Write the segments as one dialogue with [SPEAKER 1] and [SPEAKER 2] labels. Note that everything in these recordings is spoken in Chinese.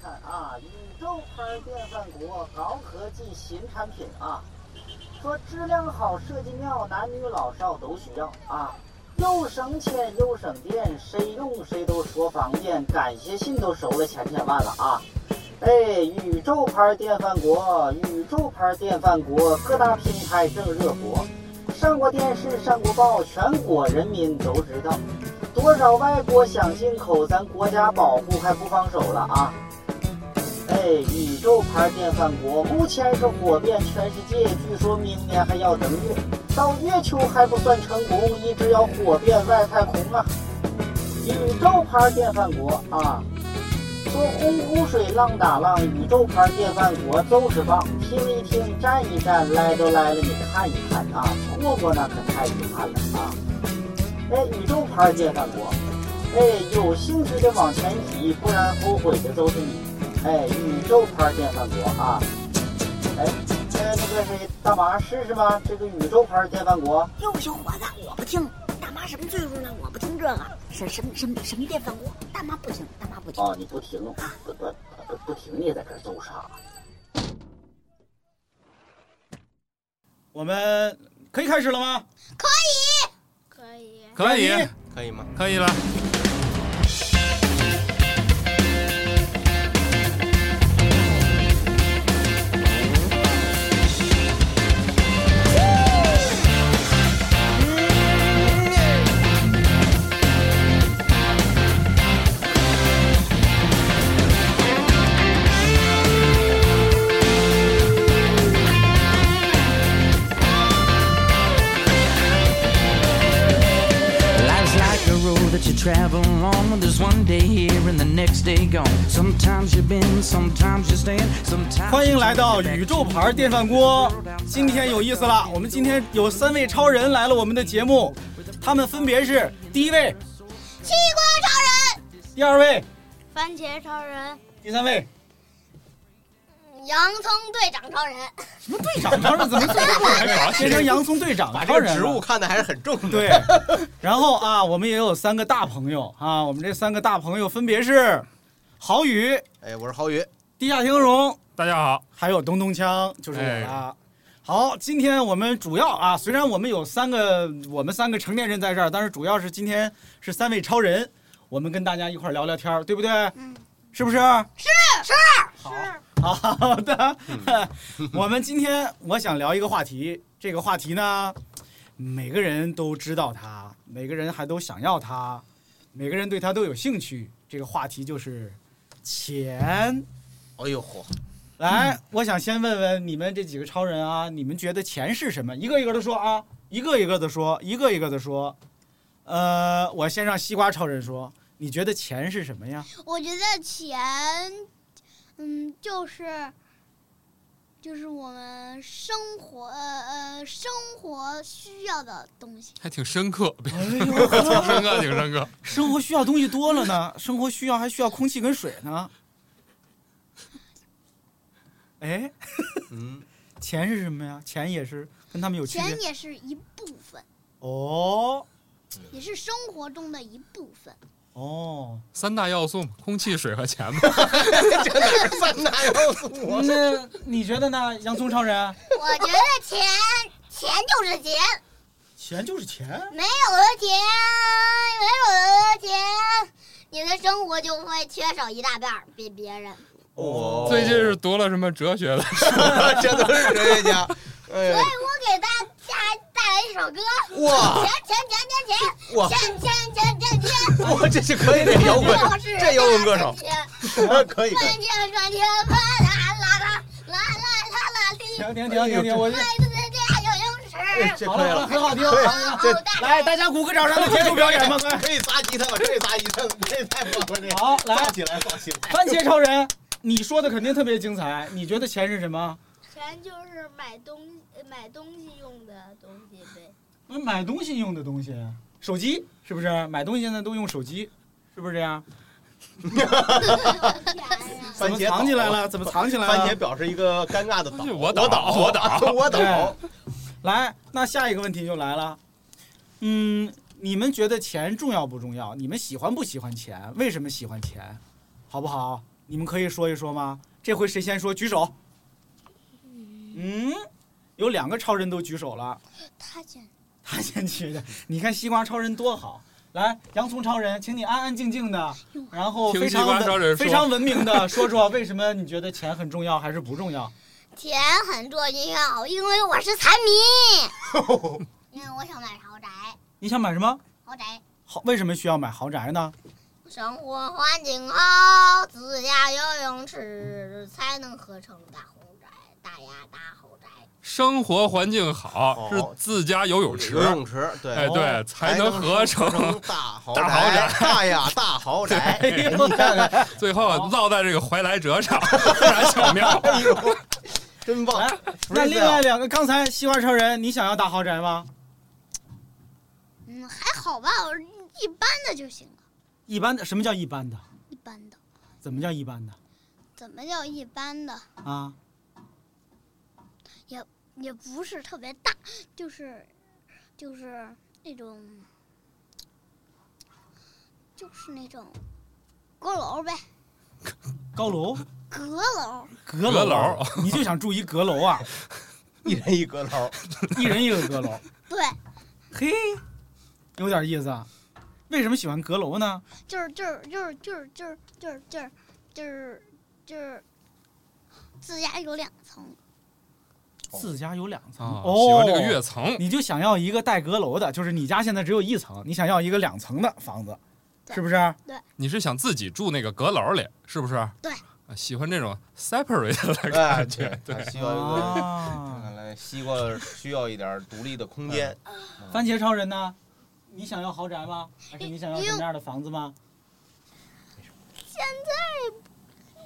[SPEAKER 1] 看啊，宇宙牌电饭锅高科技新产品啊，说质量好、设计妙，男女老少都需要啊，又省钱又省电，谁用谁都说方便，感谢信都收了千千万了啊。哎，宇宙牌电饭锅，宇宙牌电饭锅，各大品牌正热播，上过电视，上过报，全国人民都知道。多少外国想进口，咱国家保护还不放手了啊！哎，宇宙牌电饭锅目前是火遍全世界，据说明年还要登月，到月球还不算成功，一直要火遍外太空啊！宇宙牌电饭锅啊，说洪湖水浪打浪，宇宙牌电饭锅就是棒，听一听，站一站，来都来了，你看一看啊，错过那可太遗憾了啊！哎，宇宙牌电饭锅，哎，有兴趣的往前挤，不然后悔的都是你。哎，宇宙牌电饭锅啊，哎，哎，那个谁，大麻试试吧，这个宇宙牌电饭锅，
[SPEAKER 2] 哟，小伙子，我不听，大妈什么岁数了，我不听这个，什什么什么什么电饭锅，大妈不听，大妈不听。
[SPEAKER 1] 哦，你不停，不不不不停，你也在这儿揍啥？
[SPEAKER 3] 我们可以开始了吗？
[SPEAKER 4] 可以。
[SPEAKER 5] 可以，
[SPEAKER 6] 可以吗？
[SPEAKER 5] 可以了。
[SPEAKER 7] Life's like a road that you travel on. There's one day here and the next day gone. Sometimes you bend, sometimes you stand, sometimes.
[SPEAKER 3] 欢迎来到宇宙牌电饭锅。今天有意思了，我们今天有三位超人来了我们的节目，他们分别是第一位
[SPEAKER 4] 西瓜超人、
[SPEAKER 3] 第二位、
[SPEAKER 4] 番茄超人、
[SPEAKER 3] 第三位。
[SPEAKER 4] 洋葱队长超人。
[SPEAKER 3] 什么队长超人？啊怎么最后
[SPEAKER 5] 还啥
[SPEAKER 3] 变成洋葱队长
[SPEAKER 6] 把这
[SPEAKER 3] 超
[SPEAKER 6] 个
[SPEAKER 3] 人
[SPEAKER 6] 职
[SPEAKER 3] 了
[SPEAKER 6] 务看得还是很重的。
[SPEAKER 3] 对，然后啊，我们也有三个大朋友啊，我们这三个大朋友分别是郝宇、
[SPEAKER 6] 哎，我是郝宇，
[SPEAKER 3] 地下听荣，
[SPEAKER 5] 大家好，哎
[SPEAKER 3] 还有咚咚锵，就是我啦。好，今天我们主要啊，虽然我们有三个，我们三个成年人在这儿，但是主要是今天是三位超人，我们跟大家一块儿聊聊天儿，对不对？
[SPEAKER 4] 嗯，
[SPEAKER 3] 是不是？好的，
[SPEAKER 5] 嗯
[SPEAKER 3] 我们今天我想聊一个话题，这个话题呢，每个人都知道它，每个人还都想要它，每个人对它都有兴趣。这个话题就是钱。
[SPEAKER 6] 哎呦嚯，
[SPEAKER 3] 来，我想先问问你们这几个超人啊，你们觉得钱是什么？一个一个的说啊，一个一个的说，一个一个的说。呃，我先让西瓜超人说，你觉得钱是什么呀？
[SPEAKER 4] 我觉得钱，嗯，就是，就是我们生活呃呃生活需要的东西。
[SPEAKER 5] 还挺深刻，挺
[SPEAKER 3] 哎呦呵
[SPEAKER 5] 深刻，挺深刻。
[SPEAKER 3] 生活需要东西多了呢，生活需要还需要空气跟水呢。哎，
[SPEAKER 6] 嗯，
[SPEAKER 3] 钱是什么呀？钱也是跟他们有区别
[SPEAKER 4] 钱也是一部分，
[SPEAKER 3] 哦
[SPEAKER 4] 也是生活中的一部分。
[SPEAKER 3] 哦，
[SPEAKER 5] 三大要素嘛，空气、水和钱嘛。
[SPEAKER 6] 真的是三大要素啊！
[SPEAKER 3] 那你觉得呢？洋葱超人，
[SPEAKER 4] 我觉得钱，钱就是钱，
[SPEAKER 3] 钱就是钱。
[SPEAKER 4] 没有了钱，没有了钱，你的生活就会缺少一大半儿比别人。
[SPEAKER 6] 哦
[SPEAKER 5] 最近是 读了什么哲学的？
[SPEAKER 6] 真的是哲学家，哎
[SPEAKER 4] 所以
[SPEAKER 6] 呀，
[SPEAKER 4] 我给大家带来一首歌，
[SPEAKER 6] 哇
[SPEAKER 4] 钱钱钱
[SPEAKER 6] 哇，
[SPEAKER 4] 钱钱钱钱钱钱钱，
[SPEAKER 6] 哇，这是可以的摇滚，
[SPEAKER 4] 我是
[SPEAKER 6] 这摇滚歌手
[SPEAKER 4] 大钱
[SPEAKER 6] 可以，可以
[SPEAKER 4] 赚钱赚钱啪啦啦啦啦啦啦啦哩，
[SPEAKER 3] 停停停停停，我
[SPEAKER 4] 孩子的家游泳
[SPEAKER 6] 哎，
[SPEAKER 4] 池，
[SPEAKER 6] 这
[SPEAKER 3] 好
[SPEAKER 6] 可以
[SPEAKER 3] 了好了，
[SPEAKER 6] 了，
[SPEAKER 3] 很好听。
[SPEAKER 6] 可以
[SPEAKER 3] 好
[SPEAKER 6] 这哎
[SPEAKER 4] 哦大
[SPEAKER 3] 来，大家鼓个掌，让他结束表演吧，快！
[SPEAKER 6] 可以砸吉他吧，这砸吉他，这太棒了，这
[SPEAKER 3] 好，来
[SPEAKER 6] 放，起来，放起来。
[SPEAKER 3] 番茄超人，你说的肯定特别精彩。你觉得钱是什么？
[SPEAKER 4] 钱就是买东买东西用的东西呗。
[SPEAKER 3] 买东西用的东西，手机是不是？买东西现在都用手机，是不是这样？
[SPEAKER 6] 番
[SPEAKER 3] 怎么
[SPEAKER 6] 茄
[SPEAKER 3] 藏起来
[SPEAKER 6] 倒
[SPEAKER 3] 了？怎么藏起来啊了？
[SPEAKER 6] 番茄表示一个尴尬的倒，
[SPEAKER 5] 我倒
[SPEAKER 6] 倒，哦我倒，我
[SPEAKER 3] 哎
[SPEAKER 6] 倒。
[SPEAKER 3] 来，那下一个问题就来了，嗯，你们觉得钱重要不重要？你们喜欢不喜欢钱？为什么喜欢钱？好不好？你们可以说一说吗？这回谁先说？举手。嗯，有两个超人都举手了，
[SPEAKER 4] 他讲，
[SPEAKER 3] 他先举的。你看西瓜超人多好。来，洋葱超人，请你安安静静的，然后非常
[SPEAKER 5] 听西瓜超人
[SPEAKER 3] 文
[SPEAKER 5] 说
[SPEAKER 3] 非常文明的说说为什么你觉得钱很重要还是不重要？
[SPEAKER 4] 钱很重要，因为我是财迷。因为我想买豪宅，
[SPEAKER 3] 你想买什么？
[SPEAKER 4] 豪宅。
[SPEAKER 3] 好，为什么需要买豪宅呢？
[SPEAKER 4] 生活环境好，自家游泳池才能合成大豪宅，大呀大豪宅。
[SPEAKER 5] 生活环境好
[SPEAKER 6] 哦
[SPEAKER 5] 是自家游泳池
[SPEAKER 6] 游，泳池，对，
[SPEAKER 5] 哎对，才能合成。
[SPEAKER 6] 大豪
[SPEAKER 5] 大豪
[SPEAKER 6] 宅，大呀大豪宅。哎
[SPEAKER 3] 对
[SPEAKER 6] 你看看，
[SPEAKER 5] 最后啊落在这个怀来 者上，非常巧妙。
[SPEAKER 6] 哦哎呦，真棒！
[SPEAKER 3] 来，
[SPEAKER 6] 不是这
[SPEAKER 3] 哎那另
[SPEAKER 6] 样
[SPEAKER 3] 外两个，刚才西瓜超人，你想要大豪宅吗？
[SPEAKER 4] 嗯，还好吧，我一般的就行了，
[SPEAKER 3] 一般的，什么叫一般的？
[SPEAKER 4] 一般的。
[SPEAKER 3] 怎么叫一般的？
[SPEAKER 4] 怎么叫一般的？
[SPEAKER 3] 啊，
[SPEAKER 4] 也不是特别大，就是就是那种，就是那种阁楼呗，
[SPEAKER 3] 高楼、
[SPEAKER 4] 阁楼。
[SPEAKER 3] 阁
[SPEAKER 5] 阁
[SPEAKER 3] 楼啊，
[SPEAKER 5] 楼
[SPEAKER 3] 你就想住一阁楼啊？
[SPEAKER 6] 一人一阁楼，
[SPEAKER 3] 一人一个阁楼，
[SPEAKER 4] 对，
[SPEAKER 3] 嘿，有点意思啊。为什么喜欢阁楼呢？
[SPEAKER 4] 就是就是就是就是就是就是就是就是就是自家有两层，
[SPEAKER 3] 自家有两层
[SPEAKER 5] 啊
[SPEAKER 3] 哦，
[SPEAKER 5] 喜欢这个跃 层，
[SPEAKER 3] 你就想要一个带阁楼的，就是你家现在只有一层，你想要一个两层的房子，
[SPEAKER 4] 对
[SPEAKER 3] 是不是？
[SPEAKER 5] 你是想自己住那个阁楼里，是不是？
[SPEAKER 4] 对
[SPEAKER 5] 啊，喜欢这种 separate 的
[SPEAKER 6] 哎，
[SPEAKER 5] 感觉，对
[SPEAKER 6] 需要一个，
[SPEAKER 3] 啊
[SPEAKER 6] 看，来西瓜需要一点独立的空间。
[SPEAKER 3] 番茄超人呢？你想要豪宅吗？
[SPEAKER 4] 哎
[SPEAKER 3] 还是你想要什么样的房子吗？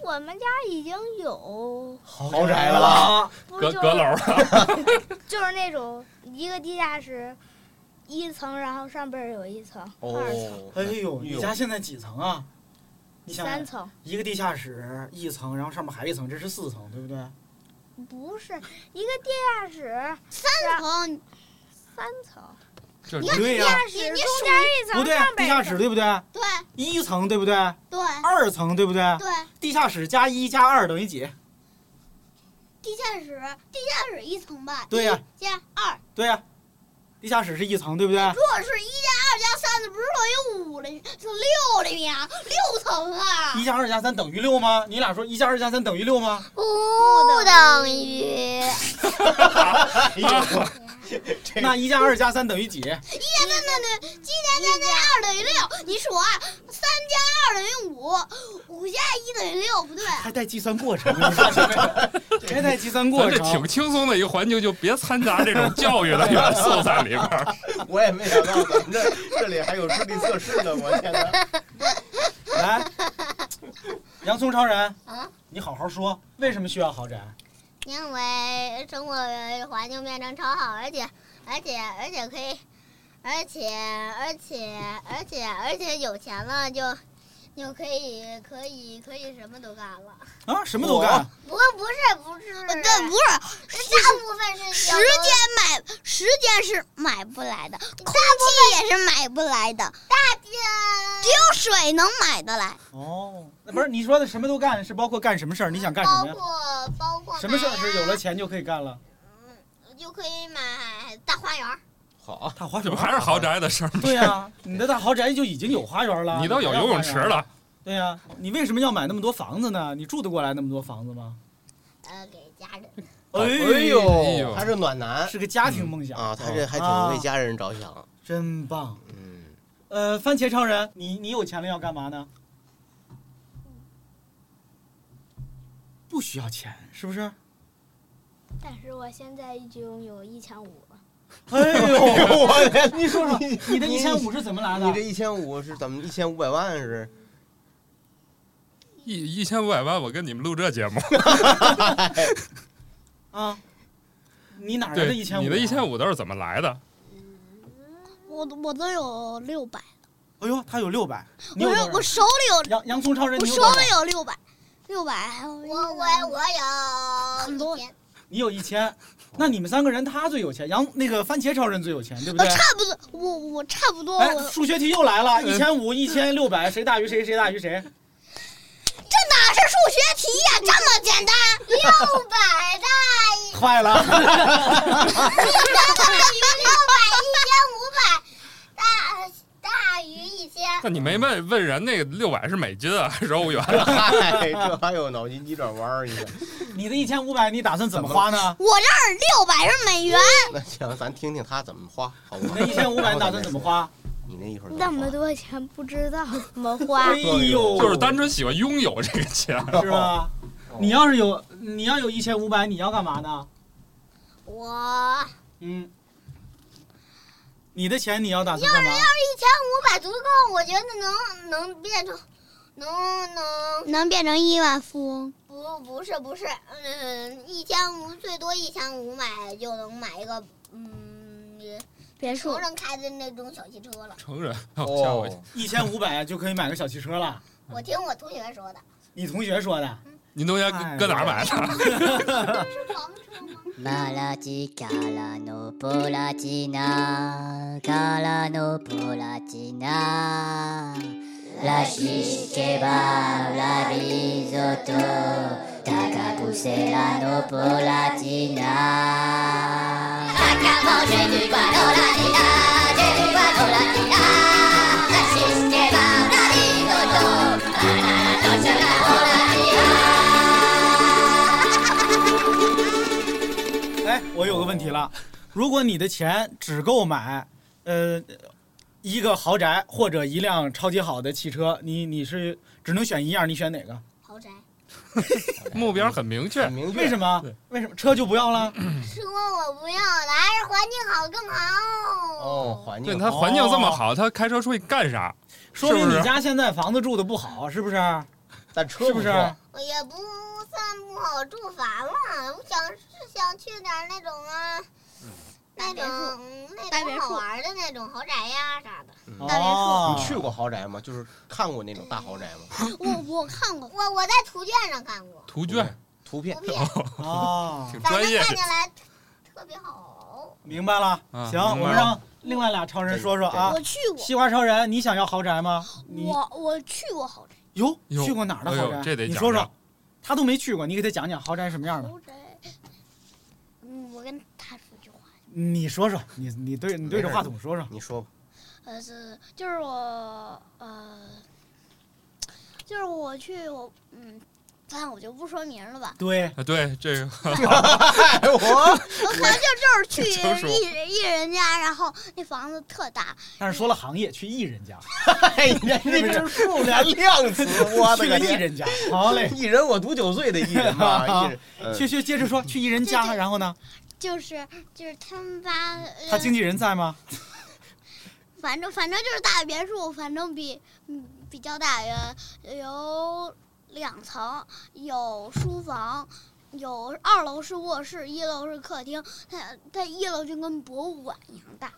[SPEAKER 4] 我们家已经有，
[SPEAKER 6] 豪宅了，
[SPEAKER 4] 不
[SPEAKER 5] 阁
[SPEAKER 4] 就
[SPEAKER 5] 阁楼
[SPEAKER 4] 是
[SPEAKER 5] 啊，
[SPEAKER 4] 就是那种一个地下室，一层，然后上边儿有一层，二层，
[SPEAKER 6] 哦，
[SPEAKER 3] 哎呦，你家现在几层啊？你想
[SPEAKER 4] 三层，
[SPEAKER 3] 一个地下室一层，然后上面还一层，这是四层，对不对？
[SPEAKER 4] 不是一个地下室，三层，三层，
[SPEAKER 5] 这
[SPEAKER 3] 不对呀、
[SPEAKER 4] 你你中间一
[SPEAKER 3] 不对，啊地下室对不对？
[SPEAKER 4] 对
[SPEAKER 3] 一层对不对？
[SPEAKER 4] 对
[SPEAKER 3] 二层对不对？
[SPEAKER 4] 对，
[SPEAKER 3] 地下室加一加二等于几？
[SPEAKER 4] 地下室地下室一层吧，
[SPEAKER 3] 对呀
[SPEAKER 4] 一加二，
[SPEAKER 3] 对呀、啊地下室是一层对不对？
[SPEAKER 4] 如果是一加二加三的，不是说有五的，是六的呀，六层啊，
[SPEAKER 3] 一加二加三等于六吗？你俩说一加二加三等于六吗？
[SPEAKER 4] 不等于。
[SPEAKER 6] 哎
[SPEAKER 3] 那一加二加三等于几？
[SPEAKER 4] 一加三等于七加三等于二等于六，你数啊，三加二等于五，五加一等于六，不对，
[SPEAKER 3] 还带计算过程， 你发现没有？ 还带计算过
[SPEAKER 5] 咱这挺
[SPEAKER 3] 程。
[SPEAKER 5] 轻松的一个环境，就别掺杂这种教育的元素在里边儿。
[SPEAKER 6] 我也没想到咱们这这里还有智力测试呢！我天哪，
[SPEAKER 3] 来， 洋葱超人
[SPEAKER 4] 啊，
[SPEAKER 3] 你好好说，为什么需要豪宅？
[SPEAKER 4] 因为生活环境变成超好，而且而且而且可以，而且而且而且而且有钱了就就可以可以可以什么都干了。
[SPEAKER 3] 啊，什么都干。
[SPEAKER 4] 不过不是不是，呃对，不是，大部分是时间买，时间是买不来的，空气也是买不来的，大家只有水能买得来，
[SPEAKER 3] 哦，那不是你说的什么都干，是包括干什么事儿？你想干什么呀？
[SPEAKER 4] 括包括
[SPEAKER 3] 什么事儿是有了
[SPEAKER 4] 钱
[SPEAKER 3] 钱就可以干了？
[SPEAKER 4] 就可以买大花园儿，
[SPEAKER 6] 好，啊
[SPEAKER 3] 大花
[SPEAKER 5] 这不还是豪宅的事儿吗？
[SPEAKER 3] 对呀、你的大豪宅就已经有花园了，
[SPEAKER 5] 你都有
[SPEAKER 3] 还要
[SPEAKER 5] 游泳
[SPEAKER 3] 花
[SPEAKER 5] 池
[SPEAKER 3] 园。
[SPEAKER 6] 啊
[SPEAKER 5] 了，
[SPEAKER 3] 对呀、你为什么要买那么多房子呢？你住得过来那么多房子吗？
[SPEAKER 4] 呃，给家人。
[SPEAKER 6] 哎
[SPEAKER 5] 呦
[SPEAKER 6] 呦，他是暖男
[SPEAKER 3] 是个哦家庭梦想
[SPEAKER 6] 啊，他这还挺为家人着想。
[SPEAKER 3] 真棒。
[SPEAKER 6] 嗯，
[SPEAKER 3] 呃，番茄超人，你你有钱了要干嘛呢？不需要钱，是不是？
[SPEAKER 4] 但是我现在已经有一千五了，
[SPEAKER 3] 哎 呦，
[SPEAKER 6] 我天，你说说
[SPEAKER 3] 你的一千五，是怎么来
[SPEAKER 6] 你这
[SPEAKER 3] 的？
[SPEAKER 6] 一千五是怎么一千五百万 是？
[SPEAKER 5] 一一千五百万，我跟你们录这节目，
[SPEAKER 3] 啊，你哪来的
[SPEAKER 5] 对，
[SPEAKER 3] 一千五？啊
[SPEAKER 5] 你的一千
[SPEAKER 3] 五。
[SPEAKER 5] 五都是怎么来的？
[SPEAKER 4] 我我都有六百，
[SPEAKER 3] 哎呦，他有六百。你
[SPEAKER 4] 我
[SPEAKER 3] 有
[SPEAKER 4] 有
[SPEAKER 3] 多
[SPEAKER 4] 我
[SPEAKER 3] 少
[SPEAKER 4] 手里有，
[SPEAKER 3] 洋洋葱超人，
[SPEAKER 4] 我
[SPEAKER 3] 你有
[SPEAKER 4] 手
[SPEAKER 3] 多少
[SPEAKER 4] 里有六百，六百，我我我有很多。
[SPEAKER 3] 你有一千。那你们三个人，他最有钱，洋那个番茄超人最有钱，对不
[SPEAKER 4] 我
[SPEAKER 3] 对？
[SPEAKER 4] 呃差不多，我我差不多，
[SPEAKER 3] 哎，
[SPEAKER 4] 我
[SPEAKER 3] 数
[SPEAKER 5] 呃
[SPEAKER 3] 学题又来了，一千五、一千六百，谁大于谁，谁大于谁？
[SPEAKER 4] 这哪是数
[SPEAKER 8] 学题呀，这么简单，六百的，
[SPEAKER 3] 快 了，
[SPEAKER 8] 大于六百，一千五百，大大于一千。
[SPEAKER 5] 那你没问问人那个六百是美金啊，还是欧元啊？
[SPEAKER 6] 嗨，这还有脑筋急转弯儿，你看，
[SPEAKER 3] 你的一千五百你打算怎么花 呢？
[SPEAKER 8] 我这儿六百是美元，
[SPEAKER 6] 那行，咱听听他怎么花，好
[SPEAKER 3] 你
[SPEAKER 6] 不好？
[SPEAKER 3] 那一千五百你打算怎么？花？
[SPEAKER 6] 你那一会儿
[SPEAKER 4] 那么多钱不知道怎么花
[SPEAKER 3] 哎，呦，
[SPEAKER 5] 就是单纯喜欢拥有这个钱。
[SPEAKER 3] 是吧？你要是有你要有一千五百，你要干嘛呢？
[SPEAKER 8] 我
[SPEAKER 3] 嗯，你的钱你要打算干嘛？
[SPEAKER 8] 一千五百足够，我觉得能能变成，能能
[SPEAKER 4] 能变成亿万富翁。
[SPEAKER 8] 不不是不是，嗯，一千五最多一千五买就能买一个嗯，
[SPEAKER 4] 别
[SPEAKER 8] 头
[SPEAKER 4] 墅
[SPEAKER 8] 上开的那种小汽车了。
[SPEAKER 5] 成人，哦吓我一跳
[SPEAKER 6] 哦，
[SPEAKER 3] 一千五百就可以买个小汽车了。
[SPEAKER 8] 我听我同学说的，
[SPEAKER 3] 你同学说的，
[SPEAKER 5] 您同学
[SPEAKER 3] 哎
[SPEAKER 5] 搁搁哪儿买 的？
[SPEAKER 8] 是房车吗？
[SPEAKER 9] Malacicalano polatina, calano polatina. La shish kebab, la risotto, tacapulcelano polatina. Tacapau, j'ai du guano latina, j'ai du guano latina. La shish kebab, la risotto, banana dolce, la polatina.
[SPEAKER 3] 哎，我有个问题了，如果你的钱只够买，呃，一个豪宅或者一辆超级好的汽车，你你是只能选一样，你选哪个？
[SPEAKER 8] 豪宅。
[SPEAKER 5] 目标很明确
[SPEAKER 6] 哦很，明确
[SPEAKER 3] 为什么
[SPEAKER 5] 对？
[SPEAKER 3] 为什么车就不要了？
[SPEAKER 8] 车我不要了，还是环境好更好。
[SPEAKER 6] 哦，环
[SPEAKER 5] 对
[SPEAKER 6] 境
[SPEAKER 5] 他环境这么
[SPEAKER 3] 哦
[SPEAKER 5] 好，他开车出去干啥？
[SPEAKER 3] 说明
[SPEAKER 5] 是不是
[SPEAKER 3] 你家现在房子住的不好，是不是？
[SPEAKER 6] 但车
[SPEAKER 3] 是
[SPEAKER 6] 不
[SPEAKER 3] 不是？啊
[SPEAKER 6] 错
[SPEAKER 8] 我也哎不算不好住烦了，我想是想去点儿那种啊，那种嗯
[SPEAKER 4] 大
[SPEAKER 8] 那
[SPEAKER 4] 别
[SPEAKER 8] 种
[SPEAKER 4] 墅
[SPEAKER 8] 好玩儿的那种豪宅呀啥的。
[SPEAKER 4] 大别墅
[SPEAKER 3] 哦
[SPEAKER 6] 你去过豪宅吗？就是看过那种大豪宅吗？
[SPEAKER 4] 我我看过，
[SPEAKER 8] 我我在图卷上看过，
[SPEAKER 5] 图卷，
[SPEAKER 6] 图
[SPEAKER 8] 图
[SPEAKER 6] 片
[SPEAKER 8] 片，
[SPEAKER 3] 哦，
[SPEAKER 5] 挺
[SPEAKER 8] 反
[SPEAKER 5] 嗯专
[SPEAKER 8] 正
[SPEAKER 5] 业
[SPEAKER 8] 看起来特别好。
[SPEAKER 3] 明白了。
[SPEAKER 5] 啊
[SPEAKER 3] 行，我
[SPEAKER 5] 明白
[SPEAKER 3] 们让另外俩超人说说啊
[SPEAKER 4] 我。去过，
[SPEAKER 3] 西瓜超人，你想要豪宅吗？你
[SPEAKER 4] 我我去过豪宅，
[SPEAKER 3] 哟
[SPEAKER 5] 哟
[SPEAKER 3] 去过哪儿的
[SPEAKER 5] 哎
[SPEAKER 3] 豪
[SPEAKER 5] 呦
[SPEAKER 3] 宅？
[SPEAKER 5] 这得
[SPEAKER 3] 你
[SPEAKER 5] 讲
[SPEAKER 3] 说说
[SPEAKER 5] 讲，
[SPEAKER 3] 他都没去过，你给他讲讲豪宅什么样的？
[SPEAKER 4] 豪宅。嗯，我跟他说句话，
[SPEAKER 3] 你说说，你你对你对着话筒说说。
[SPEAKER 6] 你说吧，
[SPEAKER 4] 呃是就是我呃，就是我去我嗯，但我就不说名 了吧。
[SPEAKER 3] 对，
[SPEAKER 5] 啊，对这个
[SPEAKER 3] 哎
[SPEAKER 6] 哎
[SPEAKER 4] 我可能就就是去
[SPEAKER 5] 就说
[SPEAKER 4] 艺人艺人家，然后那房子特大，
[SPEAKER 3] 但是说了行业，去艺人 家，
[SPEAKER 6] 哎，你 这这数 量量词，我
[SPEAKER 3] 去
[SPEAKER 6] 的个
[SPEAKER 3] 了艺
[SPEAKER 6] 天！
[SPEAKER 3] 人家。好嘞，
[SPEAKER 6] 一人我读九岁的艺人 嘛，一人嗯
[SPEAKER 3] 去去接着说，去艺人
[SPEAKER 4] 对
[SPEAKER 3] 家，
[SPEAKER 4] 对
[SPEAKER 3] 然后呢？
[SPEAKER 4] 就是就是他们家，呃
[SPEAKER 3] 他经纪人在吗？
[SPEAKER 4] 反正反正就是大别墅，反正比嗯比较大，呃有两层，有书房。有二楼是卧室，一楼是客厅，它它一楼就跟博物馆一样大，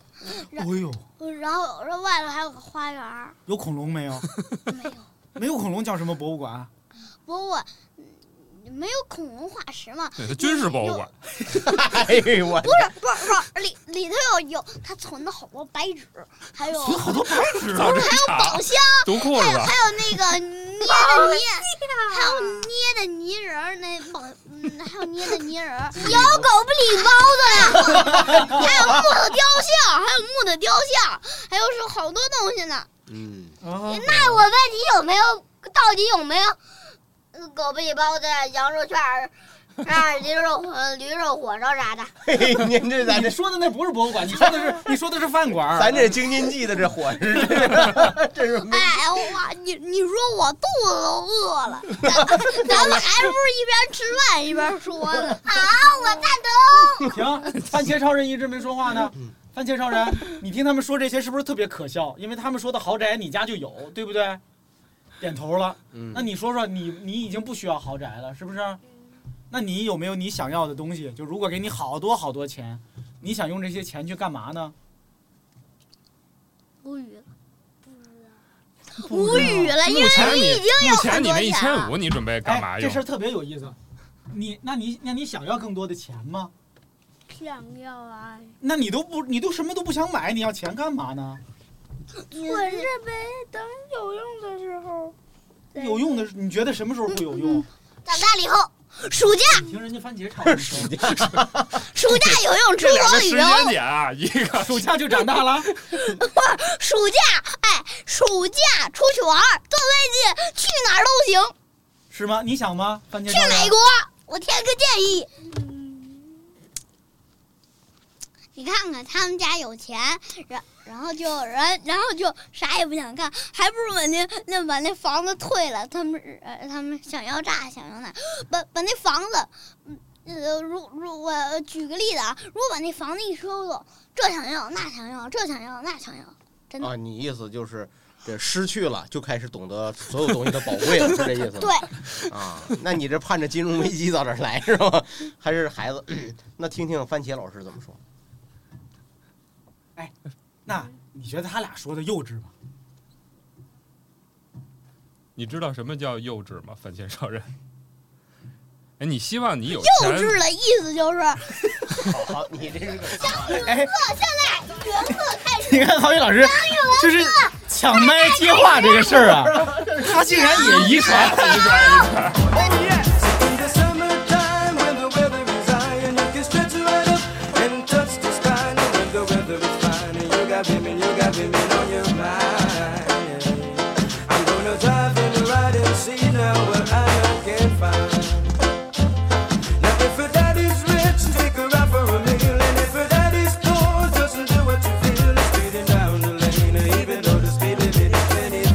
[SPEAKER 3] 哎呦，
[SPEAKER 4] 呃然后然后外头还有个花园 儿，
[SPEAKER 3] 有恐龙没有？
[SPEAKER 4] 没有
[SPEAKER 3] 没有恐龙叫什么博物馆？啊
[SPEAKER 4] 博物馆，嗯没有恐龙化石嘛，
[SPEAKER 5] 对军事博物馆，
[SPEAKER 6] 哎呦我
[SPEAKER 4] 不是不是不是，里里头有有他存的好多白纸，还有还
[SPEAKER 5] 早知道
[SPEAKER 4] 有箱，
[SPEAKER 5] 读裤
[SPEAKER 4] 还
[SPEAKER 5] 子
[SPEAKER 4] 有
[SPEAKER 5] 吧
[SPEAKER 4] 还。有那个捏的泥，还有捏的泥人儿，那宝嗯，还有捏的泥人儿，有狗不理包子的，还有木头雕像，还有木头雕像，还有是好多东西呢。
[SPEAKER 6] 嗯，
[SPEAKER 3] 啊，
[SPEAKER 8] 那我问你有没有，到底有没有呃
[SPEAKER 4] 嗯
[SPEAKER 8] 狗不理包子、羊肉串儿、 啊驴肉呃驴肉火烧啥的？
[SPEAKER 6] 嘿嘿，您这咱
[SPEAKER 3] 你
[SPEAKER 6] 这
[SPEAKER 3] 说的那不是博物馆，你说的是你说的是饭馆儿。
[SPEAKER 6] 咱这京津冀的这伙食， 这是没
[SPEAKER 4] 哎哇，你你说我肚子都饿了，咱们咱们还不是一边吃饭一边说呢。
[SPEAKER 10] 啊
[SPEAKER 8] 好，我赞 同。
[SPEAKER 3] 行，番茄超人一直没说话呢。番茄超人，你听他们说这些是不是特别可笑？因为他们说的豪宅你家就有，对不对？点头了。
[SPEAKER 6] 嗯
[SPEAKER 3] 那你说说，你你已经不需要豪宅了，是不是？那你有没有你想要的东西？就如果给你好多好多钱，你想用这些钱去干嘛呢？
[SPEAKER 4] 无语了，
[SPEAKER 3] 不
[SPEAKER 4] 无
[SPEAKER 3] 知道
[SPEAKER 4] 语了，因
[SPEAKER 5] 目
[SPEAKER 4] 为
[SPEAKER 5] 前
[SPEAKER 4] 你
[SPEAKER 5] 你
[SPEAKER 4] 已经有
[SPEAKER 5] 目前
[SPEAKER 4] 很
[SPEAKER 5] 你
[SPEAKER 4] 多
[SPEAKER 5] 那一
[SPEAKER 4] 钱
[SPEAKER 5] 千
[SPEAKER 4] 了。
[SPEAKER 5] 五，你准备干嘛
[SPEAKER 3] 哎、
[SPEAKER 5] 用
[SPEAKER 3] 这？事儿特别有意思。你那你那你想要更多的钱吗？
[SPEAKER 4] 想要啊，
[SPEAKER 3] 那你都不你都什么都不想买，你要钱干嘛呢？
[SPEAKER 4] 存着呗，等有用的时候。嗯
[SPEAKER 3] 有用的，你觉得什么时候会有用？
[SPEAKER 11] 长大了以后，暑假
[SPEAKER 12] 你听人家番茄 唱的时候，
[SPEAKER 11] 暑假有一种出
[SPEAKER 5] 这两
[SPEAKER 11] 国
[SPEAKER 5] 个
[SPEAKER 11] 旅
[SPEAKER 5] 时
[SPEAKER 11] 游，
[SPEAKER 5] 间点啊，一个
[SPEAKER 3] 暑假就长大了，
[SPEAKER 11] 暑假哎，暑假出去玩儿，坐飞机去哪儿都行，
[SPEAKER 3] 是吗？你想吗？番茄
[SPEAKER 11] 去
[SPEAKER 3] 招人
[SPEAKER 11] 美国。我提个建议，
[SPEAKER 13] 嗯
[SPEAKER 4] 你看看他们家有钱，然然后就然然后就啥也不想干，还不如把那那把那房子退了。他们呃他们想要这想要那，把把那房子，嗯呃如如我呃举个例子啊，如果把那房子一收走，这想要那想要，这想要那想要，真的、
[SPEAKER 6] 啊，你意思就是这失去了就开始懂得所有东西的宝贵了，是这意思吗？
[SPEAKER 4] 对。
[SPEAKER 6] 啊，那你这盼着金融危机早点来是吧？还是孩子？那听听番茄老师怎么说？
[SPEAKER 3] 那你觉得他俩说的幼稚吗？
[SPEAKER 5] 你知道什么叫幼稚吗？番茄超人。 哎，你希望你有
[SPEAKER 4] 幼
[SPEAKER 5] 钱，
[SPEAKER 4] 稚的意思就是
[SPEAKER 6] 好，你这是个
[SPEAKER 3] 哎，
[SPEAKER 11] 角色开始
[SPEAKER 3] 你看郝宇老师
[SPEAKER 4] 啊
[SPEAKER 3] 就是抢麦接话这个事儿啊，他竟然也遗传。
[SPEAKER 7] In the summertime, when the weather is high and you can stretch right up and touch the sky, and when the weather is fine and you got women, you got women on your mind. I'm gonna drive in the ride and see now what I can find. Now if her daddy's rich, take her out for a meal, and if her daddy's poor, doesn't do what you feel, it's speeding down the lane, even though the speed limit is 25.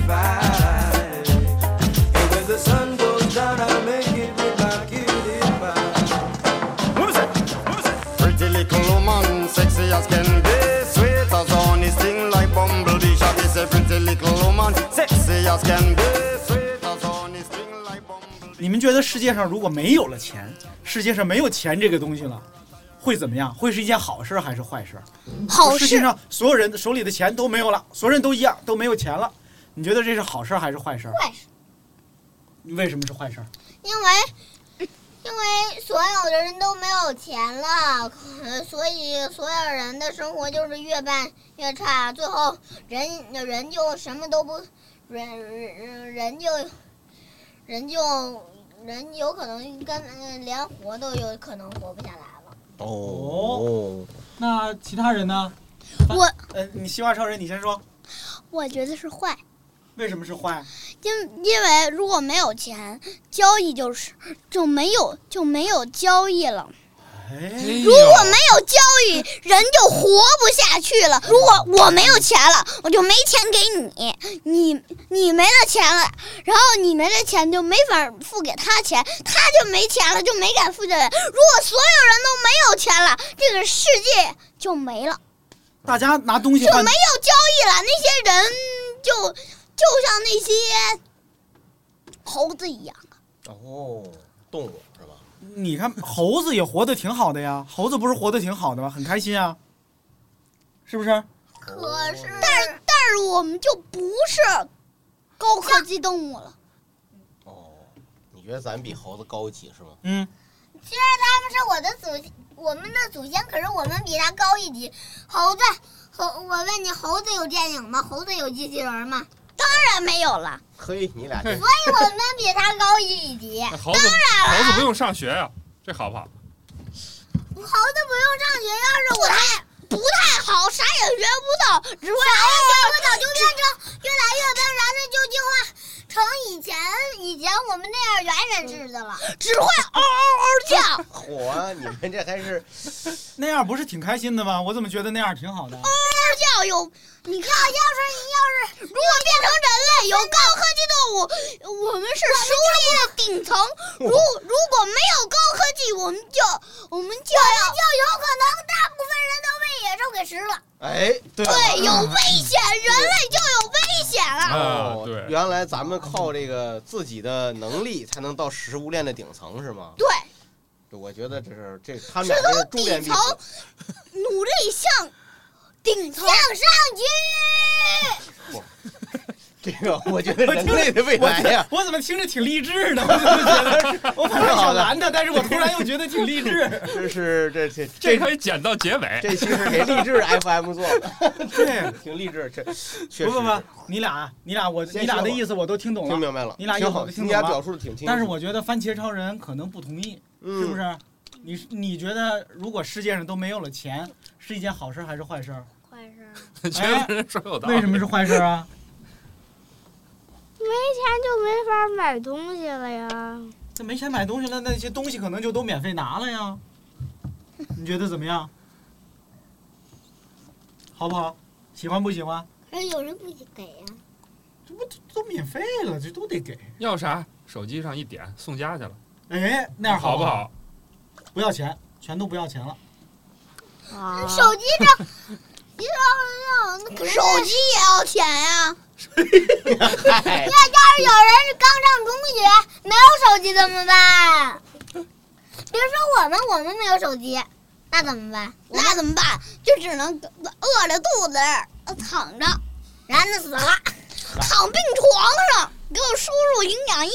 [SPEAKER 7] And when the sun goes down, I make it with my cutie pie.
[SPEAKER 9] Pretty little woman, sexy as can be, sweet as honey, sting like bumblebee. Shabby say, pretty little woman, sexy as can be, sweet as honey, sting like bumblebee.
[SPEAKER 3] 你们觉得世界上如果没有了钱，世界上没有钱这个东西了，会怎么样？会是一件好事儿还是坏事儿？
[SPEAKER 11] 好
[SPEAKER 3] 世界
[SPEAKER 11] 事
[SPEAKER 3] 上所有人手里的钱都没有了，所有人都一样都没有钱了，你觉得这是好事儿还是坏事儿？
[SPEAKER 11] 坏事，
[SPEAKER 3] 为什么是坏事儿？
[SPEAKER 11] 因为因为所有的人都没有钱了，呃所以所有人的生活就是越办越差，最后人人就什么都不人人人就人就人有可能根本连活都有可能活不下来了。
[SPEAKER 6] 哦，
[SPEAKER 12] 那其他人呢？
[SPEAKER 4] 我
[SPEAKER 3] 呃，你希望超人，你先说，
[SPEAKER 4] 我觉得是坏，
[SPEAKER 3] 为什么是坏？
[SPEAKER 4] 因因为如果没有钱，交易就是就没有就没有交易了。
[SPEAKER 3] 哎，
[SPEAKER 4] 如
[SPEAKER 5] 如
[SPEAKER 4] 果没有交易，人就活不下去了。如果我没有钱了，我就没钱给你，你你没了钱了，然后你没了钱就没法付给他钱，他就没钱了就没敢付给。如果所有人都没有钱了，这个世界就没了，
[SPEAKER 3] 大家拿东西
[SPEAKER 4] 就
[SPEAKER 3] 换
[SPEAKER 4] 没有交易了。那些人就就像那些猴子一样，
[SPEAKER 6] 哦，动物是吧？
[SPEAKER 3] 你看猴子也活得挺好的呀，猴子不是活得挺好的吗？很开心啊，是不是？
[SPEAKER 11] 可是，
[SPEAKER 4] 但是我们就不是高科技动物了。
[SPEAKER 6] 哦，你觉得咱比猴子高级是吗？
[SPEAKER 3] 嗯，
[SPEAKER 11] 虽然他们是我的祖先，我们的祖先，可是我们比他高一级。猴子，猴，我问你，猴子有电影吗？猴子有机器人吗？
[SPEAKER 4] 当然没有了。
[SPEAKER 6] 嘿，你俩这
[SPEAKER 11] 所以我们比他高一级。
[SPEAKER 5] 那猴子猴子不用上学呀、这好不好？
[SPEAKER 11] 猴子不用上学，要是我还
[SPEAKER 4] 不太好，啥也学不到，只会
[SPEAKER 11] 我早就变成越来越笨，然后就进化成以前以前我们那样猿人似的了。
[SPEAKER 4] 只会嗷嗷嗷叫，
[SPEAKER 6] 火啊，你们这还是
[SPEAKER 3] 那样不是挺开心的吗？我怎么觉得那样挺好的？
[SPEAKER 4] 嗷叫有。你看，要是要是如果变成人类，有高科技动物，我们是 食物链的顶层。如如果没有高科技，我们就我们就要
[SPEAKER 11] 就有可能大部分人都被野兽给吃了。
[SPEAKER 6] 哎，对
[SPEAKER 4] 对有危险，人类就有危险了。
[SPEAKER 5] 啊
[SPEAKER 6] 哦，，
[SPEAKER 5] 对，
[SPEAKER 6] 原来咱们靠这个自己的能力才能到食物链的顶层是吗？
[SPEAKER 4] 对，
[SPEAKER 6] 我觉得这是这他们俩这是重点
[SPEAKER 4] 底
[SPEAKER 6] 比
[SPEAKER 4] 层努力向顶层
[SPEAKER 11] 向上去，
[SPEAKER 6] 这个我觉得 人类的未来呀，
[SPEAKER 3] 我怎么听着挺励志呢？ 我怎么觉得我本来想拦他，但是我突然又觉得挺励志。
[SPEAKER 6] 这是这这
[SPEAKER 5] 这可以剪到结尾。
[SPEAKER 6] 这期是给励志 FM 做的，
[SPEAKER 3] 对，
[SPEAKER 6] 挺励志，这 确
[SPEAKER 3] 不
[SPEAKER 6] 实
[SPEAKER 3] 不不，你俩你俩我
[SPEAKER 6] 先
[SPEAKER 3] 你俩的
[SPEAKER 6] 说吧
[SPEAKER 3] 意思我都听懂了，
[SPEAKER 6] 听明白了
[SPEAKER 3] 你俩意思
[SPEAKER 6] 挺好
[SPEAKER 3] 我都听
[SPEAKER 6] 你
[SPEAKER 3] 懂
[SPEAKER 6] 俩
[SPEAKER 3] 了，
[SPEAKER 6] 表述得挺清楚
[SPEAKER 3] 但是我觉得番茄超人可能不同意，
[SPEAKER 6] 嗯
[SPEAKER 3] 是不 是？你你觉得如果世界上都没有了钱，是一件好事还是坏事？
[SPEAKER 10] 坏事儿，
[SPEAKER 5] 觉得人说有道理。
[SPEAKER 3] 为什么是坏事啊？
[SPEAKER 13] 没钱就没法买东西了呀。
[SPEAKER 3] 那没钱买东西了，那些东西可能就都免费拿了呀。你觉得怎么样？好不好？喜欢不喜欢？
[SPEAKER 11] 哎
[SPEAKER 4] 可是有人不给呀、
[SPEAKER 3] 都免费了，这都得给。
[SPEAKER 5] 要啥？手机上一点，送家去了，
[SPEAKER 3] 哎，那样
[SPEAKER 5] 好
[SPEAKER 3] 不
[SPEAKER 5] 不？好？
[SPEAKER 3] 不要钱，全都不要钱了。
[SPEAKER 11] 啊
[SPEAKER 4] 手机这，你说那可是
[SPEAKER 10] 手机也要钱
[SPEAKER 11] 啊
[SPEAKER 10] 呀。
[SPEAKER 4] 那要是有人是刚上中学没有手机怎么办？别说我们，我们没有手机，那怎么办？
[SPEAKER 10] 那怎么办？就只能饿着肚子呃躺着，然后 死了，躺病床上，给我输入营养液。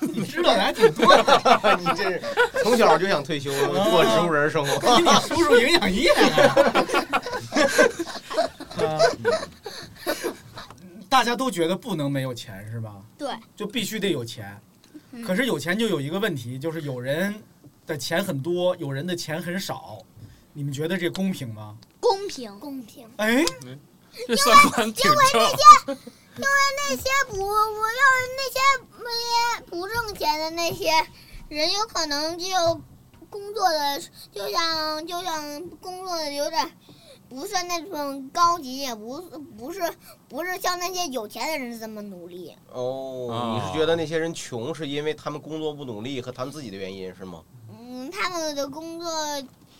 [SPEAKER 3] 你知道的还挺多的， 哦
[SPEAKER 6] 你这是从小就想退休过植物人生活
[SPEAKER 3] 给你，输入营养液啊。啊大家都觉得不能没有钱是吧？
[SPEAKER 10] 对，
[SPEAKER 3] 就必须得有钱。
[SPEAKER 10] 嗯
[SPEAKER 3] 可是有钱就有一个问题，就是有人的钱很多，有人的钱很少。你们觉得这公平吗？
[SPEAKER 10] 公平，公平。
[SPEAKER 3] 哎，
[SPEAKER 5] 这三观挺正。
[SPEAKER 4] 因为那些不，我要是那些没不挣钱的那些人，有可能就工作的，就像就像工作的有点不是那种高级，也不是不是不是像那些有钱的人这么努力。
[SPEAKER 6] 哦，你是觉得那些人穷是因为他们工作不努力和他们自己的原因是吗？
[SPEAKER 4] 嗯，他们的工作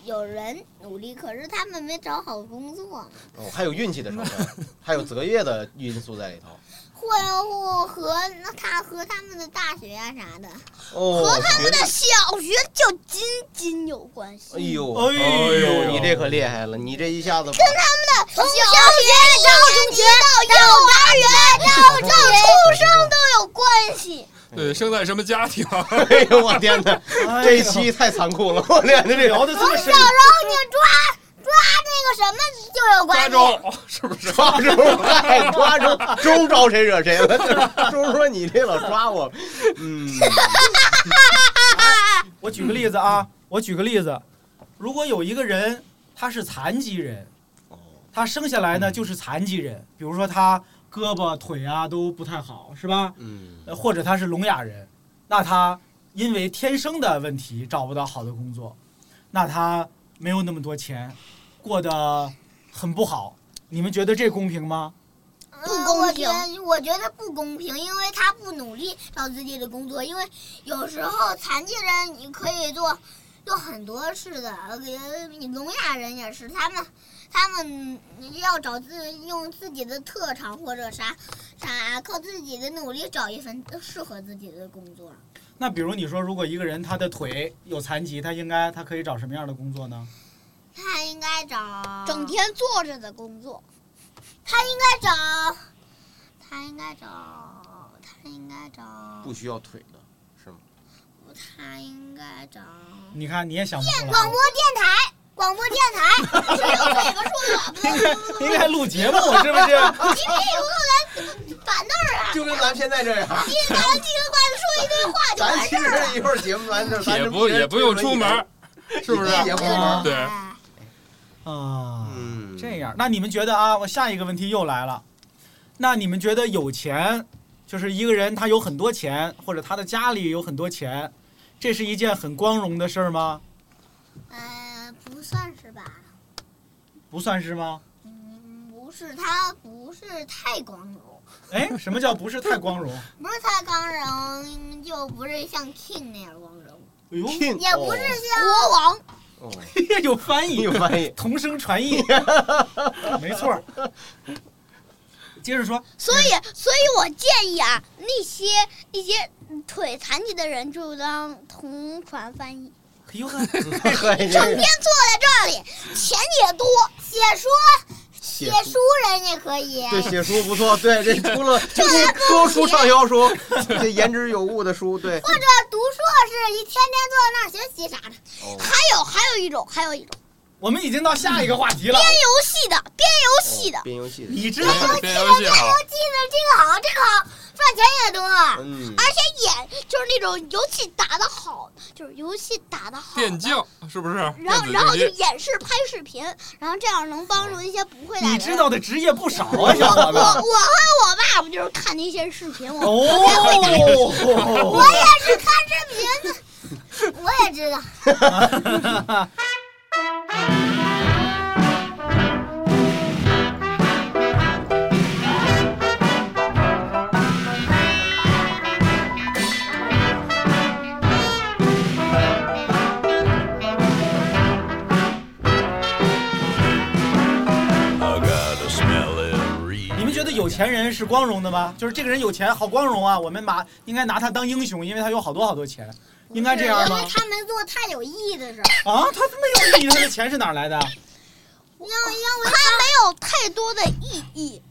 [SPEAKER 4] 有人努力，可是他们没找好工作，
[SPEAKER 6] 哦，还有运气的 成分，还有择业的因素在里头。
[SPEAKER 4] 或或和那他和他们的大学啊啥的。
[SPEAKER 6] 哦，
[SPEAKER 10] 和他
[SPEAKER 6] 学
[SPEAKER 10] 们的小学就紧紧有关系。
[SPEAKER 6] 哎呦，
[SPEAKER 3] 哎呦
[SPEAKER 6] 哎呦，你这可厉害了，你这一下子把
[SPEAKER 10] 跟他们的小学、
[SPEAKER 4] 小
[SPEAKER 10] 中学到幼儿园到出生都有关系。
[SPEAKER 5] 对，生在什么家庭？
[SPEAKER 6] 哎呦，我天哪，这一期太残酷了，我天，这
[SPEAKER 3] 聊得这么
[SPEAKER 4] 小时，
[SPEAKER 3] 深
[SPEAKER 4] 候你抓抓那个什么就有关
[SPEAKER 5] 抓
[SPEAKER 4] 系。
[SPEAKER 5] 周是不是？
[SPEAKER 6] 抓住，哎，抓住， 中招谁惹谁了？ 中说你这老抓我，嗯，
[SPEAKER 3] 我举个例子啊，我举个例子，如果有一个人他是残疾人，他生下来呢就是残疾人，比如说他胳膊腿啊都不太好，是吧？
[SPEAKER 6] 嗯，
[SPEAKER 3] 呃或者他是聋哑人，那他因为天生的问题找不到好的工作，那他没有那么多钱，过得很不好。你们觉得这公平吗？
[SPEAKER 4] 不公平、嗯我觉得，我觉得不公平，因为他不努力找自己的工作，因为有时候残疾人你可以做做很多事的，呃你聋哑人也是，他们他们要找自用自己的特长或者啥啥，靠自己的努力找一份适合自己的工作。
[SPEAKER 3] 那比如你说，如果一个人他的腿有残疾，他应该他可以找什么样的工作呢？
[SPEAKER 4] 他应该找
[SPEAKER 10] 整天坐着的工作，
[SPEAKER 4] 他应该找，他应该找，他应该找，
[SPEAKER 6] 不需要腿的是吗？
[SPEAKER 4] 他应该找
[SPEAKER 3] 你看你也想不出
[SPEAKER 4] 广
[SPEAKER 3] 来，
[SPEAKER 4] 播电台，广播电台，只有这个说广播，
[SPEAKER 3] 应该录节目是不 是？
[SPEAKER 4] 你屁股坐在板凳上，
[SPEAKER 6] 就跟咱们现在这样，
[SPEAKER 4] 叽里呱啦叽里呱啦说一堆话就
[SPEAKER 6] 咱
[SPEAKER 4] 完
[SPEAKER 6] 其
[SPEAKER 4] 事
[SPEAKER 6] 实
[SPEAKER 4] 儿了。
[SPEAKER 6] 一会儿节目完这，咱
[SPEAKER 5] 也
[SPEAKER 6] 这
[SPEAKER 5] 不也不用出门，是不是？
[SPEAKER 6] 也不出门，
[SPEAKER 5] 对，
[SPEAKER 3] 啊，
[SPEAKER 6] 嗯，
[SPEAKER 3] 这样，那你们觉得啊？我下一个问题又来了，那你们觉得有钱，就是一个人他有很多钱，或者他的家里有很多钱，这是一件很光荣的事儿吗？
[SPEAKER 4] 呃，不算是吧？
[SPEAKER 3] 不算是吗？
[SPEAKER 4] 嗯，不是，他不是太光荣，
[SPEAKER 3] 哎，什么叫不是太光荣？ 哎
[SPEAKER 4] 不是太光荣，就不是像 King 那样光荣，
[SPEAKER 5] 嗯
[SPEAKER 3] 呦，
[SPEAKER 6] King，
[SPEAKER 4] 也不是像
[SPEAKER 10] 国王
[SPEAKER 6] 哦，哦
[SPEAKER 3] 有翻译
[SPEAKER 6] 有，翻译，
[SPEAKER 3] 同声传译，没错儿。接着说，
[SPEAKER 10] 所以，所以我建议啊，那些那些腿残疾的人就当同传翻译，
[SPEAKER 3] 哎呦呵，
[SPEAKER 6] 可以
[SPEAKER 10] 整天坐在这里，钱也多，
[SPEAKER 4] 解说
[SPEAKER 6] 写
[SPEAKER 4] 写书人也可以。
[SPEAKER 6] 对，写书不错。对，这除了多出畅销书，这言之有物的书，对。
[SPEAKER 4] 或者读硕士，一天天坐在那儿学习啥的。
[SPEAKER 3] 哦
[SPEAKER 4] 还有还有一种，还有一种
[SPEAKER 3] 我们已经到下一个话题了
[SPEAKER 4] 编。游戏的，编游戏
[SPEAKER 3] 哦
[SPEAKER 4] 的，
[SPEAKER 6] 哦
[SPEAKER 4] 哎
[SPEAKER 6] 编游戏，
[SPEAKER 3] 你这
[SPEAKER 4] 编游戏的，编游戏的，这个好，这个好，赚钱也多，
[SPEAKER 3] 哦
[SPEAKER 6] 嗯
[SPEAKER 4] 而且也就是那种游戏打的好，就是游戏打的好，
[SPEAKER 5] 电竞是不是？
[SPEAKER 4] 然后
[SPEAKER 5] 电子
[SPEAKER 4] 然后
[SPEAKER 5] 竞
[SPEAKER 4] 就
[SPEAKER 5] 技
[SPEAKER 4] 演示拍视频，然后这样能帮助一些不会打
[SPEAKER 3] 哦你
[SPEAKER 4] 人。
[SPEAKER 3] 知道的职业不少
[SPEAKER 4] 我我
[SPEAKER 3] 啊，
[SPEAKER 4] 我
[SPEAKER 3] 小
[SPEAKER 4] 和
[SPEAKER 3] 伙子。
[SPEAKER 4] 我爸爸就是看那些视频，我
[SPEAKER 3] 哦
[SPEAKER 4] 我也是看视 频的，我也知道。
[SPEAKER 3] 你们觉得有钱人是光荣的吗？就是这个人有钱，好光荣啊！我们拿应该拿他当英雄，因为他有好多好多钱，应该这样
[SPEAKER 4] 因
[SPEAKER 3] 吗
[SPEAKER 4] 为？他没做太有意义的事儿，
[SPEAKER 3] 啊，他没有意义，他的钱是哪儿来的？
[SPEAKER 4] 因为因为他没有太多的意义，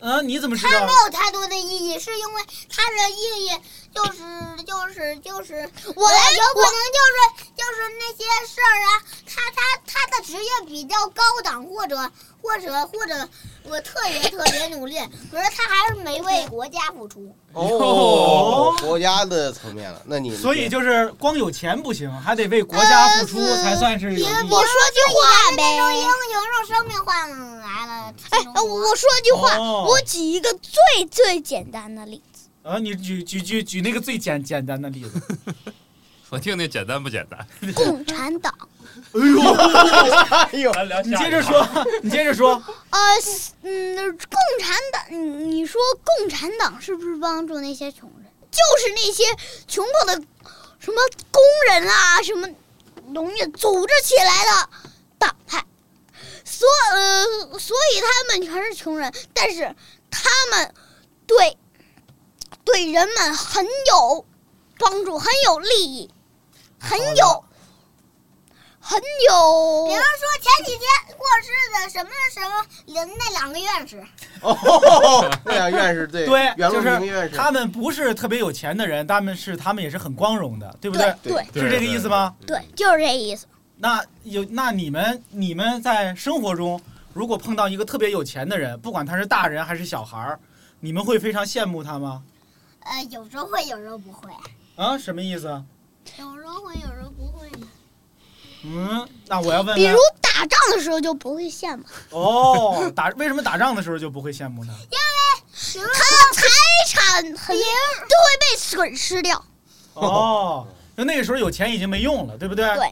[SPEAKER 3] 嗯，你怎么知
[SPEAKER 4] 他
[SPEAKER 3] 道
[SPEAKER 4] 没？有太多的意义，是因为他的意义就是就是就是，我有可能就是就是那些事儿啊，他他他的职业比较高档，或者或者或者我特别特别努力，可是他还是没为国家付出。
[SPEAKER 6] 哦，国家的层面了，那你
[SPEAKER 3] 所以就是光有钱不行，还得为国家付出才算是有意义。
[SPEAKER 4] 我说句话呗，
[SPEAKER 10] 那种英
[SPEAKER 4] 雄用生命换来了。哎，
[SPEAKER 10] 哎，我说句话，
[SPEAKER 3] 哦
[SPEAKER 10] 我举一个最最简单的 例子，
[SPEAKER 3] 啊，你举举举举那个最简简单的例子。
[SPEAKER 5] 我听听简单不简单？
[SPEAKER 10] 共产党。
[SPEAKER 3] 哎呦，
[SPEAKER 6] 哎 呦，
[SPEAKER 3] 你接着说，你接着说。
[SPEAKER 10] 呃，嗯，共产党，你你说共产党是不是帮助那些穷人？就是那些穷苦的什么工人啊，什么农业组织起来的党派，所呃，所以他们全是穷人，但是他们对对人们很有帮助，很有利益，很有很有，
[SPEAKER 4] 比方说前几天过世的什么什么林那两个院士，
[SPEAKER 6] 哦，那两院士对
[SPEAKER 3] 对，
[SPEAKER 6] 袁
[SPEAKER 3] 就
[SPEAKER 6] 隆平院
[SPEAKER 3] 是
[SPEAKER 6] 士，
[SPEAKER 3] 他们不是特别有钱的人，他们是他们也是很光荣的，对不对？
[SPEAKER 10] 对对
[SPEAKER 3] 是这个意思吗？
[SPEAKER 10] 对，就是这意思。
[SPEAKER 3] 那有那你们你们在生活中，如果碰到一个特别有钱的人，不管他是大人还是小孩儿，你们会非常羡慕他吗？
[SPEAKER 4] 呃，有时候会，有时候不会，
[SPEAKER 3] 啊，什么意思？
[SPEAKER 4] 有时候会，有时候不会呢。
[SPEAKER 3] 嗯，那我要问问，
[SPEAKER 10] 比如打仗的时候就不会羡慕，
[SPEAKER 3] 哦，打为什么打仗的时候就不会羡慕他？
[SPEAKER 4] 比
[SPEAKER 10] 他的财产很都会被损失掉。
[SPEAKER 3] 哦，就那个时候有钱已经没用了，对不对？
[SPEAKER 10] 对。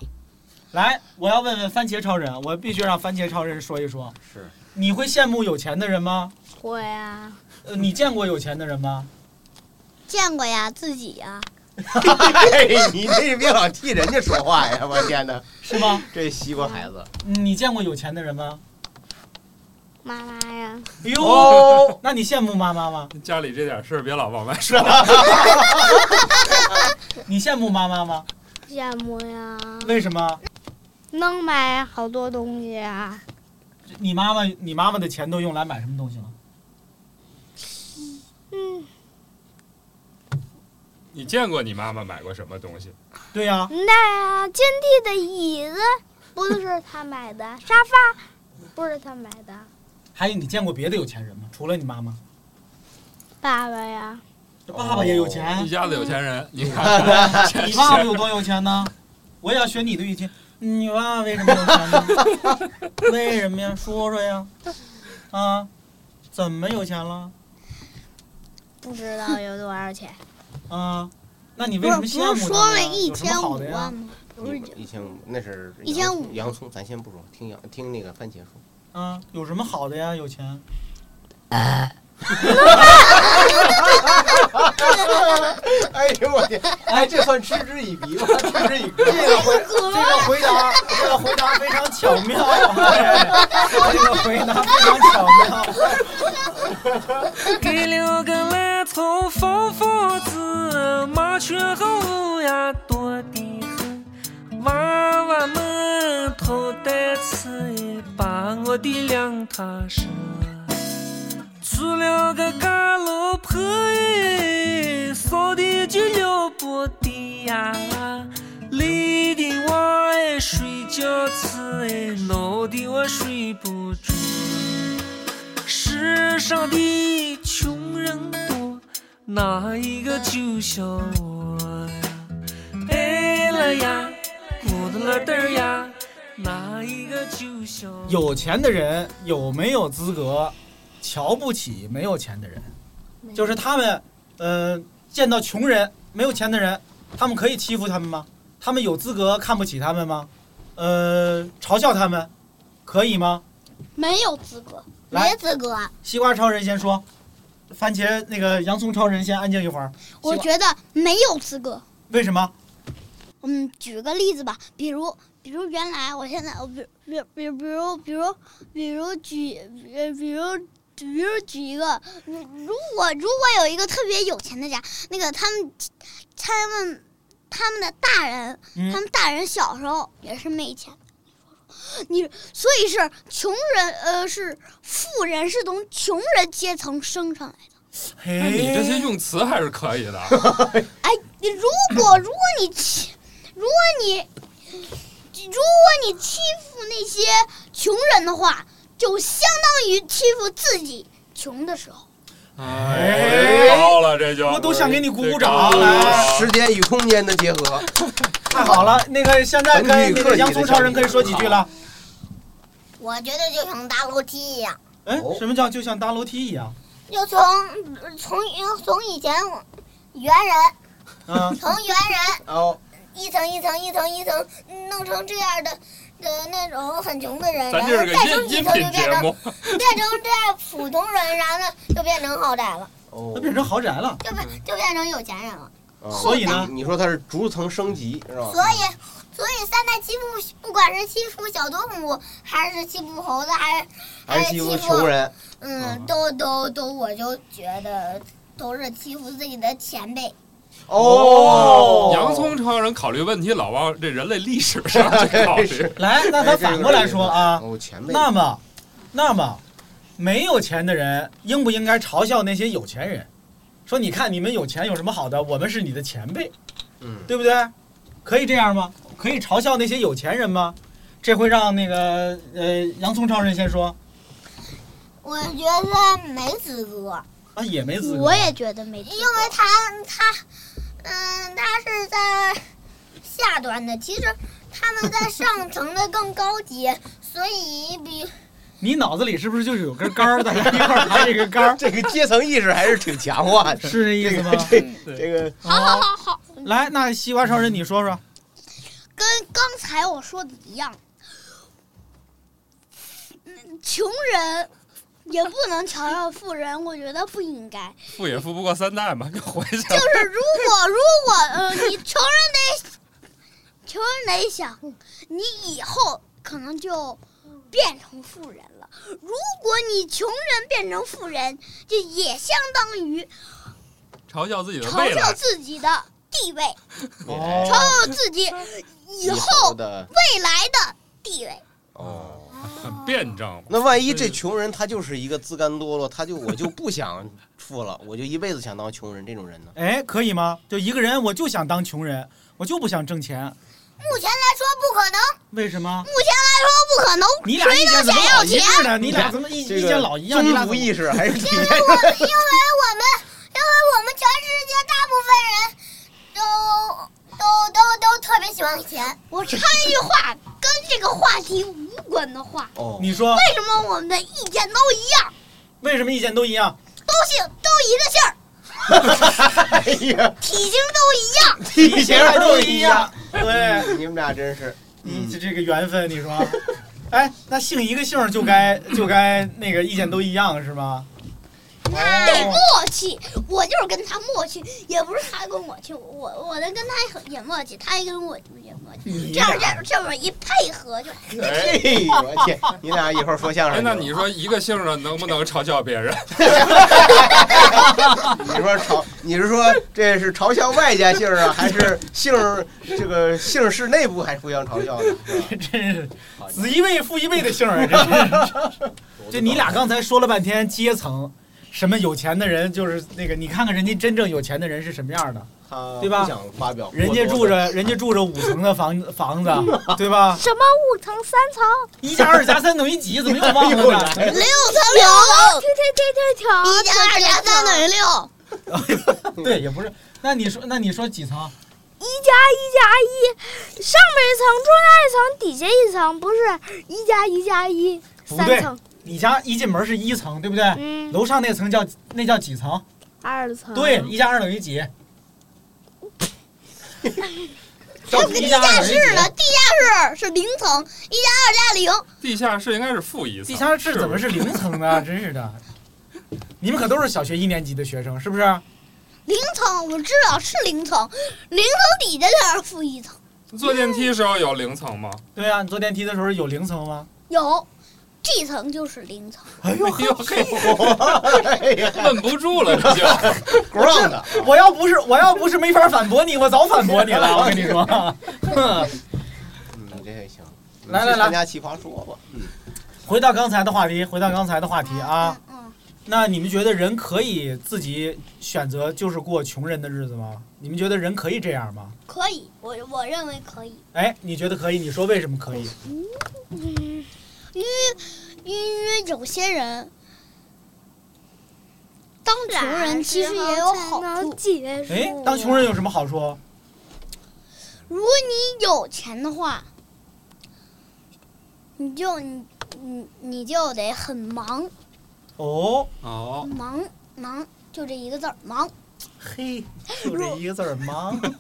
[SPEAKER 3] 来，我要问问番茄超人，我必须让番茄超人说一说，
[SPEAKER 6] 是
[SPEAKER 3] 你会羡慕有钱的人吗？
[SPEAKER 10] 会啊，
[SPEAKER 3] 呃，你见过有钱的人吗？
[SPEAKER 10] 见过呀，自己呀、
[SPEAKER 6] 哎你这别老替人家说话呀！我天哪，
[SPEAKER 3] 是吗？
[SPEAKER 6] 这西瓜孩子，
[SPEAKER 3] 你见过有钱的人吗？
[SPEAKER 13] 妈妈呀，
[SPEAKER 3] 哎呦，
[SPEAKER 6] 哦
[SPEAKER 3] 那你羡慕妈妈吗？
[SPEAKER 5] 家里这点事儿别老往外说。
[SPEAKER 3] 你羡慕妈妈吗？
[SPEAKER 13] 羡慕呀，
[SPEAKER 3] 为什么？
[SPEAKER 13] 能买好多东西啊，
[SPEAKER 3] 你妈妈，你妈妈的钱都用来买什么东西了？
[SPEAKER 13] 嗯，
[SPEAKER 5] 你见过你妈妈买过什么东西？
[SPEAKER 3] 对呀、
[SPEAKER 13] 那金地的椅子不是他买的， 沙发不是他买的，
[SPEAKER 3] 还有你见过别的有钱人吗？除了你妈妈，
[SPEAKER 13] 爸爸呀，
[SPEAKER 6] 哦
[SPEAKER 3] 爸爸也有钱。
[SPEAKER 5] 一家子有钱人，你看，
[SPEAKER 3] 哎 你爸爸 有多有钱呢？我也要学你的语气。你爸爸为什么有钱呢？ 为什么呀？说说呀。啊，怎么有钱了？
[SPEAKER 13] 不知道有多少 钱，
[SPEAKER 3] 啊，那你
[SPEAKER 10] 不是
[SPEAKER 3] 为什
[SPEAKER 10] 不
[SPEAKER 3] 么
[SPEAKER 10] 是
[SPEAKER 3] 羡慕
[SPEAKER 10] 说
[SPEAKER 3] 他
[SPEAKER 10] 了
[SPEAKER 3] 呢
[SPEAKER 10] 一
[SPEAKER 3] 有什么
[SPEAKER 10] 千
[SPEAKER 3] 好
[SPEAKER 10] 五
[SPEAKER 3] 的呀
[SPEAKER 10] 万？吗？不是
[SPEAKER 6] 一一千五，那是
[SPEAKER 10] 一千五
[SPEAKER 6] 洋葱，咱先不说，听洋听那个番茄说，
[SPEAKER 3] 啊，有什么好的呀？有钱。
[SPEAKER 6] 哎呦我天，哎这算嗤之以鼻吗？嗤之以鼻，这个回
[SPEAKER 3] 这个回答，这个回答非常巧妙，哎 这个回答非常巧妙。
[SPEAKER 14] 给六个烂葱放房子，麻雀好呀多的很，娃娃们头带刺也把我的两塔舍，出了个嘎楼婆哎，烧的就了不得呀，累的娃哎睡觉吃哎，闹得我睡不着。世上的穷人多，哪一个就像我呀？哎了呀，咕嘟了嘚儿呀，哪一个就像我
[SPEAKER 3] 有钱的人有没有资格瞧不起没有钱的人？就是他们，呃，见到穷人、没有钱的人，他们可以欺负他们吗？他们有资格看不起他们吗？呃，嘲笑他们，可以吗？
[SPEAKER 4] 没有资格，
[SPEAKER 3] 来
[SPEAKER 4] 没资格。啊
[SPEAKER 3] 西瓜超人先说，番茄那个洋葱超人先安静一会儿。
[SPEAKER 4] 我
[SPEAKER 3] 西瓜
[SPEAKER 4] 觉得没有资格。
[SPEAKER 3] 为什么？
[SPEAKER 4] 嗯，举个例子吧，比如，比如原来，我现在，我比比比比如，比如，比如举，呃，比如。比如举一个，如如果如果有一个特别有钱的家，那个他们，他们，他们的大人，
[SPEAKER 9] 嗯
[SPEAKER 4] 他们大人小时候也是没钱，你所以是穷人，呃，是富人是从穷人阶层升上来的。
[SPEAKER 5] 那你这些用词还是可以的。
[SPEAKER 4] 你哎如果如果你欺，如果你如果你欺负那些穷人的话，就相当于欺负自己穷的时候。
[SPEAKER 5] 哎，高了这就，
[SPEAKER 3] 我都想给你鼓鼓
[SPEAKER 5] 这
[SPEAKER 3] 掌
[SPEAKER 5] 高
[SPEAKER 3] 来。
[SPEAKER 6] 时间与空间的结合，
[SPEAKER 3] 太好了，那个现在
[SPEAKER 6] 成语
[SPEAKER 3] 跟
[SPEAKER 6] 课
[SPEAKER 3] 那个
[SPEAKER 6] 题
[SPEAKER 3] 洋
[SPEAKER 6] 的
[SPEAKER 3] 葱
[SPEAKER 6] 效
[SPEAKER 3] 超人
[SPEAKER 6] 果
[SPEAKER 3] 可以说几句了。
[SPEAKER 9] 我觉得就像大楼梯一样，
[SPEAKER 3] 哎，什么叫就像搭楼梯一样？
[SPEAKER 9] 就从从从以前我猿人，
[SPEAKER 3] 嗯，
[SPEAKER 9] 从猿人
[SPEAKER 6] 哦，
[SPEAKER 9] 一层一层一层一层弄成这样的的那种很穷的
[SPEAKER 4] 哎
[SPEAKER 9] 人，然
[SPEAKER 5] 咱
[SPEAKER 9] 后
[SPEAKER 5] 这是个
[SPEAKER 9] 再从
[SPEAKER 5] 音
[SPEAKER 9] 几
[SPEAKER 5] 音
[SPEAKER 9] 层就
[SPEAKER 5] 频
[SPEAKER 9] 变
[SPEAKER 5] 节
[SPEAKER 9] 成
[SPEAKER 5] 目，
[SPEAKER 9] 变成这样普通人，然后呢就变成豪宅了，
[SPEAKER 6] 哦，
[SPEAKER 3] 变成豪宅了。
[SPEAKER 9] 就变就变成有钱人了。
[SPEAKER 3] 所以呢
[SPEAKER 6] 你说它是逐层升级是吧？
[SPEAKER 9] 所以，所以三代欺负，不管是欺负小动物，还是欺负猴子，还是
[SPEAKER 6] 还是
[SPEAKER 9] 是
[SPEAKER 6] 欺
[SPEAKER 9] 负
[SPEAKER 6] 负穷人，
[SPEAKER 9] 嗯，都都都，我就觉得都是欺负自己的前辈。
[SPEAKER 6] 哦
[SPEAKER 5] 洋 葱超人考虑问题老往这人类历史上去考虑
[SPEAKER 6] 是。
[SPEAKER 3] 来，那
[SPEAKER 6] 哎
[SPEAKER 3] 咱反过来说啊，
[SPEAKER 6] 哦，前辈，
[SPEAKER 3] 那么，那么，没有钱的人应不应该嘲笑那些有钱人？说你看你们有钱有什么好的？我们是你的前辈，
[SPEAKER 6] 嗯，
[SPEAKER 3] 对不对？可以这样吗？可以嘲笑那些有钱人吗？这会让那个呃洋葱超人先说
[SPEAKER 9] 我觉得没资格，
[SPEAKER 3] 啊，也没资格。
[SPEAKER 4] 觉得没
[SPEAKER 9] 因为他他，嗯，他是在下端的，其实他们在上层的更高级，所以比
[SPEAKER 3] 你脑子里是不是就是有根杆儿？大家一块儿爬这个杆儿，
[SPEAKER 6] 这个阶层意识还是挺强化的，
[SPEAKER 3] 是这意思吗？
[SPEAKER 6] 这这个
[SPEAKER 4] 好好好好，
[SPEAKER 3] 来，那西瓜超人你说说，
[SPEAKER 4] 跟刚才我说的一样，嗯穷人也不能嘲笑富人，我觉得不应该。
[SPEAKER 5] 富也富不过三代嘛，就回去
[SPEAKER 4] 就
[SPEAKER 5] 了。
[SPEAKER 4] 是如果如果
[SPEAKER 9] 嗯
[SPEAKER 4] 呃，你穷人得穷人得想，你以后可能就变成富人了。如果你穷人变成富人，这也相当于
[SPEAKER 5] 嘲笑自己的
[SPEAKER 4] 嘲
[SPEAKER 5] 未
[SPEAKER 4] 笑
[SPEAKER 5] 来。
[SPEAKER 4] 自己的地位，
[SPEAKER 6] 哦
[SPEAKER 4] 嘲笑自己以后
[SPEAKER 6] 的
[SPEAKER 4] 未来的地位。
[SPEAKER 6] 哦，
[SPEAKER 5] 很辩证。
[SPEAKER 6] 那万一这穷人他就是一个自甘堕落，他就我就不想富了， 我就一辈子想当穷人这种人呢？
[SPEAKER 3] 哎，可以吗？就一个人，我就想当穷人，我就不想挣钱，
[SPEAKER 9] 目前来说不可能，
[SPEAKER 3] 为什么？
[SPEAKER 9] 目前来说不可能。
[SPEAKER 3] 你俩
[SPEAKER 9] 谁
[SPEAKER 3] 意见
[SPEAKER 9] 能
[SPEAKER 3] 怎么
[SPEAKER 9] 想
[SPEAKER 3] 老
[SPEAKER 9] 要
[SPEAKER 3] 一
[SPEAKER 9] 钱？
[SPEAKER 3] 致呢？你俩怎么一
[SPEAKER 6] 这个
[SPEAKER 3] 意见老一样？你俩
[SPEAKER 6] 宗族意识还是挺
[SPEAKER 9] 因为我们，因 为我们，因为我们全世界大部分人都都都都特别喜欢钱。
[SPEAKER 4] 我插一句话，跟这个话题无关的话，
[SPEAKER 6] 哦，
[SPEAKER 3] 你说
[SPEAKER 4] 为什么我们的意见都一样，
[SPEAKER 3] 为什么意见都一样？
[SPEAKER 4] 都姓都一个姓儿，
[SPEAKER 6] 哎呀，
[SPEAKER 4] 体型都一样？
[SPEAKER 6] 体型
[SPEAKER 3] 还
[SPEAKER 6] 都
[SPEAKER 3] 一
[SPEAKER 6] 一样，嗯
[SPEAKER 3] 对，
[SPEAKER 6] 你们俩真是，
[SPEAKER 3] 你这这个缘分，你说？哎，那姓一个姓儿就该就该那个意见都一样是吗？
[SPEAKER 4] 得默契，我就是跟他默契，也不是他跟我去，我我的跟他也默契，他也跟我也默契，这样这样这么一配合就。
[SPEAKER 6] 嘿，哎我天，你俩一会儿说相
[SPEAKER 5] 哎，
[SPEAKER 6] 声去
[SPEAKER 5] 那
[SPEAKER 6] 吧，
[SPEAKER 5] 你说一个姓的能不能嘲笑别人？
[SPEAKER 6] 你说嘲，你是说这是嘲笑外家姓儿啊，还是姓儿这个姓氏内部还互相嘲笑呢？
[SPEAKER 3] 真是子一辈父一辈的姓儿，啊这 是。就你俩刚才说了半天阶层，什么有钱的人就是那个，你看看人家真正有钱的人是什么样的，
[SPEAKER 6] 他
[SPEAKER 3] 对吧
[SPEAKER 6] 不想发表过哎
[SPEAKER 3] 人
[SPEAKER 6] 多的，
[SPEAKER 3] 家住 着人家住着五层的房子房子，对吧？
[SPEAKER 15] 什么五层三层？
[SPEAKER 3] 一加二加三等于几？怎么又忘
[SPEAKER 15] 又
[SPEAKER 3] 了呢？
[SPEAKER 6] 哎
[SPEAKER 15] 来有
[SPEAKER 16] 六层
[SPEAKER 15] 对对对对条
[SPEAKER 16] 楼，一加二加三等于六，
[SPEAKER 3] 对，也不是。那你说，那你说几层？
[SPEAKER 15] 一加一加一，上面一层，中间一层，底下一层，不是一加一加一
[SPEAKER 3] 不
[SPEAKER 15] 三
[SPEAKER 3] 对
[SPEAKER 15] 层，
[SPEAKER 3] 你家一进门是一层，对不对？
[SPEAKER 15] 嗯
[SPEAKER 3] 楼上那层叫那叫几层？
[SPEAKER 15] 二层。
[SPEAKER 3] 对，
[SPEAKER 10] 嗯
[SPEAKER 3] 一加二等于几？
[SPEAKER 16] 还有个地下室呢，地下室是零层，一加二加零，
[SPEAKER 5] 地下室应该是负一层，
[SPEAKER 3] 地下室怎么是零层 呢？真是的，你们可都是小学一年级的学生，是不是？
[SPEAKER 4] 零层我知道是零层，零层底下才是负一层。
[SPEAKER 5] 坐电梯时候有零层吗？
[SPEAKER 3] 对啊，你坐电梯的时候有零层吗？
[SPEAKER 4] 有，这层就是零层。
[SPEAKER 3] 哎呦嘿，
[SPEAKER 5] 啊摁不住了，这就。
[SPEAKER 3] 不让的。 我要不是我要不是没法反驳你，我早反驳你了。我跟你 说，哼
[SPEAKER 6] 嗯，这也行。
[SPEAKER 3] 来来来
[SPEAKER 6] 参加奇葩说吧。嗯，
[SPEAKER 3] 回到刚才的话题，回到刚才的话题啊。
[SPEAKER 4] 嗯
[SPEAKER 3] 那你们觉得人可以自己选择就是过穷人的日子吗？你们觉得人可以这样吗？
[SPEAKER 4] 可以，我我认为可以，
[SPEAKER 3] 哎，你觉得可以？你说为什么可以？
[SPEAKER 4] 嗯，因为因为有些人当穷人其实也有好处。
[SPEAKER 15] 结
[SPEAKER 3] 哎，当穷人有什么好处？
[SPEAKER 4] 如果你有钱的话，你就你你你就得很忙
[SPEAKER 3] 哦
[SPEAKER 5] 哦，
[SPEAKER 4] 忙忙，就这一个字儿忙。
[SPEAKER 3] 嘿，就这一个字儿忙。
[SPEAKER 4] 如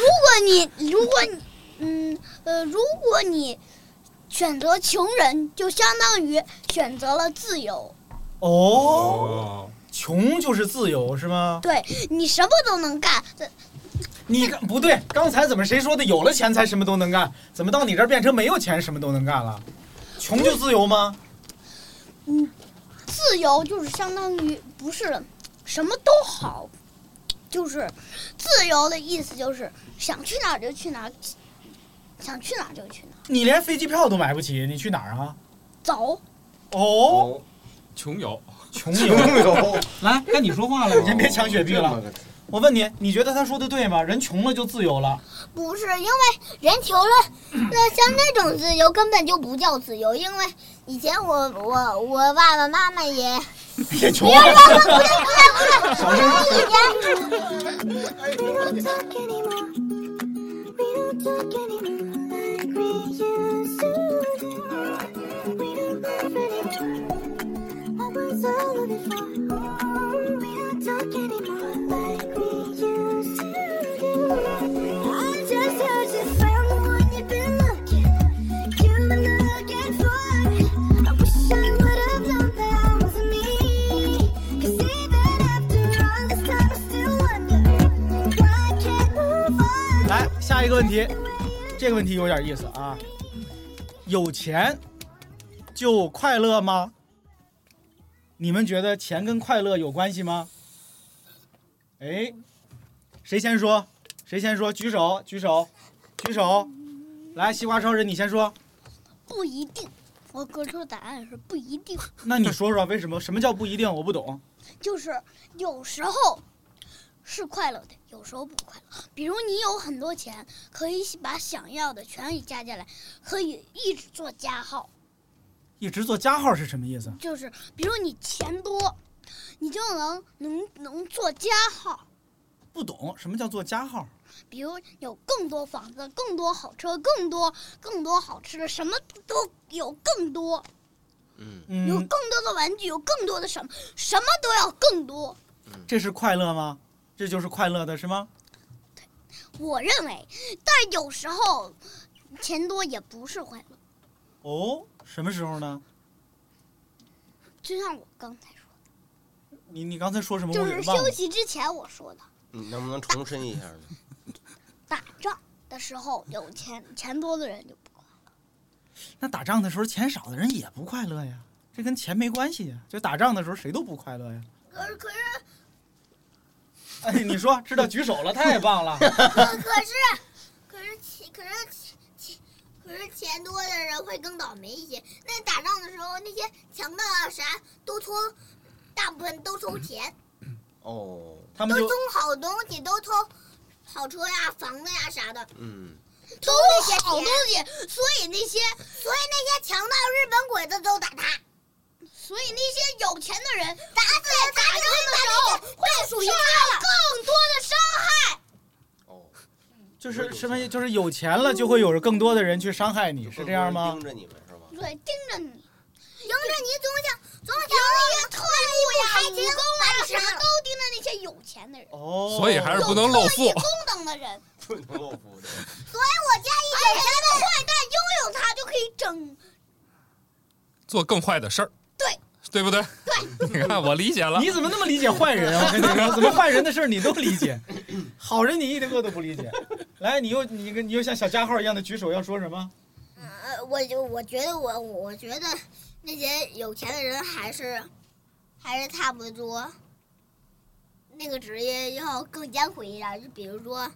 [SPEAKER 4] 果你如果你嗯呃，如果你选择穷人，就相当于选择了自由。
[SPEAKER 3] 哦，穷就是自由是吗？
[SPEAKER 4] 对你什么都能干，呃这
[SPEAKER 3] 你刚不对，刚才怎么谁说的有了钱才什么都能干？怎么到你这儿变成没有钱什么都能干了？穷就自由吗？
[SPEAKER 4] 自由就是相当于不是什么都好，就是自由的意思就是想去哪儿就去哪儿，想去哪儿就去哪儿，
[SPEAKER 3] 你连飞机票都买不起，你去哪儿啊？
[SPEAKER 4] 走。
[SPEAKER 3] 哦，
[SPEAKER 5] 穷游，
[SPEAKER 3] 穷
[SPEAKER 5] 游穷游，
[SPEAKER 3] 来该 你说 话了，您别抢雪碧
[SPEAKER 5] 这么
[SPEAKER 3] 了
[SPEAKER 5] 个。
[SPEAKER 3] 我问你，你觉得他说的对吗？人穷了就自由 了。
[SPEAKER 16] 不是因为人穷了，那像那种自由根本就不叫自由，因为以前我我我爸爸妈妈也
[SPEAKER 3] 也穷。
[SPEAKER 16] 小声
[SPEAKER 9] 不是
[SPEAKER 3] 来，下一个问题，这个问题有点意思啊。有钱就快乐吗？你们觉得钱跟快乐有关系吗？哎，谁先说？谁先说？举手，举手，举手！来，西瓜超人，你先说。
[SPEAKER 4] 不一定。我给出的答案是不一定，
[SPEAKER 3] 那你说说为什么？什么叫不一定？我不懂。
[SPEAKER 4] 就是有时候是快乐的，有时候不快乐。比如你有很多钱，可以把想要的全给加进来，可以一直做加号。
[SPEAKER 3] 一直做加号是什么意思？
[SPEAKER 4] 就是比如你钱多，你就能能能做加号，
[SPEAKER 3] 不懂什么叫做加号？
[SPEAKER 4] 比如有更多房子、更多好车、更多更多好吃的，什么都有更多，有
[SPEAKER 3] 嗯
[SPEAKER 4] 更，多的玩具，有更多的什么，什么都要更多。
[SPEAKER 3] 这是快乐吗？这就是快乐的是吗？
[SPEAKER 4] 我认为，但有时候钱多也不是快乐，
[SPEAKER 3] 哦，什么时候呢？
[SPEAKER 4] 就像我刚才说，
[SPEAKER 3] 你你刚才说什么？
[SPEAKER 10] 就
[SPEAKER 3] 我给
[SPEAKER 10] 是
[SPEAKER 3] 忘了
[SPEAKER 10] 休息之前我说的，
[SPEAKER 6] 嗯，能不能重申一下呢？
[SPEAKER 10] 打仗的时候有钱钱多的人就不
[SPEAKER 3] 那打仗的时候钱少的人也不快乐呀，这跟钱没关系呀。就打仗的时候谁都不快乐呀。
[SPEAKER 4] 可是可是
[SPEAKER 3] 哎，你说知道举手了，太棒 了。
[SPEAKER 4] 可可 是可是钱可是钱钱可是钱多的人会更倒霉一些。那打仗的时候，那些强盗啊啥都偷，大部分都偷钱。
[SPEAKER 6] 哦，
[SPEAKER 3] 他
[SPEAKER 4] 都偷好东西，都偷好车呀、房子呀啥的，
[SPEAKER 6] 嗯，
[SPEAKER 4] 偷那些好东西。所以那些，所以那些强盗、日本鬼子都打他。所以那些有钱的人打死打仗的时候，会受到更多的伤害。
[SPEAKER 6] 哦
[SPEAKER 3] 就是什么？就是有钱了就会有更多的人去伤害你，是这样吗？
[SPEAKER 6] 盯着你们是吧？
[SPEAKER 10] 对，盯着你，
[SPEAKER 4] 盯着你总想总想那些特务呀、武功
[SPEAKER 10] 啥
[SPEAKER 4] 啊啥
[SPEAKER 10] 都盯着那些有钱的人，
[SPEAKER 3] 哦
[SPEAKER 5] 所以还是不能露富
[SPEAKER 10] 有特异功能的人。
[SPEAKER 6] 不能露富的。
[SPEAKER 10] 所以我家一有钱的坏蛋拥有它就可以整
[SPEAKER 5] 做更坏的事儿，对对不对？对，你看我理解了。
[SPEAKER 3] 你怎么那么理解坏人啊？我跟你说，怎么坏人的事儿你都理解，好人你一个都不理解。来，你又你跟你又像小加号一样的举手，要说什么？
[SPEAKER 4] 呃，我就我觉得我我觉得那些有钱的人还是还是差不多，那个职业要更艰苦一点。就比如说，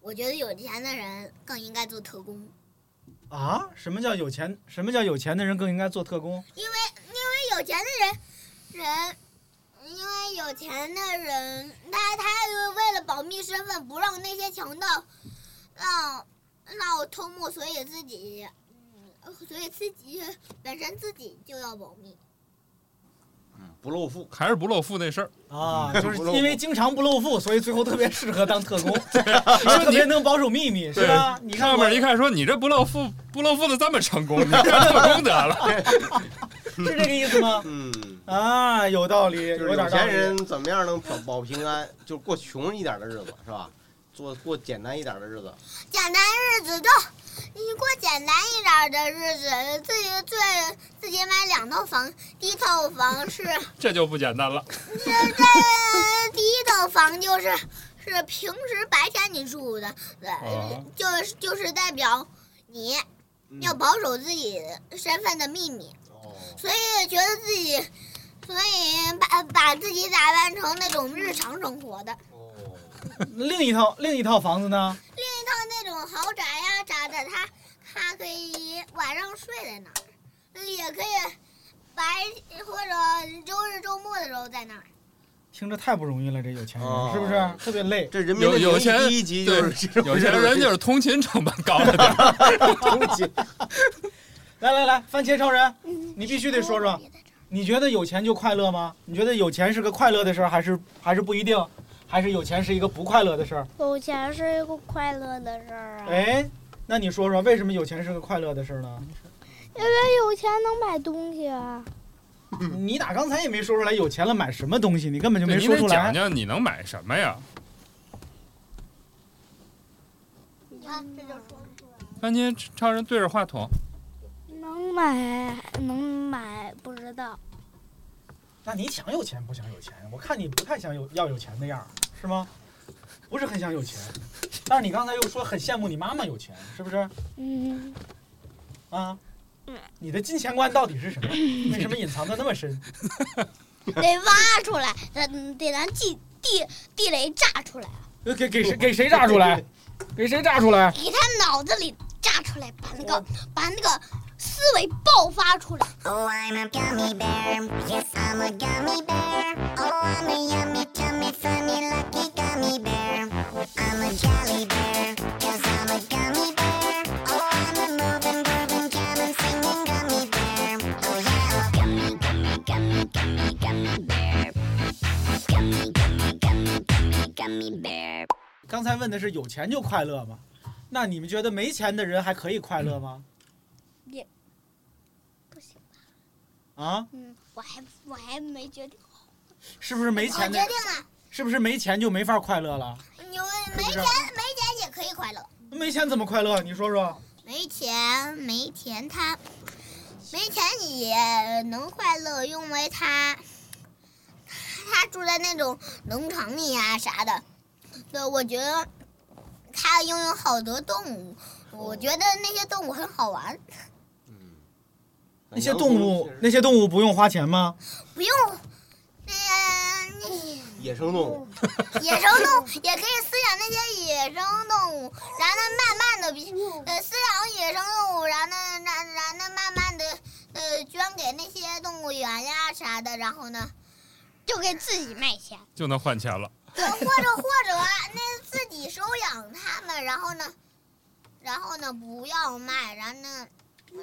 [SPEAKER 4] 我觉得有钱的人更应该做特工，
[SPEAKER 3] 啊？什么叫有钱？什么叫有钱的人更应该做特工？
[SPEAKER 4] 因为因为有钱的人人。因为有钱的人，他他就为了保密身份，不让那些强盗让让偷摸，所以自己，嗯，所以自己本身自己就要保密。
[SPEAKER 6] 不露 富，
[SPEAKER 5] 还是不露富那事儿
[SPEAKER 3] 啊就是
[SPEAKER 5] 不露富
[SPEAKER 3] 因为经常不露富，所以最后特别适合当特工，因为特别能保守秘密，是吧？
[SPEAKER 5] 对
[SPEAKER 3] 你看
[SPEAKER 5] 上
[SPEAKER 3] 我
[SPEAKER 5] 面一看说你这不露富，不露富的这么成功， 你干特工得了。
[SPEAKER 3] 是这个意思吗？
[SPEAKER 6] 嗯，
[SPEAKER 3] 啊，有道理，
[SPEAKER 6] 就是
[SPEAKER 3] 有
[SPEAKER 6] 有
[SPEAKER 3] 点道
[SPEAKER 6] 钱
[SPEAKER 3] 理。
[SPEAKER 6] 人怎么样能保保平安？就是过穷一点的日子是吧？做过简单一点的日子，
[SPEAKER 4] 简单日子都，你过简单一点的日子，自己最自己买两套房，第一套房是
[SPEAKER 5] 这就不简 单了。
[SPEAKER 4] 这这第一套房就是是平时白天你住的，
[SPEAKER 5] 啊
[SPEAKER 4] 呃，就是就是代表你要保守自己身份的秘密，
[SPEAKER 3] 哦
[SPEAKER 4] 所以觉得自己，所以把把自己打扮成那种日常生活
[SPEAKER 3] 哦
[SPEAKER 4] 的。
[SPEAKER 6] 哦
[SPEAKER 3] 另一套另一套房子呢？
[SPEAKER 4] 另一套那种豪宅呀、啥的，它它可以晚上睡在那儿，也可以白或者周日周末的时候在那儿。
[SPEAKER 3] 听着太不容易了，这有钱人、
[SPEAKER 6] 哦
[SPEAKER 3] 是不是特别 累？
[SPEAKER 6] 这人
[SPEAKER 5] 有有钱
[SPEAKER 6] 第一集就是
[SPEAKER 5] 对有钱人就是通勤成本高了点儿。
[SPEAKER 3] 来来来，番茄超人，你必须得说说，你觉得有钱就快乐吗？你觉得有钱是个快乐的事儿，还是还是不一定？还是有钱是一个不快乐的事儿？
[SPEAKER 13] 有钱是一个快乐的事儿啊，
[SPEAKER 10] 嗯
[SPEAKER 3] 哎，那你说说为什么有钱是个快乐的事儿呢？
[SPEAKER 13] 因为有钱能买东西啊。
[SPEAKER 3] 你打刚才也没说出来有钱了买什么东西，你根本就
[SPEAKER 5] 对
[SPEAKER 3] 没
[SPEAKER 5] 你
[SPEAKER 3] 说
[SPEAKER 5] 得
[SPEAKER 3] 出
[SPEAKER 5] 讲
[SPEAKER 3] 来。
[SPEAKER 5] 讲你能买什么呀？
[SPEAKER 4] 你看，这就说
[SPEAKER 5] 番茄超人对着话筒，
[SPEAKER 13] 能买能买不知道，
[SPEAKER 3] 那你想有钱不想有钱？我看你不太想有要有钱的样儿，是吗？不是很想有钱，但是你刚才又说很羡慕你妈妈有钱，是不是？
[SPEAKER 13] 嗯，
[SPEAKER 3] 啊，你的金钱观到底是什么？为什么隐藏的那么深？
[SPEAKER 10] 得挖出来，得
[SPEAKER 4] 嗯
[SPEAKER 10] 得咱地地地雷炸出来，
[SPEAKER 3] 呃 给给谁给谁炸出 来？给谁炸出来？
[SPEAKER 10] 给他脑子里炸出来，把那
[SPEAKER 3] 嗯
[SPEAKER 10] 个把那个思维爆发出来。
[SPEAKER 17] Oh, I'm a gummy bear. Yes, I'm a gummy bear. Oh, I'm a yummy, tummy, funny, lucky gummy bear. I'm a jolly bear. Yes, I'm a gummy bear. Oh, I'm a moving, grooving, jamming, singing gummy bear. Oh, yeah, I'm a gummy, gummy, gummy, gummy, gummy bear. Gummy, gummy, gummy, gummy, gummy bear.
[SPEAKER 3] 刚才问的是有钱就快乐吗？那你们觉得没钱的人还可以快乐吗？
[SPEAKER 10] 也不行，
[SPEAKER 3] 啊，
[SPEAKER 10] 嗯，我还我还没决定。
[SPEAKER 3] 是不是没钱的？
[SPEAKER 4] 我决定了
[SPEAKER 3] 是不是没钱就没法快乐了？
[SPEAKER 4] 你没钱没钱也可以快乐，
[SPEAKER 3] 没钱怎么快乐？你说说。
[SPEAKER 4] 没钱没钱他没钱也能快乐，因为他他他住在那种农场里呀、啥的。对，我觉得他拥有好多动物，我觉得那些动物很好玩，
[SPEAKER 6] 嗯
[SPEAKER 3] 那些动物，那些动物不用花钱吗？
[SPEAKER 4] 不用。那些
[SPEAKER 6] 野生动 物，
[SPEAKER 4] 那野生动物也可以饲养那些野生动物，然后呢，慢慢的，呃，饲养野生动物，然后呢，然然后呢，慢慢的，呃，捐给那些动物园呀啥的，然后呢，就给自己卖钱。
[SPEAKER 5] 就能换钱了。
[SPEAKER 4] 对，或者或者啊，那自己收养它们，然后呢，然后呢不要卖，然后呢，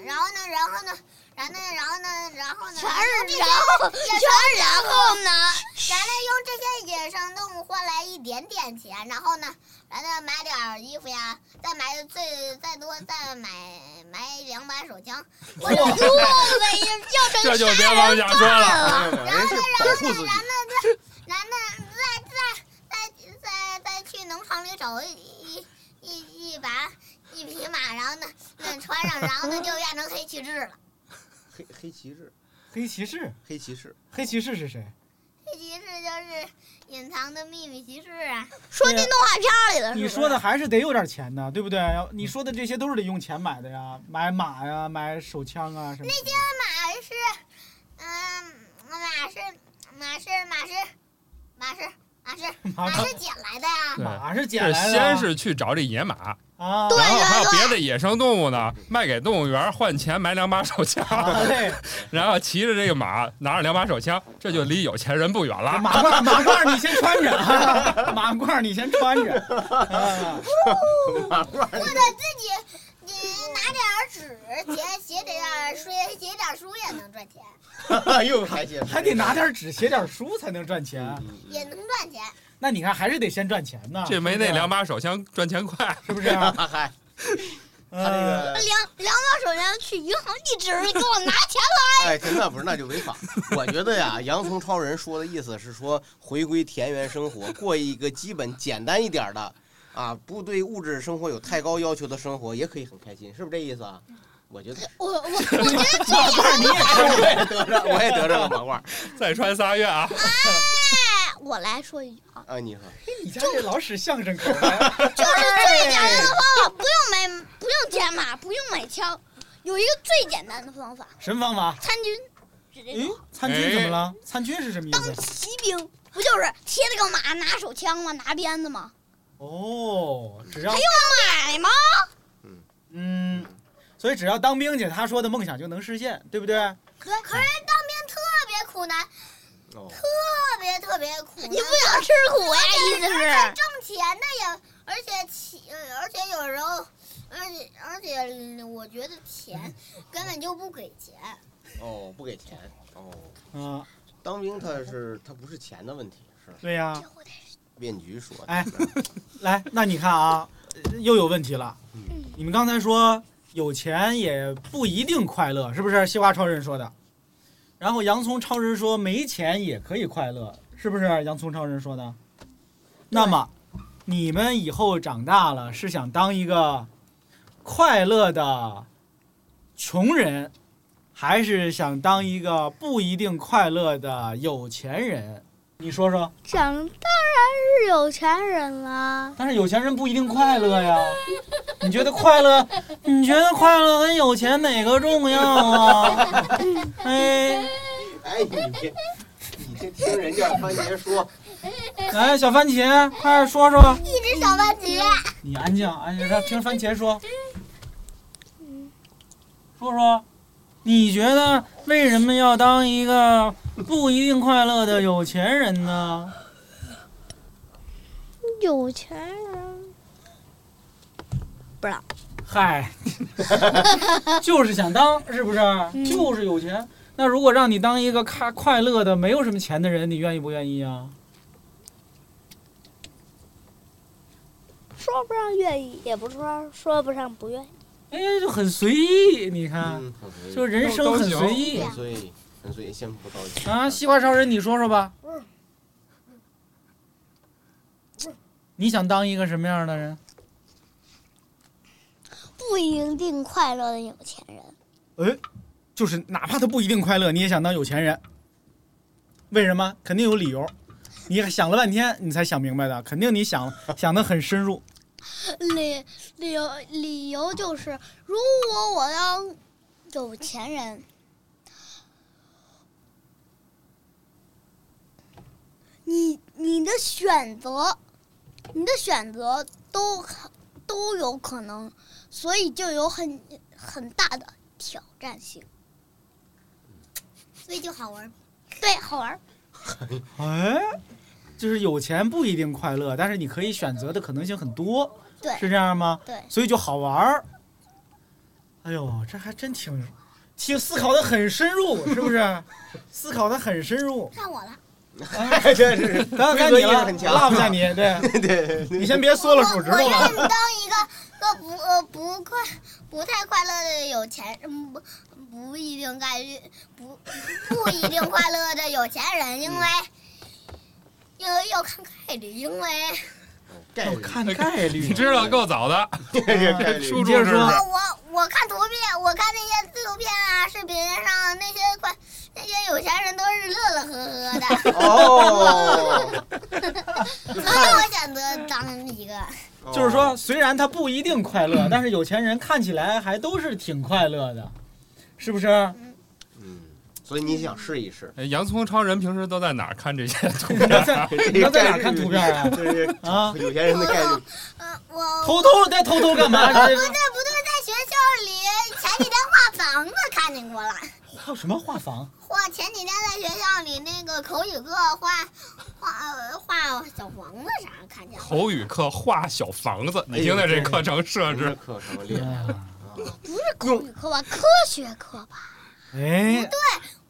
[SPEAKER 4] 然后呢，然后呢，然后呢，然后呢，然后呢，
[SPEAKER 10] 全是
[SPEAKER 4] 用这些
[SPEAKER 10] 然后
[SPEAKER 4] 野
[SPEAKER 10] 全
[SPEAKER 4] 生
[SPEAKER 10] 是然后呢
[SPEAKER 4] 咱们用这些野生动物换来一点点钱，然后呢，咱再买点儿衣服呀，再买最再多再买买两把手枪，或者
[SPEAKER 5] 路
[SPEAKER 4] 呗，就
[SPEAKER 5] 这就别往下说了，
[SPEAKER 4] 啊然后呢，
[SPEAKER 5] 保护自己。
[SPEAKER 4] 然后呢，再再再再再去农场里找一一一一把一匹马，然后呢，那穿上，然后呢就变成黑骑士了。
[SPEAKER 6] 黑黑骑士，
[SPEAKER 3] 黑骑士，
[SPEAKER 6] 黑骑 士，
[SPEAKER 3] 黑骑士是谁？
[SPEAKER 4] 黑骑士就是隐藏的秘密骑士啊，
[SPEAKER 3] 说进动
[SPEAKER 4] 画片里了
[SPEAKER 3] 你说的还是得有点钱的，对不对？你说的这些都是得用钱买的呀，买马呀，买手枪啊什么的。
[SPEAKER 4] 那些马是，嗯，马是马是马是马是马是马是捡来的呀。
[SPEAKER 5] 对
[SPEAKER 3] 马是捡来的
[SPEAKER 5] 这先是去找这野马，
[SPEAKER 3] 啊，
[SPEAKER 5] 然后还有别的野生动物呢，卖给动物园换钱买两把手枪，
[SPEAKER 3] 啊
[SPEAKER 5] 然后骑着这个马，拿着两把手枪，这就离有钱人不远了。
[SPEAKER 3] 马褂，马褂你先穿着，啊，马褂你先穿着。啊
[SPEAKER 6] 马褂
[SPEAKER 4] 或者自己你拿点儿纸写写点儿书，写点儿书也能赚钱，
[SPEAKER 6] 又还写，
[SPEAKER 3] 还得拿点纸写点书才能赚钱。啊
[SPEAKER 4] 也能赚钱。
[SPEAKER 3] 那你看，还是得先赚钱呢。
[SPEAKER 5] 这没那两
[SPEAKER 3] 把，
[SPEAKER 5] 把手枪赚钱快，
[SPEAKER 3] 是不是 啊？
[SPEAKER 6] 嗯
[SPEAKER 3] 嗯
[SPEAKER 6] 嗨，
[SPEAKER 3] 他这
[SPEAKER 6] 个哎
[SPEAKER 10] 两两把手枪去银行地址给我拿钱来。
[SPEAKER 6] 哎，真的不是，那就违法。我觉得呀，洋葱超人说的意思是说，回归田园生活，过一个基本简单一点儿的，啊，不对物质生活有太高要求的生活，也可以很开心，是不是这意思啊？我 觉得是，
[SPEAKER 10] 我我我觉
[SPEAKER 6] 得
[SPEAKER 10] 这样
[SPEAKER 6] 你也是，我也得着，我也得着了马褂。
[SPEAKER 5] 再穿仨月啊！
[SPEAKER 10] 我来说 一句啊，
[SPEAKER 6] 啊，你说，
[SPEAKER 3] 你家这老使相声口儿
[SPEAKER 10] 就是
[SPEAKER 3] 哎
[SPEAKER 10] 最简单的方法，哦不用买，不用捡马，不用买枪，有一个最简单的方法，
[SPEAKER 3] 什么方法？
[SPEAKER 10] 参军，是这
[SPEAKER 3] 嗯
[SPEAKER 10] 种，
[SPEAKER 3] 参军怎么了？参军是什么意思？
[SPEAKER 10] 骑兵，不就是贴了个马，拿手枪吗？拿鞭子吗？
[SPEAKER 3] 哦，只要
[SPEAKER 10] 还用买吗？
[SPEAKER 3] 嗯，所以只要当兵去，他说的梦想就能实现，对不对？
[SPEAKER 4] 可可是当兵特别苦难，
[SPEAKER 6] 哦
[SPEAKER 4] 特别特别苦难。
[SPEAKER 10] 你不想吃苦呀意思是
[SPEAKER 4] 而且挣钱的也，而且起，呃而且有时候，而且而且我觉得钱根本就不给钱。
[SPEAKER 6] 哦，不给钱，哦，
[SPEAKER 3] 嗯，
[SPEAKER 6] 当兵他是他不是钱的问题，是
[SPEAKER 3] 对呀。
[SPEAKER 6] 面局说的，
[SPEAKER 3] 哎，来，那你看啊，呃又有问题了。你们刚才说有钱也不一定快乐，是不是？西瓜超人说的。然后洋葱超人说没钱也可以快乐，是不是？洋葱超人说的。那么，你们以后长大了是想当一个快乐的穷人，还是想当一个不一定快乐的有钱人？你说说。
[SPEAKER 13] 长当然是有钱人啦。
[SPEAKER 3] 但是有钱人不一定快乐呀。你觉得快乐？你觉得快乐跟有钱哪个重要啊？哎
[SPEAKER 6] 哎，你别，你这听人家番茄说，
[SPEAKER 3] 哎，小番茄，快点说说。
[SPEAKER 4] 一只小番茄，
[SPEAKER 3] 你安静，安静，让听番茄说。说说，你觉得为什么要当一个不一定快乐的有钱人呢？
[SPEAKER 13] 有钱人不知道，
[SPEAKER 3] 嗨， 就是想当，是不是？啊就是有钱。那如果让你当一个快快乐的、没有什么钱的人，你愿意不愿意啊？
[SPEAKER 13] 说不上愿意，也不说说不上不愿意。
[SPEAKER 3] 哎，就很随意，你看，
[SPEAKER 6] 嗯
[SPEAKER 3] 就人生很随意
[SPEAKER 6] 很随意，很随意，先不着急
[SPEAKER 3] 啊。西瓜超人，你说说吧，你想当一个什么样的人？
[SPEAKER 10] 不一定快乐的有钱人，
[SPEAKER 3] 哎，就是哪怕他不一定快乐，你也想当有钱人。为什么？肯定有理由。你想了半天，你才想明白的，肯定你想想的很深入。
[SPEAKER 10] 呃理理由理由就是，如果我当有钱人，你你的选择，你的选择都可都有可能，所以就有很很大的挑战性，所以就好玩儿。对，好玩儿。
[SPEAKER 3] 哎，就是有钱不一定快乐，但是你可以选择的可能性很多，
[SPEAKER 10] 对
[SPEAKER 3] 是这样吗？
[SPEAKER 10] 对
[SPEAKER 3] 所以就好玩儿。哎呦，这还真挺挺思考的很深入，是不 是？思考的很深入。
[SPEAKER 10] 看我了，
[SPEAKER 3] 哎，
[SPEAKER 6] 真是
[SPEAKER 3] 刚
[SPEAKER 6] 规
[SPEAKER 3] 看
[SPEAKER 6] 则
[SPEAKER 3] 你
[SPEAKER 6] 意识
[SPEAKER 3] 了，
[SPEAKER 6] 很强
[SPEAKER 3] 落不下你，对
[SPEAKER 6] 对，
[SPEAKER 3] 你先别缩了手指头
[SPEAKER 4] 我愿意
[SPEAKER 3] 了。
[SPEAKER 4] 当一个个不呃不快不太快乐的有钱，嗯不不一定概率不不一定快乐的有钱人，因为因为要看概率，因为
[SPEAKER 6] 概率
[SPEAKER 3] 哦看概率，
[SPEAKER 5] 你知道够早的，初中
[SPEAKER 3] 接着
[SPEAKER 5] 知识
[SPEAKER 3] 说。
[SPEAKER 4] 呃我我看图片，我看那些纪录片啊、视频上那些快那些有钱人都是乐乐呵呵的，
[SPEAKER 6] 哦，
[SPEAKER 4] 所以我选择当一个。
[SPEAKER 3] 就是
[SPEAKER 6] 哦
[SPEAKER 3] 说，虽然他不一定快乐，但是有钱人看起来还都是挺快乐的，是 不是？
[SPEAKER 6] 嗯所以你想试一试？
[SPEAKER 5] 哎洋葱超人平时都在哪儿看这些图
[SPEAKER 3] 你
[SPEAKER 5] 片
[SPEAKER 3] 要在
[SPEAKER 5] 啊？
[SPEAKER 3] 你要在哪儿看图片啊？
[SPEAKER 6] 这是
[SPEAKER 3] 啊，
[SPEAKER 6] 有钱人的概率。
[SPEAKER 4] 呃我
[SPEAKER 3] 偷偷在偷偷干嘛？
[SPEAKER 4] 不
[SPEAKER 3] 这
[SPEAKER 4] 对不对，在学校里前几天画房子看见过了。
[SPEAKER 3] 画什么画房？
[SPEAKER 4] 画前几天在学校里那个口语课画画呃画小房子啥看见了，
[SPEAKER 5] 口语课画小房子，
[SPEAKER 3] 哎
[SPEAKER 5] 你听听这课程设
[SPEAKER 6] 这
[SPEAKER 5] 置，
[SPEAKER 6] 课程厉
[SPEAKER 3] 嗯
[SPEAKER 6] 害了，
[SPEAKER 4] 不是口语课吧？科学课吧？
[SPEAKER 3] 哎，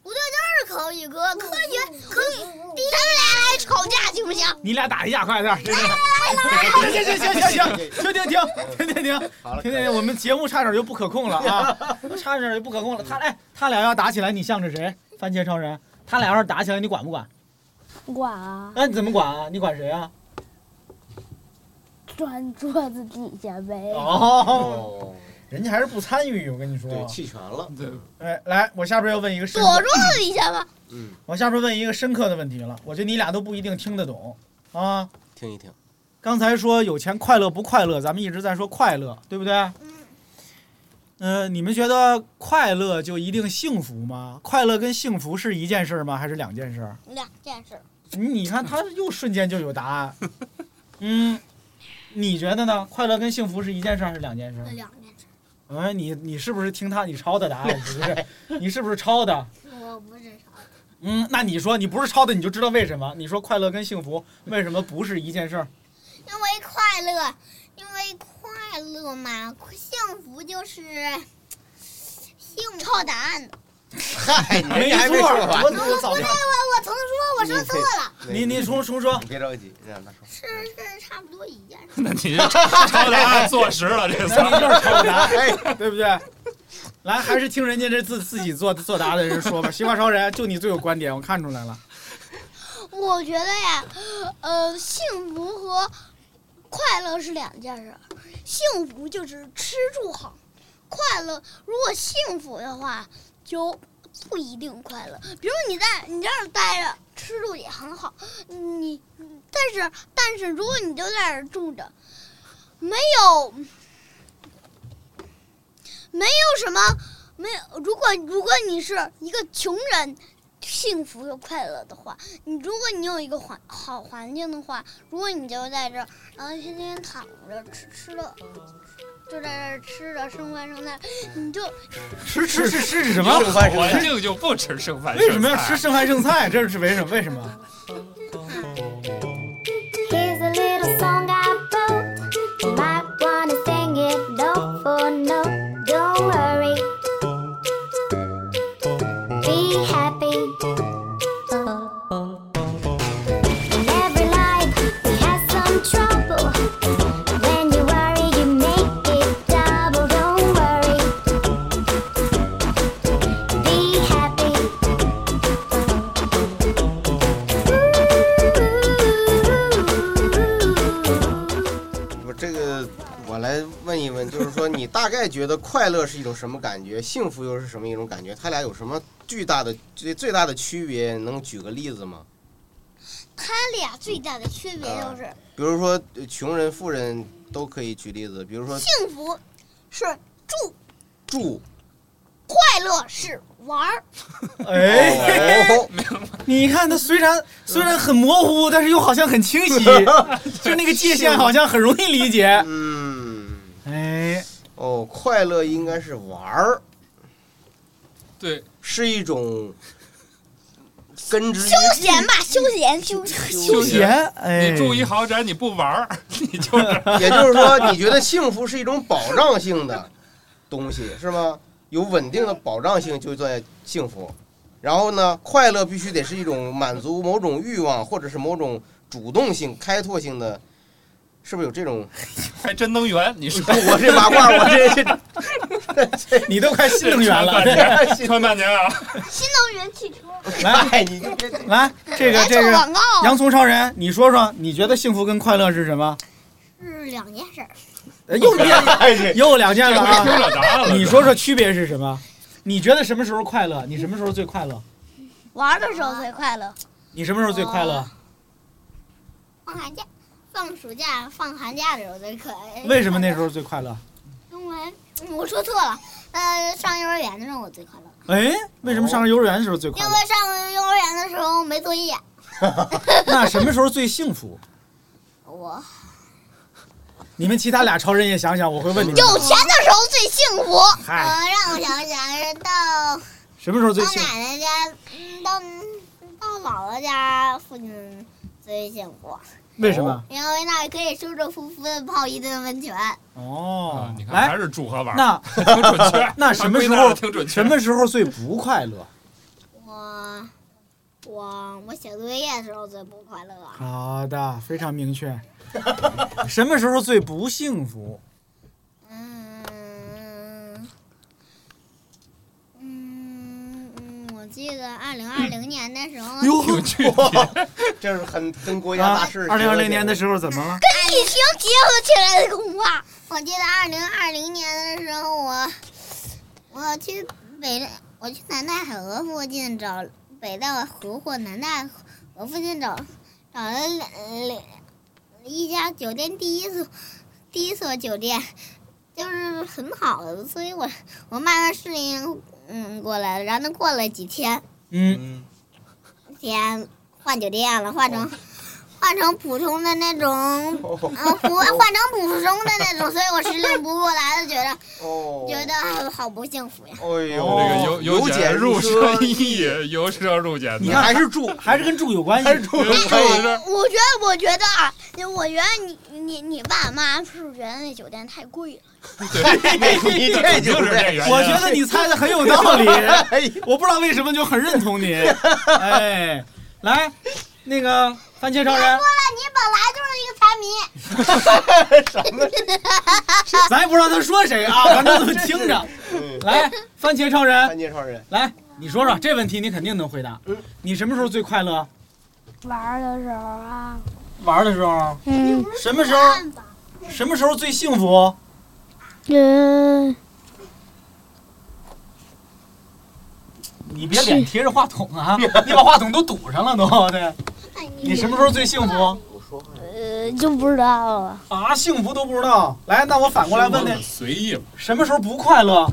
[SPEAKER 4] 不对，就是口语课，科 学口语。咱们俩来吵架行不行？
[SPEAKER 3] 你俩打一架，快点儿！真的行行行行行，停停停停停停
[SPEAKER 6] 好了
[SPEAKER 3] 停停停！我们节目差点就不可控了啊，差点就不可控了。他哎，他俩要打起来，你向着谁？番茄超人，他俩要是打起来，你管不管？
[SPEAKER 13] 管啊，
[SPEAKER 3] 那你怎么管啊？你管谁啊？
[SPEAKER 13] 钻桌子底下呗。
[SPEAKER 3] 哦，
[SPEAKER 6] 哦，
[SPEAKER 3] 人家还是不参与，我跟你说。
[SPEAKER 6] 对，弃权了，
[SPEAKER 5] 对
[SPEAKER 3] 哎，来，我下边要问一个深
[SPEAKER 10] 躲
[SPEAKER 3] 刻，
[SPEAKER 10] 桌子底下吧。
[SPEAKER 6] 嗯，
[SPEAKER 3] 我下边问一个深刻的问题了，我觉得你俩都不一定听得懂啊。
[SPEAKER 6] 听一听，
[SPEAKER 3] 刚才说有钱快乐不快乐，咱们一直在说快乐，对不对？嗯。呃，你们觉得快乐就一定幸福吗？快乐跟幸福是一件事儿吗？还是两件事儿？
[SPEAKER 4] 两件事，
[SPEAKER 3] 你你看他又瞬间就有答案。嗯，你觉得呢？快乐跟幸福是一件事儿还是两件事儿？
[SPEAKER 4] 两件事。
[SPEAKER 3] 哎，你你是不是听他你抄的答案？不是，你是不是抄的？
[SPEAKER 4] 我不知道，
[SPEAKER 3] 嗯，那你说你不是抄的，你就知道为什么？你说快乐跟幸福为什么不是一件事儿？
[SPEAKER 4] 因为快乐，因为快乐嘛，幸福就是幸福。抄答案的，
[SPEAKER 6] 嗨，哎你
[SPEAKER 3] 哎没
[SPEAKER 6] 这还没
[SPEAKER 3] 错
[SPEAKER 6] 说
[SPEAKER 3] 儿，
[SPEAKER 6] 完
[SPEAKER 3] 我，我早
[SPEAKER 4] 不对，我我重说，我
[SPEAKER 10] 嗯
[SPEAKER 4] 说错了，
[SPEAKER 3] 你你重重说，
[SPEAKER 6] 你别着急，让他说。
[SPEAKER 4] 是是差不多一件事。
[SPEAKER 5] 那你就抄答案 坐实了这
[SPEAKER 3] 嗯那
[SPEAKER 5] 仨。
[SPEAKER 3] 你就是抄答，哎，对不对？来，还是听人家这自自己作作答的人说吧。西瓜超人，就你最有观点，我看出来了。
[SPEAKER 10] 我觉得呀，呃，幸福和快乐是两件事儿。幸福就是吃住好，快乐如果幸福的话就不一定快乐。比如你在你这儿待着，吃住也很好，你但是但是如果你就在这儿住着，没有没有什么没有，如果如果你是一个穷人，幸福又快乐的话，你如果你有一个环好环境的话，如果你就在这儿，然后天天躺着吃吃了，就在这儿吃着剩饭剩菜，你就
[SPEAKER 3] 吃吃吃吃什么？
[SPEAKER 6] 剩饭剩
[SPEAKER 5] 环
[SPEAKER 6] 菜，
[SPEAKER 5] 境就不吃剩饭，
[SPEAKER 3] 哎为什么要吃？剩饭剩菜？这是为什么？为什么？
[SPEAKER 17] Here's a little song I wrote. You might wanna sing it note for note. Don't worry. Be happy. In every life we have some trouble. When you worry, you make it double. Don't worry. Be happy.
[SPEAKER 6] 啊，来问一问，就是说你大概觉得快乐是一种什么感觉，幸福又是什么一种感觉？它俩有什么巨大的最最大的区别？能举个例子吗？
[SPEAKER 10] 他俩最大的区别就是
[SPEAKER 6] 比如说呃穷人、富人都可以举例子，比如说
[SPEAKER 10] 幸福是住，
[SPEAKER 6] 住，
[SPEAKER 10] 快乐是玩儿。
[SPEAKER 3] 哎
[SPEAKER 6] 哦，
[SPEAKER 3] 你看他虽然虽然很模糊，但是又好像很清晰，就是那个界限好像很容易理解。
[SPEAKER 6] 嗯，
[SPEAKER 3] 哎，
[SPEAKER 6] 哦，快乐应该是玩儿，
[SPEAKER 5] 对，
[SPEAKER 6] 是一种根植于
[SPEAKER 10] 休闲吧，休闲休
[SPEAKER 3] 休闲，哎，
[SPEAKER 5] 你住一豪宅你不玩儿， 你就是
[SPEAKER 6] 也就是说，你觉得幸福是一种保障性的东西，是吗？有稳定的保障性就算幸福。然后呢，快乐必须得是一种满足某种欲望，或者是某种主动性、开拓性的，是不是有这种？
[SPEAKER 5] 还真能圆，你说
[SPEAKER 6] 我这八卦，我 这
[SPEAKER 3] 你都快新能源了。
[SPEAKER 5] 这穿 半年啊，
[SPEAKER 10] 新能源汽车。
[SPEAKER 3] 来，
[SPEAKER 6] 你
[SPEAKER 3] 来，这个
[SPEAKER 10] 来
[SPEAKER 3] 这
[SPEAKER 10] 做
[SPEAKER 3] 个
[SPEAKER 10] 广告，
[SPEAKER 3] 洋葱超人，你说说，你觉得幸福跟快乐是什么？
[SPEAKER 10] 是两件事儿。
[SPEAKER 3] 呃又变 又两件了
[SPEAKER 5] 这回听
[SPEAKER 3] 啊
[SPEAKER 5] 了答案！了
[SPEAKER 3] 你说说区别是什么？你觉得什么时候快乐？你什么时候最快乐？
[SPEAKER 10] 玩儿的时候最快乐。
[SPEAKER 3] 你什么时候最快乐？
[SPEAKER 4] 放寒假、放暑假、放寒假的时候最可爱。
[SPEAKER 3] 为什么那时候最快乐？
[SPEAKER 4] 因为嗯我说错了，呃，上幼儿园的时候我最快乐，
[SPEAKER 3] 哎，为什么上幼儿园的时候最快
[SPEAKER 4] 因
[SPEAKER 3] 乐？
[SPEAKER 4] 为上幼儿园的时候没作业。
[SPEAKER 3] 那什么时候最幸福？
[SPEAKER 4] 我
[SPEAKER 3] 嗯你们其他俩超人也想想，我会问你们。
[SPEAKER 4] 有钱的时候最幸福。
[SPEAKER 3] 嗨
[SPEAKER 4] 呃，让我想想，是到
[SPEAKER 3] 什么时候最
[SPEAKER 4] 到
[SPEAKER 3] 幸福？
[SPEAKER 4] 奶奶家，嗯到到姥姥家附近最幸福，
[SPEAKER 3] 为什么？
[SPEAKER 4] 因为那儿可以舒舒服服的泡一顿温泉。
[SPEAKER 3] 哦，
[SPEAKER 5] 啊你看
[SPEAKER 3] 来
[SPEAKER 5] 还，是住和玩儿，
[SPEAKER 3] 那。
[SPEAKER 5] 挺准确
[SPEAKER 3] 那什么时
[SPEAKER 5] 还归纳
[SPEAKER 3] 候
[SPEAKER 5] 得挺准确？
[SPEAKER 3] 什么时候最不快乐？
[SPEAKER 4] 我我我写作业的时候最不快乐啊，
[SPEAKER 3] 好的，非常明确。 什么时候最不幸福？
[SPEAKER 4] 嗯嗯嗯，我记得二零二零年的时候，
[SPEAKER 3] 哟，
[SPEAKER 6] 这是很跟国家大
[SPEAKER 3] 啊
[SPEAKER 6] 事。，
[SPEAKER 3] 二零二零年的时候怎么了？
[SPEAKER 4] 跟疫情结合起来的恐怕。我记得二零二零年的时候，我我去北戴，我去南戴海河附近找北戴河或南戴河附近找找了两两一家酒店，第一所第一所酒店就是很好的，所以我我慢慢适应嗯过来了。然后过了几天
[SPEAKER 3] 嗯，
[SPEAKER 6] 嗯，
[SPEAKER 4] 天换酒店了，换成。换成普通的那种
[SPEAKER 6] 哦
[SPEAKER 4] 嗯，不换成普通的那种，所以我适应不过来了，觉得
[SPEAKER 6] 哦，
[SPEAKER 4] 觉得好不幸福呀。
[SPEAKER 6] 哎呦，
[SPEAKER 5] 这个由由俭入奢易，由奢入俭
[SPEAKER 3] 你
[SPEAKER 5] 难。
[SPEAKER 3] 看
[SPEAKER 6] 还是住，
[SPEAKER 3] 还是跟住有关系。
[SPEAKER 6] 住
[SPEAKER 5] 有点
[SPEAKER 10] 我觉得，我觉得啊，我觉得你你你爸爸妈妈是不是觉得那酒店太贵了？
[SPEAKER 6] 你这就
[SPEAKER 5] 就是是哎这原因。啊
[SPEAKER 3] 我觉得你猜的很有道理，
[SPEAKER 6] 哎呦，
[SPEAKER 3] 我不知道为什么就很认同你。哎，来，那个番茄超 人，
[SPEAKER 4] 你本来就是一个财迷，
[SPEAKER 3] 咱也不知道他说谁啊，反正怎么听着。
[SPEAKER 6] 嗯
[SPEAKER 3] 来，番茄超人，
[SPEAKER 6] 番茄超人，
[SPEAKER 3] 来，你说说这问题，你肯定能回答。你什么时候最快乐？
[SPEAKER 13] 玩儿的时候啊，
[SPEAKER 3] 玩的时候。
[SPEAKER 13] 嗯
[SPEAKER 3] 什么时候？什么时候最幸福？
[SPEAKER 13] 嗯，
[SPEAKER 3] 你别脸贴着话筒 啊！你把话筒都堵上了都。对，你什么时候最幸福？
[SPEAKER 13] 呃，就不知道了。
[SPEAKER 3] 啊，幸福都不知道。来，那我反过来问
[SPEAKER 5] 很
[SPEAKER 3] 你，
[SPEAKER 5] 随意嘛，
[SPEAKER 3] 什么时候不快乐？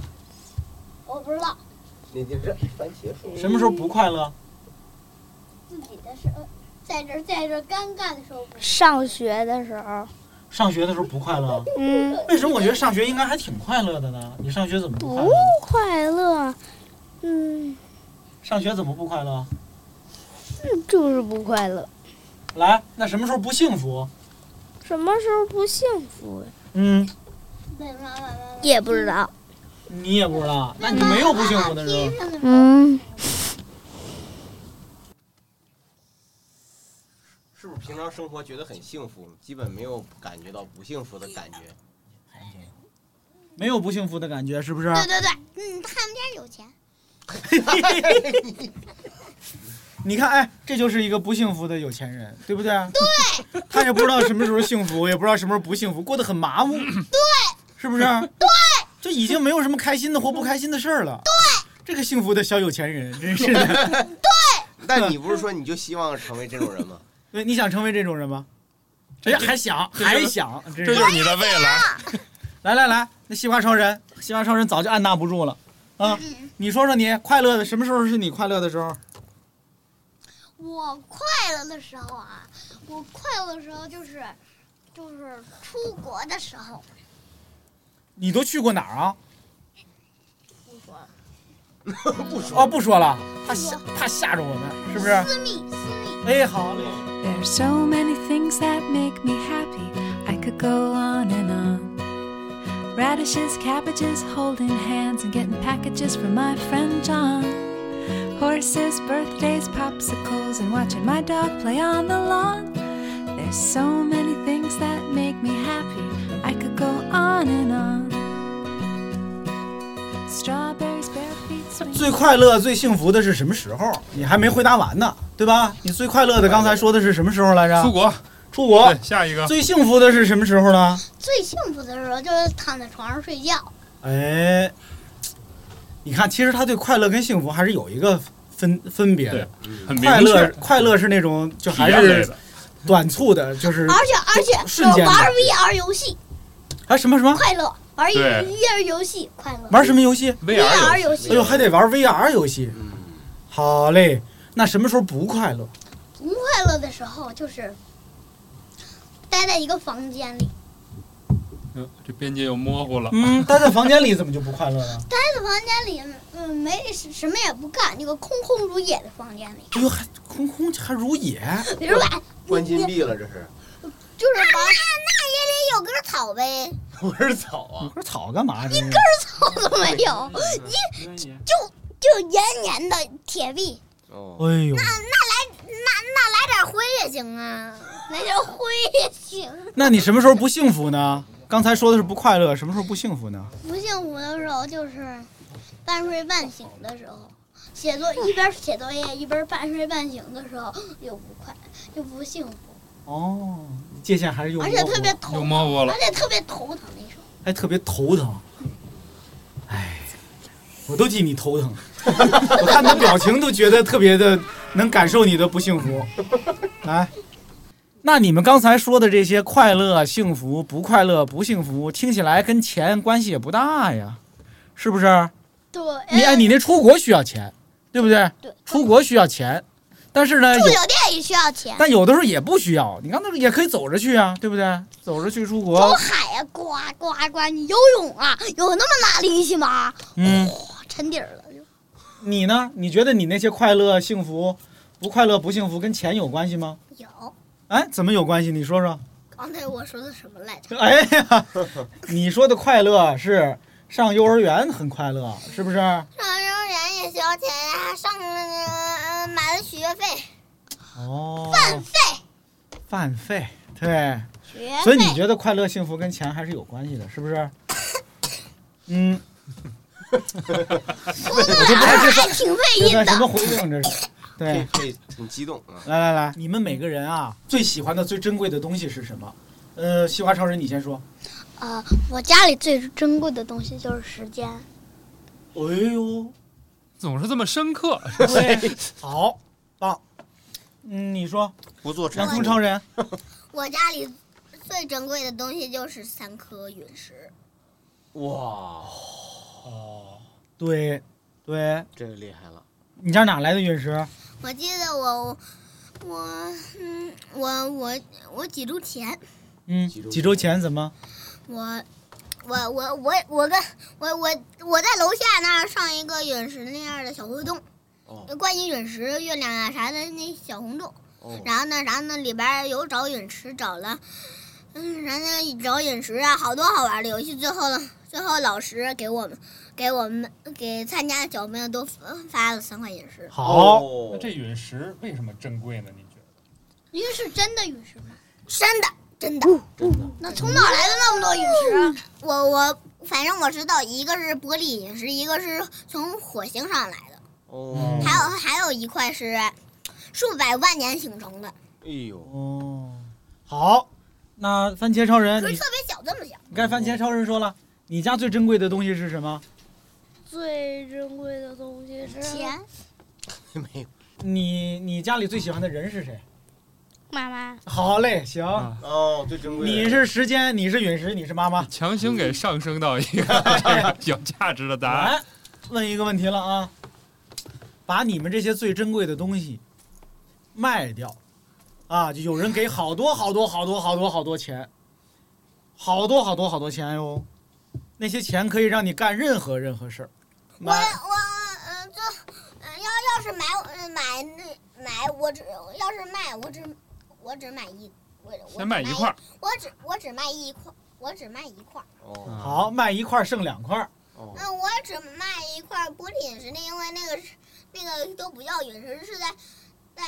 [SPEAKER 4] 我不知道
[SPEAKER 6] 你这是番茄说
[SPEAKER 3] 什么时候不快乐？
[SPEAKER 4] 自己的事，在这在这尴尬的时候，
[SPEAKER 13] 上学的时候，
[SPEAKER 3] 上学的时候不快乐？
[SPEAKER 13] 嗯，
[SPEAKER 3] 为什么我觉得上学应该还挺快乐的呢？你上学怎么不快乐
[SPEAKER 13] 不？快乐，嗯，
[SPEAKER 3] 上学怎么不快乐？
[SPEAKER 13] 就是不快乐。
[SPEAKER 3] 来，那什么时候不幸福？
[SPEAKER 13] 什么时候不幸福呀？
[SPEAKER 3] 嗯，
[SPEAKER 4] 被妈妈妈妈
[SPEAKER 13] 也不知道。
[SPEAKER 3] 你也不知道，那你没有不幸福的时候。
[SPEAKER 13] 嗯，
[SPEAKER 6] 是不是平常生活觉得很幸福，基本没有感觉到不幸福的 感觉？
[SPEAKER 3] 没有不幸福的感觉，是不是？
[SPEAKER 4] 对对对，嗯，他们家有钱，
[SPEAKER 3] 你看，哎，这就是一个不幸福的有钱人，对不对？对， 他也不知道什么时候幸福，也不知道什么时候不幸福，过得很麻木。对，是不是？对，就已经没有什么开心的或不开心的事儿了。对，这个幸福的小有钱人，真是的。
[SPEAKER 6] 但你不是说你就希望成为这种人吗？
[SPEAKER 3] 对，你想成为这种人吗？哎呀，还想，
[SPEAKER 6] 这
[SPEAKER 3] 还
[SPEAKER 6] 就是
[SPEAKER 3] 想，真
[SPEAKER 6] 这就是你的
[SPEAKER 3] 未来。
[SPEAKER 5] 啊
[SPEAKER 3] 来来来，那西瓜超人，西瓜超人早就按捺不住了啊！你说说你快乐的什么时候是你快乐的时候？
[SPEAKER 10] 我快乐的时候啊，我快乐的时候就是，就是出国的时候。
[SPEAKER 3] 你都去过哪儿啊？
[SPEAKER 10] 不说了，
[SPEAKER 3] 不说哦，不说了，他吓他吓着我们，是不是？
[SPEAKER 10] 私密私
[SPEAKER 3] 密。哎，好嘞。
[SPEAKER 18] There's so many things that make me happy. I could go on and on. Radishes, cabbages, holding hands and getting packages from my friend John. Horses, birthdays, popsicles, and watching my dog play on the lawn. There's so many things that make me happy. I could go on and on. Strawberries, bare feet, swinging.
[SPEAKER 3] 最快乐、最幸福的是什么时候？你还没回答完呢，对吧？你最快乐的刚才说的是什么时候来着？
[SPEAKER 5] 出国，
[SPEAKER 3] 出国。
[SPEAKER 5] 对下一个
[SPEAKER 3] 最幸福的是什么时候呢？
[SPEAKER 10] 最幸福的时候就是躺在床上睡觉。
[SPEAKER 3] 哎，你看，其实他对快乐跟幸福还是有一个分分别的。
[SPEAKER 5] 很明
[SPEAKER 3] 快乐
[SPEAKER 5] 确，
[SPEAKER 3] 快乐是那种就还
[SPEAKER 5] 体验类
[SPEAKER 3] 是
[SPEAKER 5] 的
[SPEAKER 3] 短促的，就是
[SPEAKER 10] 而且而且
[SPEAKER 3] 瞬间的
[SPEAKER 10] 玩 VR 游戏
[SPEAKER 3] 啊什么什么
[SPEAKER 10] 快乐，玩
[SPEAKER 3] 对
[SPEAKER 10] VR 游戏快乐。
[SPEAKER 3] 玩什么游戏
[SPEAKER 10] VR 游戏
[SPEAKER 3] 哎呦，还得玩 VR 游戏。好嘞，那什么时候不快乐？
[SPEAKER 10] 不快乐的时候就是待在一个房间里，
[SPEAKER 5] 嗯这边界又模糊了。
[SPEAKER 3] 嗯，待在房间里怎么就不快 乐了？
[SPEAKER 10] 待在房间里，嗯，没什么也不干，那个空空如也的房间里，
[SPEAKER 3] 哎呦，还空空还如也，
[SPEAKER 10] 比如把
[SPEAKER 6] 关禁闭了，这是。
[SPEAKER 10] 就是把啊那那也得有根草呗，
[SPEAKER 6] 我是草啊，
[SPEAKER 3] 我是草干嘛？一根
[SPEAKER 10] 草 都没有，一就就黏黏的铁壁，
[SPEAKER 6] 哦
[SPEAKER 3] 哎呦，
[SPEAKER 4] 那来那那来点灰也行啊，
[SPEAKER 10] 来点灰也行。啊
[SPEAKER 3] 那你什么时候不幸福呢？刚才说的是不快乐，什么时候不幸福呢？
[SPEAKER 10] 不幸福的时候就是半睡半醒的时候，写作一边写作业一边半睡半醒的时候又不快又不幸福，
[SPEAKER 3] 哦，界限还是又
[SPEAKER 10] 而且
[SPEAKER 3] 模糊
[SPEAKER 10] 特别头疼，而且特别头疼那种。
[SPEAKER 3] 还特别头疼。哎，我都替你头疼， 我看你的表情都觉得特别的能感受你的不幸福。来，那你们刚才说的这些快乐、幸福、不快乐、不幸福，听起来跟钱关系也不大呀，是不
[SPEAKER 10] 嗯
[SPEAKER 3] 是？
[SPEAKER 10] 对，
[SPEAKER 3] 你哎，你那出国需要钱，对不对？对，出国需要钱，但是呢，
[SPEAKER 10] 住
[SPEAKER 3] 有
[SPEAKER 10] 酒店也需要钱，
[SPEAKER 3] 但有的时候也不需要。你刚才也可以走着去啊，对不对？走着去出
[SPEAKER 10] 走
[SPEAKER 3] 国，
[SPEAKER 10] 海呀、呱呱呱！你游泳啊，有那么大力气吗？
[SPEAKER 3] 嗯，
[SPEAKER 10] 沉底儿了就。
[SPEAKER 3] 你呢？你觉得你那些快乐、幸福、不快乐、不幸福跟钱有关系吗？
[SPEAKER 10] 有，
[SPEAKER 3] 哎，怎么有关系？你说 说。
[SPEAKER 10] 刚才我说的什么来着？
[SPEAKER 3] 哎呀，你说的快乐是上幼儿园很快乐，是不是？
[SPEAKER 4] 上幼儿园也需要钱呀，上呃买了学费，
[SPEAKER 3] 哦，
[SPEAKER 4] 饭费，
[SPEAKER 3] 饭费，对。
[SPEAKER 4] 学
[SPEAKER 3] 所以你觉得快乐、幸福跟钱还是有关系的，是不 是？嗯。我就不太知道
[SPEAKER 6] 还挺费劲
[SPEAKER 3] 这算
[SPEAKER 6] 的
[SPEAKER 3] 什么回应这是？对，
[SPEAKER 6] 这这挺激动啊。
[SPEAKER 3] 来来来，你们每个人啊，最喜欢的、最珍贵的东西是什么？呃，西瓜超人，你先说。
[SPEAKER 10] 呃，我家里最珍贵的东西就是时间。
[SPEAKER 3] 哎呦，
[SPEAKER 5] 总是这么深刻。
[SPEAKER 3] 对，好，棒。嗯，你说。
[SPEAKER 6] 不做
[SPEAKER 3] 洋葱超人。
[SPEAKER 4] 我家里最珍贵的东西就是三颗陨石。
[SPEAKER 6] 哇，
[SPEAKER 3] 哦，对，对，
[SPEAKER 6] 这个厉害了。
[SPEAKER 3] 你家哪来的陨石？
[SPEAKER 4] 我记得我我嗯我我我几周前
[SPEAKER 3] 嗯，几周前怎么？
[SPEAKER 4] 我我我我我跟我我我在楼下那儿上一个陨石那样的小活动，关于陨石、月亮啊啥的那小红洞。然后呢，然后呢里边儿有找陨石，找了，嗯，然后呢找陨石啊，好多好玩的游戏。最后呢，最后老师给我们给我们给参加的小朋友都发了三块陨石。
[SPEAKER 3] 好，
[SPEAKER 6] 哦
[SPEAKER 5] 那这陨石为什么珍贵呢？你觉得？
[SPEAKER 10] 因为是真的陨石吗？
[SPEAKER 4] 真的，真的，
[SPEAKER 10] 那从哪来的那么多陨石？
[SPEAKER 4] 啊我我反正我知道，一个是玻璃陨石，一个是从火星上来的，
[SPEAKER 3] 嗯
[SPEAKER 6] 哦
[SPEAKER 4] 还有还有一块是，数百万年形成的，
[SPEAKER 6] 哎呦，
[SPEAKER 3] 哦，好，那番茄超人，
[SPEAKER 4] 可是
[SPEAKER 3] 你
[SPEAKER 4] 特别小，这么小。
[SPEAKER 3] 你看番茄超人说了，你家最珍贵的东西是什么？
[SPEAKER 13] 最珍贵的东西是
[SPEAKER 4] 钱。
[SPEAKER 6] 没有。
[SPEAKER 3] 你你家里最喜欢的人是谁？
[SPEAKER 13] 妈妈，
[SPEAKER 3] 好嘞，啊行。
[SPEAKER 6] 哦，最珍贵的
[SPEAKER 3] 你是时间，你是陨石，你是妈妈。
[SPEAKER 5] 强行给上升到一个有价值的答
[SPEAKER 3] 来
[SPEAKER 5] 案。，
[SPEAKER 3] 问一个问题了啊，把你们这些最珍贵的东西卖掉，啊，就有人给好多好多好多好多好多钱，好多好多好多钱哟，那些钱可以让你干任何任何事儿。
[SPEAKER 4] 我
[SPEAKER 3] 买
[SPEAKER 4] 我嗯，就嗯要要是买呃买那买我只要是卖我只我只买一我我只
[SPEAKER 3] 先卖一块儿
[SPEAKER 4] 我只我只卖一块儿，我只卖一块儿。
[SPEAKER 6] 哦
[SPEAKER 3] 好，卖一块儿剩两块儿。
[SPEAKER 4] 嗯，我只卖一块玻璃陨石那因为那个是那个都不叫陨石，是在在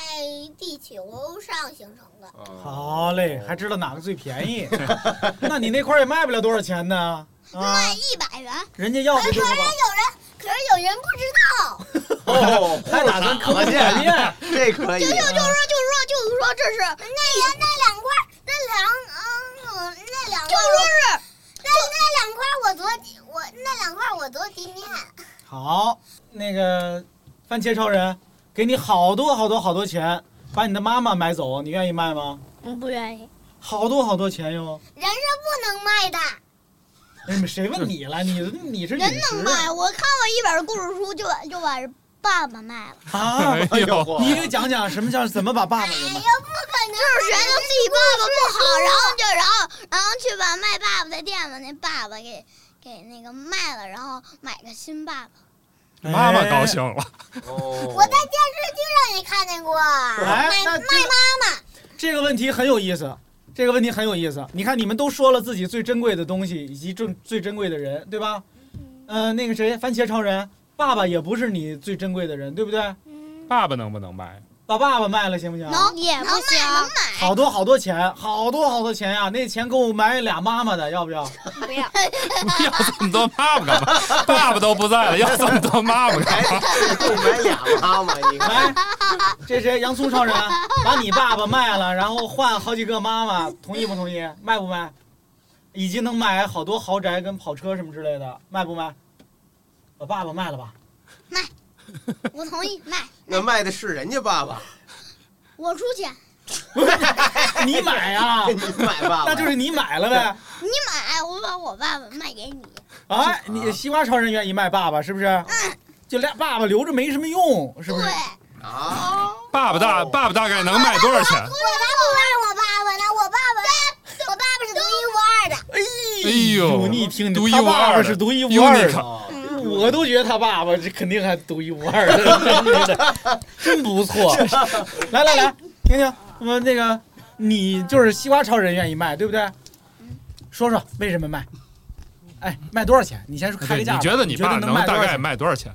[SPEAKER 4] 地球上形成的。
[SPEAKER 3] 好嘞，还知道哪个最便宜？ 那你那块儿也卖不了多少钱呢？啊，
[SPEAKER 4] 卖一百元，
[SPEAKER 3] 人家要
[SPEAKER 4] 可
[SPEAKER 3] 不
[SPEAKER 4] 是
[SPEAKER 3] 就
[SPEAKER 4] 可
[SPEAKER 3] 是
[SPEAKER 4] 是
[SPEAKER 3] 吧
[SPEAKER 4] 有人，可是有人不知道。
[SPEAKER 6] 哦，
[SPEAKER 3] 还打算科普演练？
[SPEAKER 6] 这可啊
[SPEAKER 4] 就就就说就说就说这是那那两块那两嗯那两就说是那那两块我昨天我那两块我昨今天
[SPEAKER 3] 好，那个番茄超人给你好多好多好多钱，把你的妈妈买走，你愿意卖吗？
[SPEAKER 13] 嗯，不愿意。
[SPEAKER 3] 好多好多钱哟！
[SPEAKER 4] 人是不能卖的，
[SPEAKER 3] 哎，谁问你了？你你是
[SPEAKER 4] 人
[SPEAKER 3] 陨
[SPEAKER 4] 能
[SPEAKER 3] 石
[SPEAKER 4] 卖。我看过一本故事书，就把就把爸爸卖了。
[SPEAKER 3] 啊
[SPEAKER 5] 哎呦！
[SPEAKER 3] 你给讲讲什么叫怎么把爸爸给卖？
[SPEAKER 4] 不可能，就是觉得自己爸爸不好，然后就然后然后去把卖爸爸的店把那爸爸给给那个卖了，然后买个新爸爸。
[SPEAKER 3] 哎
[SPEAKER 5] 妈妈高兴了，
[SPEAKER 6] 哦
[SPEAKER 4] 我在电视剧上也看见过，
[SPEAKER 3] 哎
[SPEAKER 4] 卖
[SPEAKER 3] 那
[SPEAKER 4] 卖
[SPEAKER 3] 这个
[SPEAKER 4] 妈妈。
[SPEAKER 3] 这个问题很有意思，这个问题很有意思。你看，你们都说了自己最珍贵的东西以及最最珍贵的人，对吧？
[SPEAKER 4] 嗯
[SPEAKER 3] 呃，那个谁，番茄超人，爸爸也不是你最珍贵的人，对不对？
[SPEAKER 5] 爸爸能不能卖？
[SPEAKER 3] 把爸爸卖了行不行？
[SPEAKER 4] 能
[SPEAKER 13] 也不行，
[SPEAKER 3] 好多好多钱，好多好多钱呀、那钱够买俩妈妈的，要不要？
[SPEAKER 13] 不要。
[SPEAKER 5] 要这么多妈妈干嘛？爸爸都不在了，要这么多妈妈干嘛？
[SPEAKER 6] 够买俩妈妈，你看，
[SPEAKER 3] 来，哎这谁？洋葱超人把你爸爸卖了，然后换好几个妈妈，同意不同意？卖不卖？以及能买好多豪宅跟跑车什么之类的，卖不卖？把爸爸卖了吧。
[SPEAKER 4] 我同意卖，
[SPEAKER 6] 那卖的是人家爸爸，
[SPEAKER 4] 我出钱，
[SPEAKER 3] 你买啊？
[SPEAKER 6] 你买爸爸，
[SPEAKER 3] 那就是你买了呗。
[SPEAKER 4] 你买，我把我爸爸卖给你。
[SPEAKER 3] 啊，你西瓜超人愿意卖爸爸是不是？就俩爸爸留着没什么用，是不是？
[SPEAKER 6] 啊，
[SPEAKER 5] 爸爸大，爸爸大概能卖多少钱？
[SPEAKER 4] 我才不卖我爸爸呢，我爸爸，我爸爸是独一无二的。
[SPEAKER 5] 哎呦，
[SPEAKER 3] 你听
[SPEAKER 5] 独一
[SPEAKER 3] 他
[SPEAKER 5] 无
[SPEAKER 3] 爸
[SPEAKER 5] 二
[SPEAKER 3] 爸
[SPEAKER 5] 的
[SPEAKER 3] 是独一无二
[SPEAKER 5] unique
[SPEAKER 3] 的，
[SPEAKER 6] 哦
[SPEAKER 3] 我都觉得他爸爸这肯定还独一无二的，真不错。来来来，婷婷，我们那个你就是西瓜超人愿意卖，对不对？说说为什么卖？哎，卖多少钱？你先说开
[SPEAKER 5] 哎对
[SPEAKER 3] 个价吧。
[SPEAKER 5] 你觉得你爸
[SPEAKER 3] 能
[SPEAKER 5] 能
[SPEAKER 3] 卖多
[SPEAKER 5] 大
[SPEAKER 3] 少
[SPEAKER 5] 概
[SPEAKER 3] 钱？
[SPEAKER 5] 卖多少钱？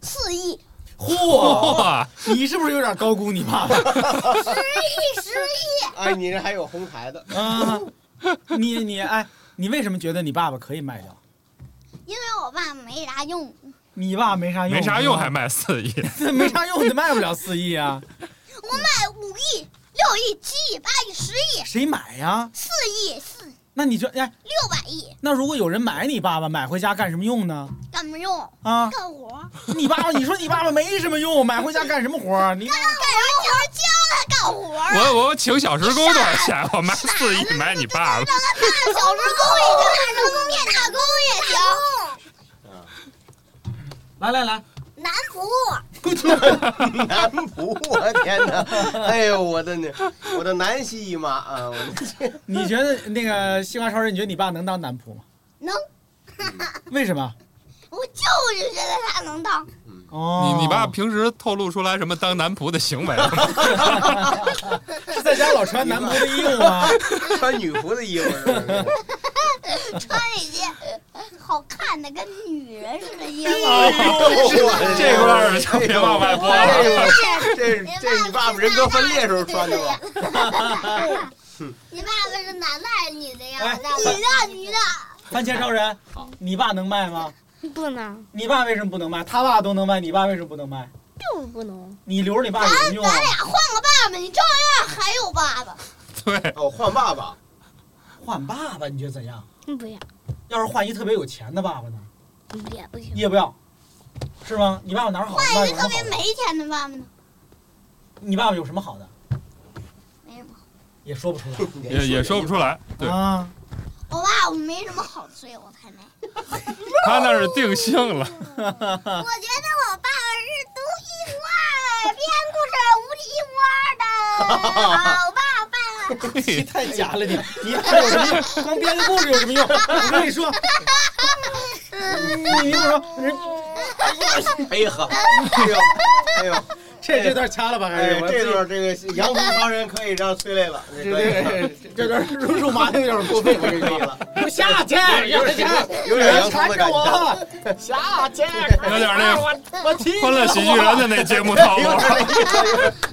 [SPEAKER 4] 四亿，
[SPEAKER 3] 嚯，
[SPEAKER 5] 哇，
[SPEAKER 3] 你是不是有点高估你爸爸？
[SPEAKER 4] 一十亿，
[SPEAKER 6] 哎，你这还有红牌的，
[SPEAKER 3] 啊，你你哎，你为什么觉得你爸爸可以卖掉？
[SPEAKER 4] 因为我爸没啥用，
[SPEAKER 3] 你爸没啥用，
[SPEAKER 5] 没啥用还卖四亿，
[SPEAKER 3] 这 没啥用，你卖不了四亿啊？
[SPEAKER 4] 我卖五亿、六亿、七亿、八亿、十亿、
[SPEAKER 3] 谁买呀？
[SPEAKER 4] 四亿、四
[SPEAKER 3] 那你觉哎，
[SPEAKER 4] 六百亿，
[SPEAKER 3] 那如果有人买你爸爸，买回家干什么用呢？
[SPEAKER 4] 干嘛用？
[SPEAKER 3] 啊，
[SPEAKER 4] 干活，干
[SPEAKER 3] 你爸爸，你说你爸爸没什么用，买回家干什么活儿？你
[SPEAKER 4] 什么活？教他干活啊。
[SPEAKER 5] 我我请小时工多少钱？我卖四亿买你爸爸，
[SPEAKER 4] 大小时工也行，大时工也打工也行，
[SPEAKER 3] 来来来，
[SPEAKER 4] 男仆。
[SPEAKER 6] 男仆，我天哪，哎呦，我的呢，我的南希姨妈啊，我的
[SPEAKER 3] 你觉得那个西瓜超人，你觉得你爸能当男仆吗？
[SPEAKER 4] 能，
[SPEAKER 3] 为什么？
[SPEAKER 4] 我就是觉得他能当。
[SPEAKER 3] 哦，
[SPEAKER 5] 你你爸平时透露出来什么当男仆的行为了吗？
[SPEAKER 3] 是在家老穿男仆的衣服吗？
[SPEAKER 6] 穿女仆的衣服是不是？
[SPEAKER 4] 穿那些好看的跟女人似的衣服。
[SPEAKER 5] 哎 这块儿就别往外播了。
[SPEAKER 6] 这这这你爸爸人格分裂时候穿的吧？
[SPEAKER 4] 你爸爸是男的还是女的
[SPEAKER 3] 哎
[SPEAKER 4] 呀？女的，女的。
[SPEAKER 3] 番茄超人，你爸能卖吗？
[SPEAKER 13] 不能，
[SPEAKER 3] 你爸为什么不能卖？他爸都能卖，你爸为什么不能卖？
[SPEAKER 10] 就是不能。
[SPEAKER 3] 你留着你爸有什
[SPEAKER 10] 咱
[SPEAKER 3] 么用啊
[SPEAKER 10] 咱？俩换个爸爸，你照样还有爸爸。
[SPEAKER 5] 对，
[SPEAKER 6] 哦，换爸爸，
[SPEAKER 3] 换爸爸你觉得怎样？
[SPEAKER 10] 嗯，不要，
[SPEAKER 3] 要是换一特别有钱的爸爸呢？
[SPEAKER 10] 也不行。
[SPEAKER 3] 你也不要，是吗？你爸爸哪儿好？你爸
[SPEAKER 10] 换
[SPEAKER 3] 爸
[SPEAKER 10] 一
[SPEAKER 3] 有
[SPEAKER 10] 个
[SPEAKER 3] 什
[SPEAKER 10] 特
[SPEAKER 3] 么好
[SPEAKER 10] 别
[SPEAKER 3] 的？
[SPEAKER 10] 没钱的爸爸呢？
[SPEAKER 3] 你爸爸有什么好的？
[SPEAKER 10] 没什么。
[SPEAKER 3] 也说不出来，
[SPEAKER 5] 也也说不出来。对，
[SPEAKER 3] 啊，
[SPEAKER 10] 我爸我没什么好的，所以我才没。
[SPEAKER 5] 他那是定性 了。
[SPEAKER 10] 我觉得我爸爸是独一无二，编故事无一无二的好爸爸。
[SPEAKER 3] 太假了 你！你爸有什么用？光编个故事有什么用？我跟你说，你跟我说，人
[SPEAKER 6] 哎呀呵，哎呦，哎呦，
[SPEAKER 3] 这这段掐了吧？还
[SPEAKER 6] 哎
[SPEAKER 3] 是，我
[SPEAKER 6] 这段这个洋葱超人可以让催泪了，
[SPEAKER 3] 这这这段入入麻的有点过分，我跟你说，给我下哎去，下去，
[SPEAKER 6] 有点洋葱的感觉。
[SPEAKER 3] 觉，下去，
[SPEAKER 5] 有点那
[SPEAKER 3] 我我踢你
[SPEAKER 5] 欢乐喜剧人的那节目套路。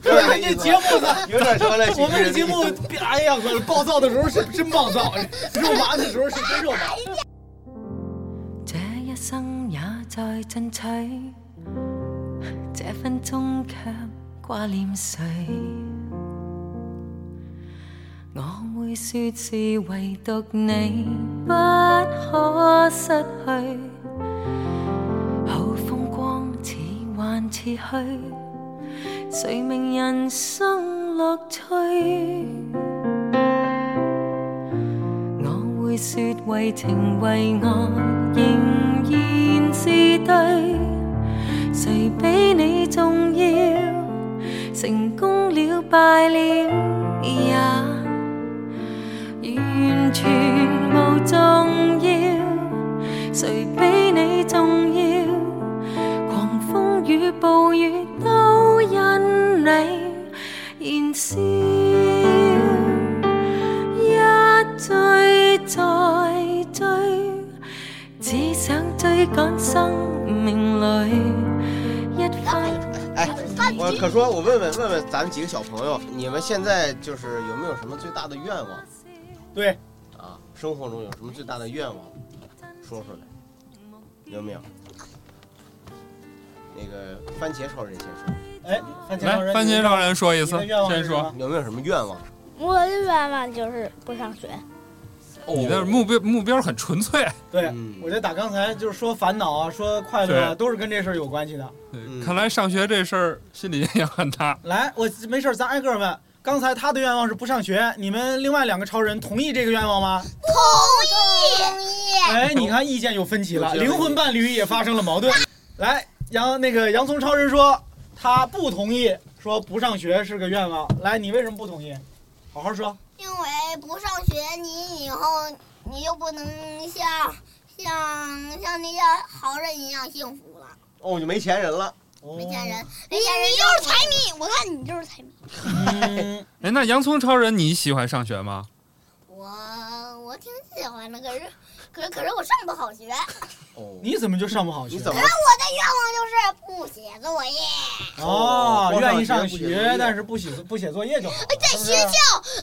[SPEAKER 3] 我们这节目呢，
[SPEAKER 6] 有点欢乐喜剧人
[SPEAKER 3] 我们这节目，哎呀，我暴躁的时候是真暴躁，肉麻的时候是真肉麻。
[SPEAKER 18] 这一生也在进取，这分钟却挂念谁？我会说是唯独你不可失去，好风光似幻似虚，谁明人生乐趣？会说为情为爱仍然是对，谁比你重要？成功了败了也完全无重要，谁比你重要？狂风与暴雨都因你燃烧。一追再追，只想追赶生命里一分。
[SPEAKER 6] 哎，我可说，我问问问问咱们几个小朋友，你们现在就是有没有什么最大的愿望？
[SPEAKER 3] 对，
[SPEAKER 6] 啊，生活中有什么最大的愿望？说出来，有没有？那个番茄超人先说，
[SPEAKER 3] 哎，番茄
[SPEAKER 5] 来，番茄超人说一次，先
[SPEAKER 3] 嗯
[SPEAKER 5] 说。
[SPEAKER 6] 有没有什么愿望？
[SPEAKER 13] 我的愿望就是不上学。
[SPEAKER 5] 你的目标目标很纯粹，
[SPEAKER 3] 对，我觉得打刚才就是说烦恼啊，说快乐啊，
[SPEAKER 5] 对
[SPEAKER 3] 都是跟这事儿有关系的。
[SPEAKER 5] 看来上学这事儿心理影响很大。
[SPEAKER 3] 来，我没事儿，咱挨个儿问。刚才他的愿望是不上学，你们另外两个超人同意这个愿望吗？
[SPEAKER 4] 同意。
[SPEAKER 3] 哎，你看意见有分歧了，灵魂伴侣也发生了矛盾。来，杨那个洋葱超人说他不同意，说不上学是个愿望。来，你为什么不同意？好好说。
[SPEAKER 4] 因为不上学，你以后你又不能像像像那些豪人一样幸福了。
[SPEAKER 6] 哦，你没钱人了。
[SPEAKER 4] 没钱人，
[SPEAKER 10] 你
[SPEAKER 4] 没钱人
[SPEAKER 10] 你
[SPEAKER 4] 就
[SPEAKER 10] 就是
[SPEAKER 4] 是
[SPEAKER 10] 财迷，我看你就是财迷。
[SPEAKER 3] 嗯
[SPEAKER 5] 哎，那洋葱超人，你喜欢上学吗？
[SPEAKER 4] 我我挺喜欢的，可是可是可是我上不好学。可
[SPEAKER 3] 你怎么就上不好学？
[SPEAKER 6] 哦你怎
[SPEAKER 4] 是我的愿望就是不写作业，
[SPEAKER 3] 哦，
[SPEAKER 6] 哦
[SPEAKER 3] 愿意上
[SPEAKER 6] 不上学不写作
[SPEAKER 3] 学
[SPEAKER 6] 业，
[SPEAKER 3] 但是不写不写作业就好了。
[SPEAKER 4] 在学校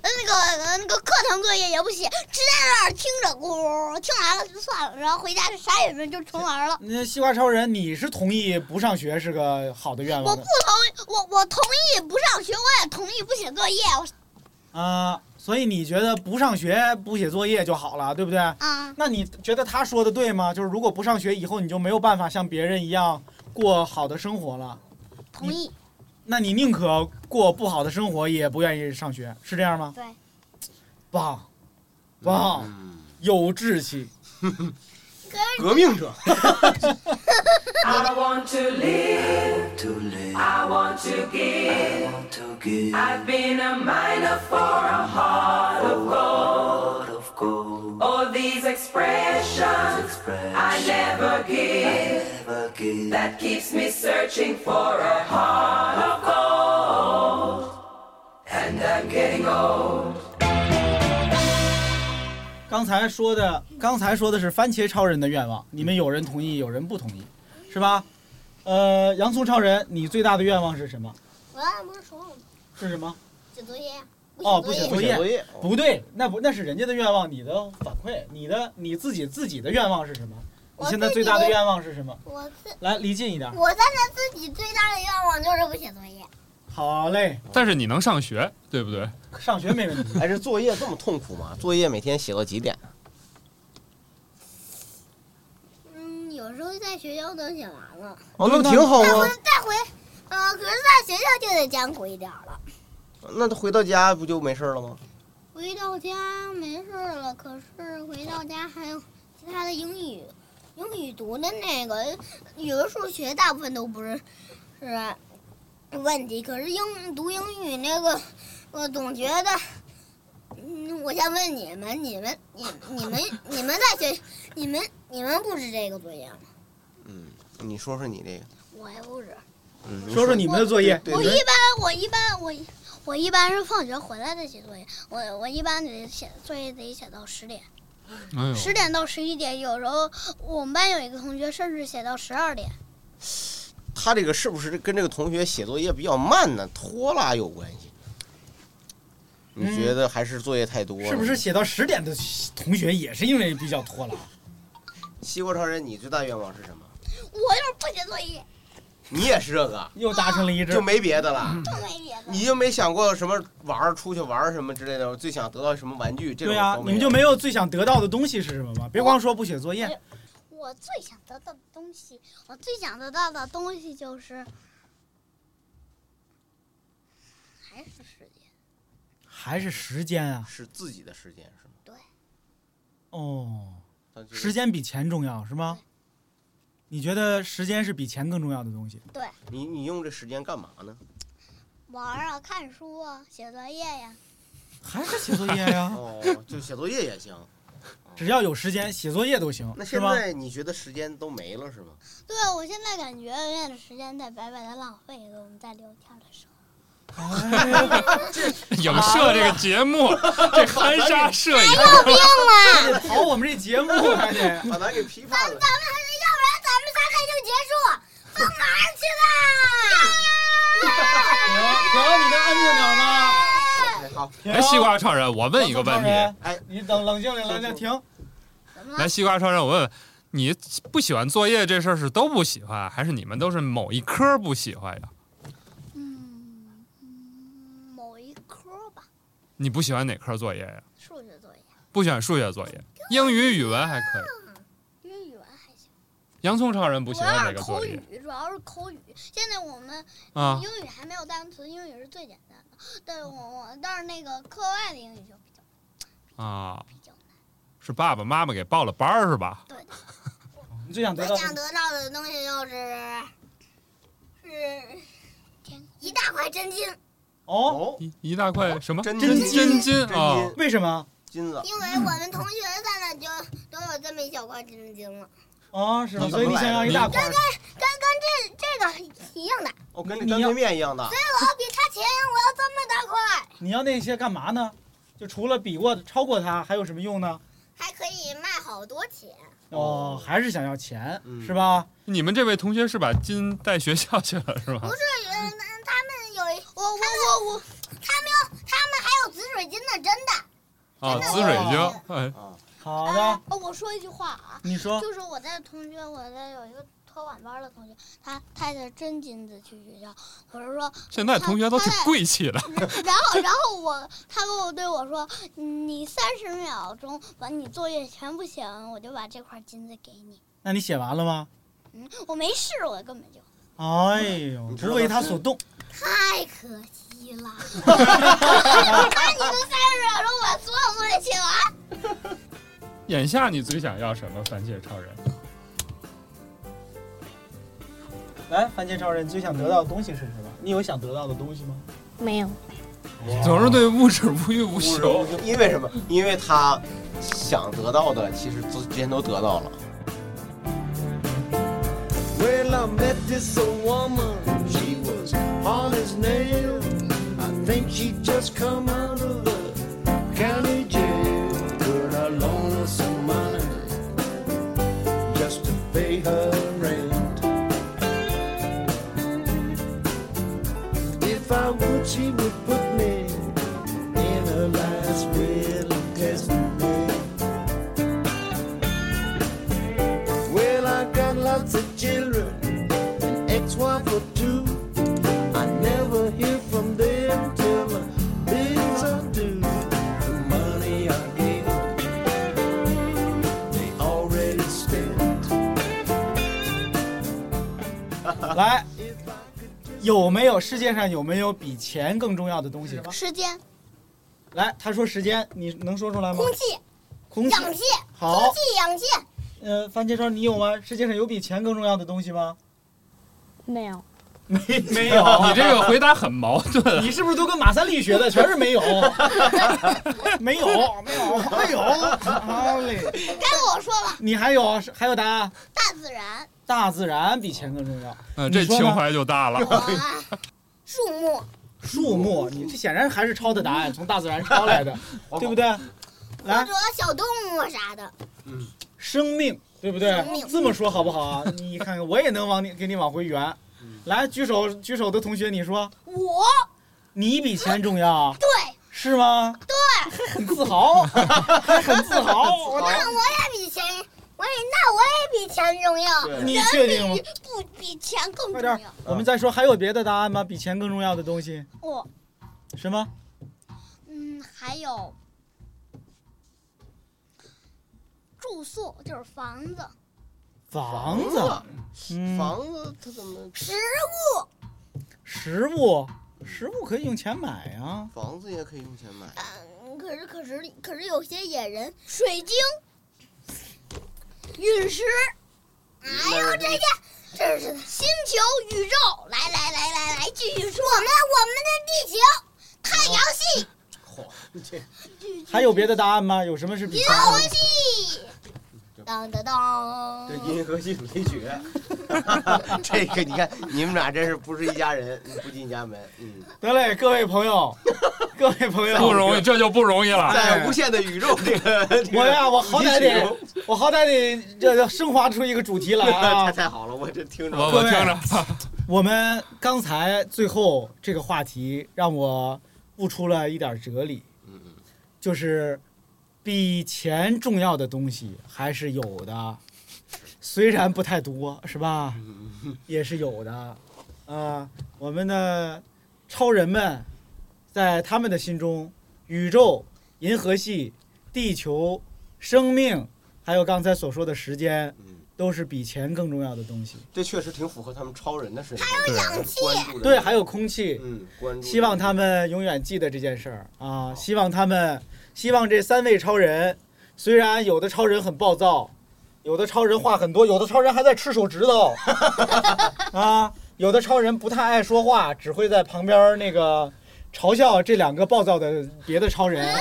[SPEAKER 4] 呃那个呃那个课堂作业也不写，只在那儿听着咕，听完了就算了，然后回家就啥也没就重玩了。
[SPEAKER 3] 那西瓜超人，你是同意不上学是个好的愿
[SPEAKER 4] 我
[SPEAKER 3] 望
[SPEAKER 4] 不
[SPEAKER 3] 的
[SPEAKER 4] 同，我我同意不上学，我也同意不写作业。我
[SPEAKER 3] 啊、所以你觉得不上学不写作业就好了，对不对？
[SPEAKER 4] 啊，
[SPEAKER 3] 那你觉得他说的对吗？就是如果不上学以后，你就没有办法像别人一样过好的生活了。
[SPEAKER 4] 同意。
[SPEAKER 3] 那你宁可过不好的生活，也不愿意上学，是这样吗？
[SPEAKER 4] 对。
[SPEAKER 3] 棒，棒，有志气。
[SPEAKER 6] 革命者。
[SPEAKER 9] I want to live. I want to give. I've been a miner for a heart of gold. All these expressions I never give. That keeps me searching for a heart of gold. And I'm getting old.
[SPEAKER 3] 刚才说的，刚才说的是番茄超人的愿望，你们有人同意，有人不同意，是吧？呃，洋葱超人，你最大的愿望是什么？
[SPEAKER 4] 我按不是说了吗？
[SPEAKER 3] 是什么？
[SPEAKER 4] 写作业呀。
[SPEAKER 3] 哦，不写作
[SPEAKER 6] 不写作业
[SPEAKER 3] 业，不对，那不那是人家的愿望，你的反馈，你的你自己自己的愿望是什么？你现在最大的愿望是什么？
[SPEAKER 4] 我自
[SPEAKER 3] 来，离近一点。
[SPEAKER 4] 我现在自己最大的愿望就是不写作业。
[SPEAKER 3] 好嘞，
[SPEAKER 5] 但是你能上学，对不对？
[SPEAKER 3] 上学没问题。
[SPEAKER 6] 哎，这作业这么痛苦吗？作业每天写到几点？
[SPEAKER 4] 嗯，有时候在学校能写完了。
[SPEAKER 6] 哦，那不挺好
[SPEAKER 4] 再
[SPEAKER 6] 吗
[SPEAKER 4] 回？再回，呃，可是在学校就得艰苦一点了。
[SPEAKER 6] 那回到家不就没事儿了吗？
[SPEAKER 4] 回到家没事儿了，可是回到家还有其他的英语，英语读的那个语文、数学大部分都不是是问题，可是英读英语那个，我总觉得。嗯，我想问你们，你们、你、你们、你们在学，你们、你们布置这个作业吗？啊
[SPEAKER 6] 嗯，你说说你这个，
[SPEAKER 4] 我也布置。
[SPEAKER 6] 嗯，
[SPEAKER 3] 说说你们的作业
[SPEAKER 6] 对
[SPEAKER 4] 我
[SPEAKER 6] 对
[SPEAKER 4] 一
[SPEAKER 6] 对，
[SPEAKER 4] 般我一般我一我一般是放学回来再写作业，我我一般得写作业得写到十点，
[SPEAKER 5] 哎呦
[SPEAKER 4] 十点到十一点，有时候我们班有一个同学甚至写到十二点。
[SPEAKER 6] 他这个是不是跟这个同学写作业比较慢呢，拖拉有关系？你觉得还是作业太多了？
[SPEAKER 3] 嗯是不是写到十点的同学也是因为比较拖拉？
[SPEAKER 6] 西瓜超人，你最大愿望是什么？
[SPEAKER 4] 我就是不写作业，
[SPEAKER 6] 你也是这 个，
[SPEAKER 3] 又达成了一致，
[SPEAKER 6] 就没别的了。
[SPEAKER 4] 都没别的。
[SPEAKER 6] 嗯你就没想过什么玩儿、出去玩儿什么之类的？我最想得到什么玩具？这种
[SPEAKER 3] 对呀、
[SPEAKER 6] 都
[SPEAKER 3] 你们就没有哎最想得到的东西是什么吗？别光说不写作业，
[SPEAKER 10] 我最想得到的东西，我最想得到的东西就是
[SPEAKER 4] 还是时间。
[SPEAKER 3] 还是时间啊。
[SPEAKER 6] 是自己的时间是吗？
[SPEAKER 3] 哦，
[SPEAKER 6] 他就是
[SPEAKER 3] 时间比钱重要是吗？你觉得时间是比钱更重要的东西？
[SPEAKER 4] 对，
[SPEAKER 6] 你你用这时间干嘛 呢？
[SPEAKER 4] 玩儿啊，看书啊，写作业呀、
[SPEAKER 3] 还是写作业呀
[SPEAKER 6] 哦，就写作业也 行。
[SPEAKER 3] 只要有时间写作业都行
[SPEAKER 6] 那，
[SPEAKER 3] 是
[SPEAKER 6] 现
[SPEAKER 3] 吗？
[SPEAKER 6] 在你觉得时间都没了是 吗？
[SPEAKER 4] 对，啊我现在感觉有点时间在白白的浪费了。我们在聊天的时候，
[SPEAKER 5] 影射这个节 目，这含沙射影。
[SPEAKER 4] 病
[SPEAKER 3] 了！跑我们这节 目还得
[SPEAKER 6] 把咱给批
[SPEAKER 4] 咱
[SPEAKER 6] 判
[SPEAKER 4] 咱
[SPEAKER 6] 了
[SPEAKER 4] 们。还是，要不然咱们仨这就结束，放哪儿去啦？
[SPEAKER 3] 聊你的安静点吗？
[SPEAKER 6] 哎，好，
[SPEAKER 5] 哎，西瓜超人，我问一个问题，
[SPEAKER 6] 哎，
[SPEAKER 3] 你等冷静冷静停。
[SPEAKER 4] 嗯
[SPEAKER 5] 来，西瓜超人，我问问，你不喜欢作业这事儿是都不喜欢，还是你们都是某一科不喜欢呀？
[SPEAKER 4] 某一科吧，
[SPEAKER 5] 你不喜欢哪科作业呀？
[SPEAKER 4] 数学作业，
[SPEAKER 5] 不喜欢数学作业，英语、语文还可以。
[SPEAKER 4] 因为语文还行。
[SPEAKER 5] 洋葱超人不
[SPEAKER 4] 主
[SPEAKER 5] 喜欢
[SPEAKER 4] 要
[SPEAKER 5] 哪
[SPEAKER 4] 是
[SPEAKER 5] 个
[SPEAKER 4] 口
[SPEAKER 5] 作业？
[SPEAKER 4] 语，主要是口语。现在我们
[SPEAKER 5] 啊
[SPEAKER 4] 英语还没有单词，英语是最简单的。但是我我但是那个课外的英语就比较
[SPEAKER 5] 啊，是爸爸妈妈给报了班儿是吧？
[SPEAKER 4] 对。
[SPEAKER 3] 你最想得到
[SPEAKER 4] 我
[SPEAKER 3] 的
[SPEAKER 4] 想得到的东西就是是一大块真金，
[SPEAKER 3] 哦，
[SPEAKER 5] 一一大块什么真
[SPEAKER 6] 真
[SPEAKER 5] 真
[SPEAKER 6] 金
[SPEAKER 5] 啊？
[SPEAKER 3] 为什么？
[SPEAKER 6] 金子，
[SPEAKER 4] 因为我们同学在那就都有这么一小块真金了，
[SPEAKER 3] 哦，是吗？
[SPEAKER 6] 你
[SPEAKER 3] 所以你想要一大块儿，
[SPEAKER 4] 跟跟这这个一样的，所
[SPEAKER 6] 哦，跟这干脆面一样的。
[SPEAKER 4] 以我要比他强，我要这么大块，
[SPEAKER 3] 你要那些干嘛呢？就除了比过、超过它，还有什么用呢？
[SPEAKER 4] 还可以卖好多钱。
[SPEAKER 3] 哦，还是想要钱，
[SPEAKER 6] 嗯
[SPEAKER 3] 是吧？
[SPEAKER 5] 你们这位同学是把金带学校去了是吧
[SPEAKER 4] 不？是，嗯，他们有一我我我我，他们有他们还有紫水晶的，真的。
[SPEAKER 5] 啊，紫水晶，哎，
[SPEAKER 3] 好的，
[SPEAKER 10] 哦，我说一句话啊，
[SPEAKER 3] 你说
[SPEAKER 10] 就是我在同学，我在有一个托管班的同学，他带着真金子去学校，我是说
[SPEAKER 5] 现在同学都挺
[SPEAKER 10] 他他在
[SPEAKER 5] 贵气的。
[SPEAKER 10] 然后，然后我他跟我对我说：“你三十秒钟把你作业全部写完，我就把这块金子给你。
[SPEAKER 3] 那你写完了吗？”
[SPEAKER 10] 嗯，我没试，我根本就
[SPEAKER 3] 哎呦，不为他所动。
[SPEAKER 4] 太可惜 了！那你们三十秒钟把所有作业写完，
[SPEAKER 5] 眼下你最想要什么？番茄超人，
[SPEAKER 3] 来，番茄超人，你最想得到的东西是什么？你有想得到的东西吗？
[SPEAKER 13] 没有，
[SPEAKER 5] 总是对物质无欲无
[SPEAKER 6] 不是
[SPEAKER 5] 求。
[SPEAKER 6] 因为什么？因为他想得到的，其实之前都得到了。
[SPEAKER 7] Well, I met this old woman, she was hard as nails. I think she just come out of the county jail. Girl, I loaned her some money just to pay her rent. If I would, she would put me in her last will and testament. Well,
[SPEAKER 3] 来，有没有世界上有没有比钱更重要的东西？
[SPEAKER 10] 时间、
[SPEAKER 3] 来，他说时间，你能说出来吗？
[SPEAKER 10] 空气、
[SPEAKER 3] 空气、
[SPEAKER 10] 氧气、
[SPEAKER 3] 好
[SPEAKER 10] 空气、氧气。
[SPEAKER 3] 呃，番茄超，你有吗？世界上有比钱更重要的东西吗？
[SPEAKER 13] 没有，
[SPEAKER 3] 没没 有。
[SPEAKER 5] 你这个回答很 矛盾。
[SPEAKER 3] 你是不是都跟马三立学的？全 是没有， 没有，没有，没有。好嘞，
[SPEAKER 10] 该我说了，
[SPEAKER 3] 你还有还有答案？
[SPEAKER 10] 大自然、
[SPEAKER 3] 大自然比钱更重要。
[SPEAKER 5] 嗯，这
[SPEAKER 3] 你说呢
[SPEAKER 5] 情怀就大了。
[SPEAKER 10] 啊树木、
[SPEAKER 3] 树木，你这显然还是抄的答案，从大自然抄来的，对不对？
[SPEAKER 10] 或
[SPEAKER 3] 来
[SPEAKER 10] 者，小动物啥的。
[SPEAKER 3] 生命，对不对
[SPEAKER 10] 生命？
[SPEAKER 3] 这么说好不好啊？你看看，我也能往你给你往回圆。
[SPEAKER 6] 嗯
[SPEAKER 3] 来，举手举手的同学，你说
[SPEAKER 10] 我
[SPEAKER 3] 你比钱重要，
[SPEAKER 10] 对
[SPEAKER 3] 是吗？
[SPEAKER 10] 对，
[SPEAKER 3] 很自豪，还很自豪。我
[SPEAKER 10] 那我也比钱，我也那我也比钱重要。
[SPEAKER 3] 对
[SPEAKER 10] 人
[SPEAKER 3] 你确定吗
[SPEAKER 10] 比不比钱更重要。
[SPEAKER 3] 我们再说，还有别的答案吗？比钱更重要的东西？
[SPEAKER 10] 我
[SPEAKER 3] 什么？
[SPEAKER 10] 嗯，还有住宿就是房子，
[SPEAKER 3] 房子，嗯，
[SPEAKER 6] 房子它怎么？
[SPEAKER 10] 食物
[SPEAKER 3] 食物，食物可以用钱买啊。
[SPEAKER 6] 房子也可以用钱买。
[SPEAKER 10] 嗯，可是可是可是有些野人水晶、陨石，哎呦这些真是的星球、宇宙，来来来来来，继续说。我们我们的地球、太阳系、
[SPEAKER 3] 还有别的答案吗？有什么是比
[SPEAKER 10] 银
[SPEAKER 3] 钱
[SPEAKER 10] 河系，当当当，
[SPEAKER 6] 这银河系主题曲，这个你看，你们俩真是不是一家人，不进一家门。嗯，
[SPEAKER 3] 得嘞，各位朋友，各位朋友，
[SPEAKER 5] 不容易，啊这就不容易了。
[SPEAKER 6] 在无限的宇宙这个，这个
[SPEAKER 3] 我呀，我好歹
[SPEAKER 6] 主
[SPEAKER 3] 得
[SPEAKER 6] 题曲，
[SPEAKER 3] 我好歹得这这升华出一个主题来啊
[SPEAKER 6] 太！太好了，我这听着，
[SPEAKER 5] 我我听 着，
[SPEAKER 3] 我们刚才最后这个话题让我悟出了一点哲理，就是比钱重要的东西还是有的，虽然不太多，是吧？也是有的，啊、我们的超人们在他们的心中，宇宙、银河系、地球、生命，还有刚才所说的时间，都是比钱更重要的东西。
[SPEAKER 6] 这确实挺符合他们超人的身份。
[SPEAKER 10] 还有氧气
[SPEAKER 6] 关注的
[SPEAKER 3] 对，还有空气。
[SPEAKER 6] 嗯，关注。
[SPEAKER 3] 希望他们永远记得这件事儿啊！希望他们，希望这三位超人，虽然有的超人很暴躁，有的超人话很多，有的超人还在吃手指头， 啊，有的超人不太爱说话，只会在旁边儿那个嘲笑这两个暴躁的别的 超人。哎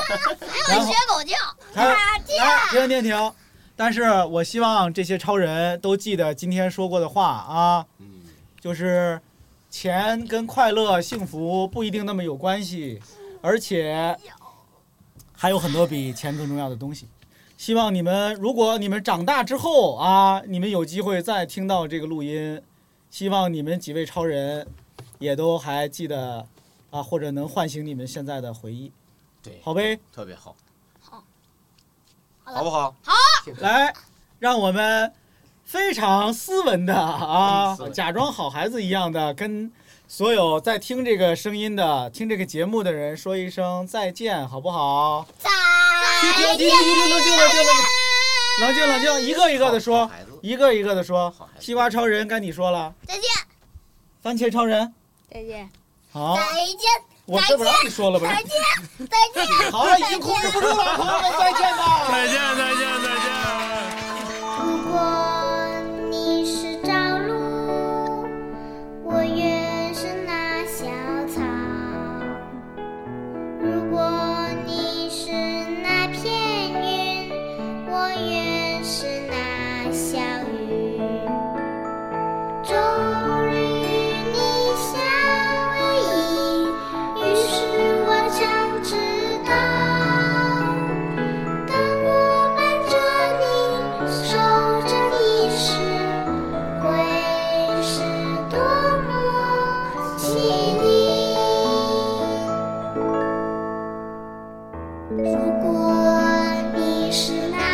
[SPEAKER 10] 还有学狗叫，
[SPEAKER 3] 他停停停！但是我希望这些超人都记得今天说过的话啊，就是钱跟快乐、幸福不一定那么有关系，而且还有很多比钱更重要的东西。希望你们，如果你们长大之后啊，你们有机会再听到这个录音，希望你们几位超人也都还记得啊，或者能唤醒你们现在的回忆，
[SPEAKER 6] 对，
[SPEAKER 3] 好呗？
[SPEAKER 6] 特别好，
[SPEAKER 10] 好
[SPEAKER 6] 好不好？
[SPEAKER 10] 好，
[SPEAKER 3] 来，让我们非常斯文的
[SPEAKER 6] 嗯
[SPEAKER 3] 啊
[SPEAKER 6] 斯，文
[SPEAKER 3] 假装好孩子一样的跟所有在听这个声音的、听这个节目的人说一声再见，好不好？
[SPEAKER 10] 再
[SPEAKER 3] 停停停停，冷静冷静冷静，冷静冷静，一个一个的说，一个一个的说。西瓜超人该你说了，
[SPEAKER 10] 再见，
[SPEAKER 3] 番茄超人，
[SPEAKER 10] 再见，
[SPEAKER 3] 好，
[SPEAKER 10] 再见，
[SPEAKER 3] 我这不让你说了吧
[SPEAKER 10] 再？见，再 见。
[SPEAKER 3] 好了，已经控制不住了，朋友们再见吧。
[SPEAKER 5] 再见，再见，再见。
[SPEAKER 9] 如果你是朝露，我愿是那小草；如果你是那片云，我愿是那小雨。终日与你相偎依，于是我常知道。当我伴着你，守着你时，会是多么凄厉。如果你是那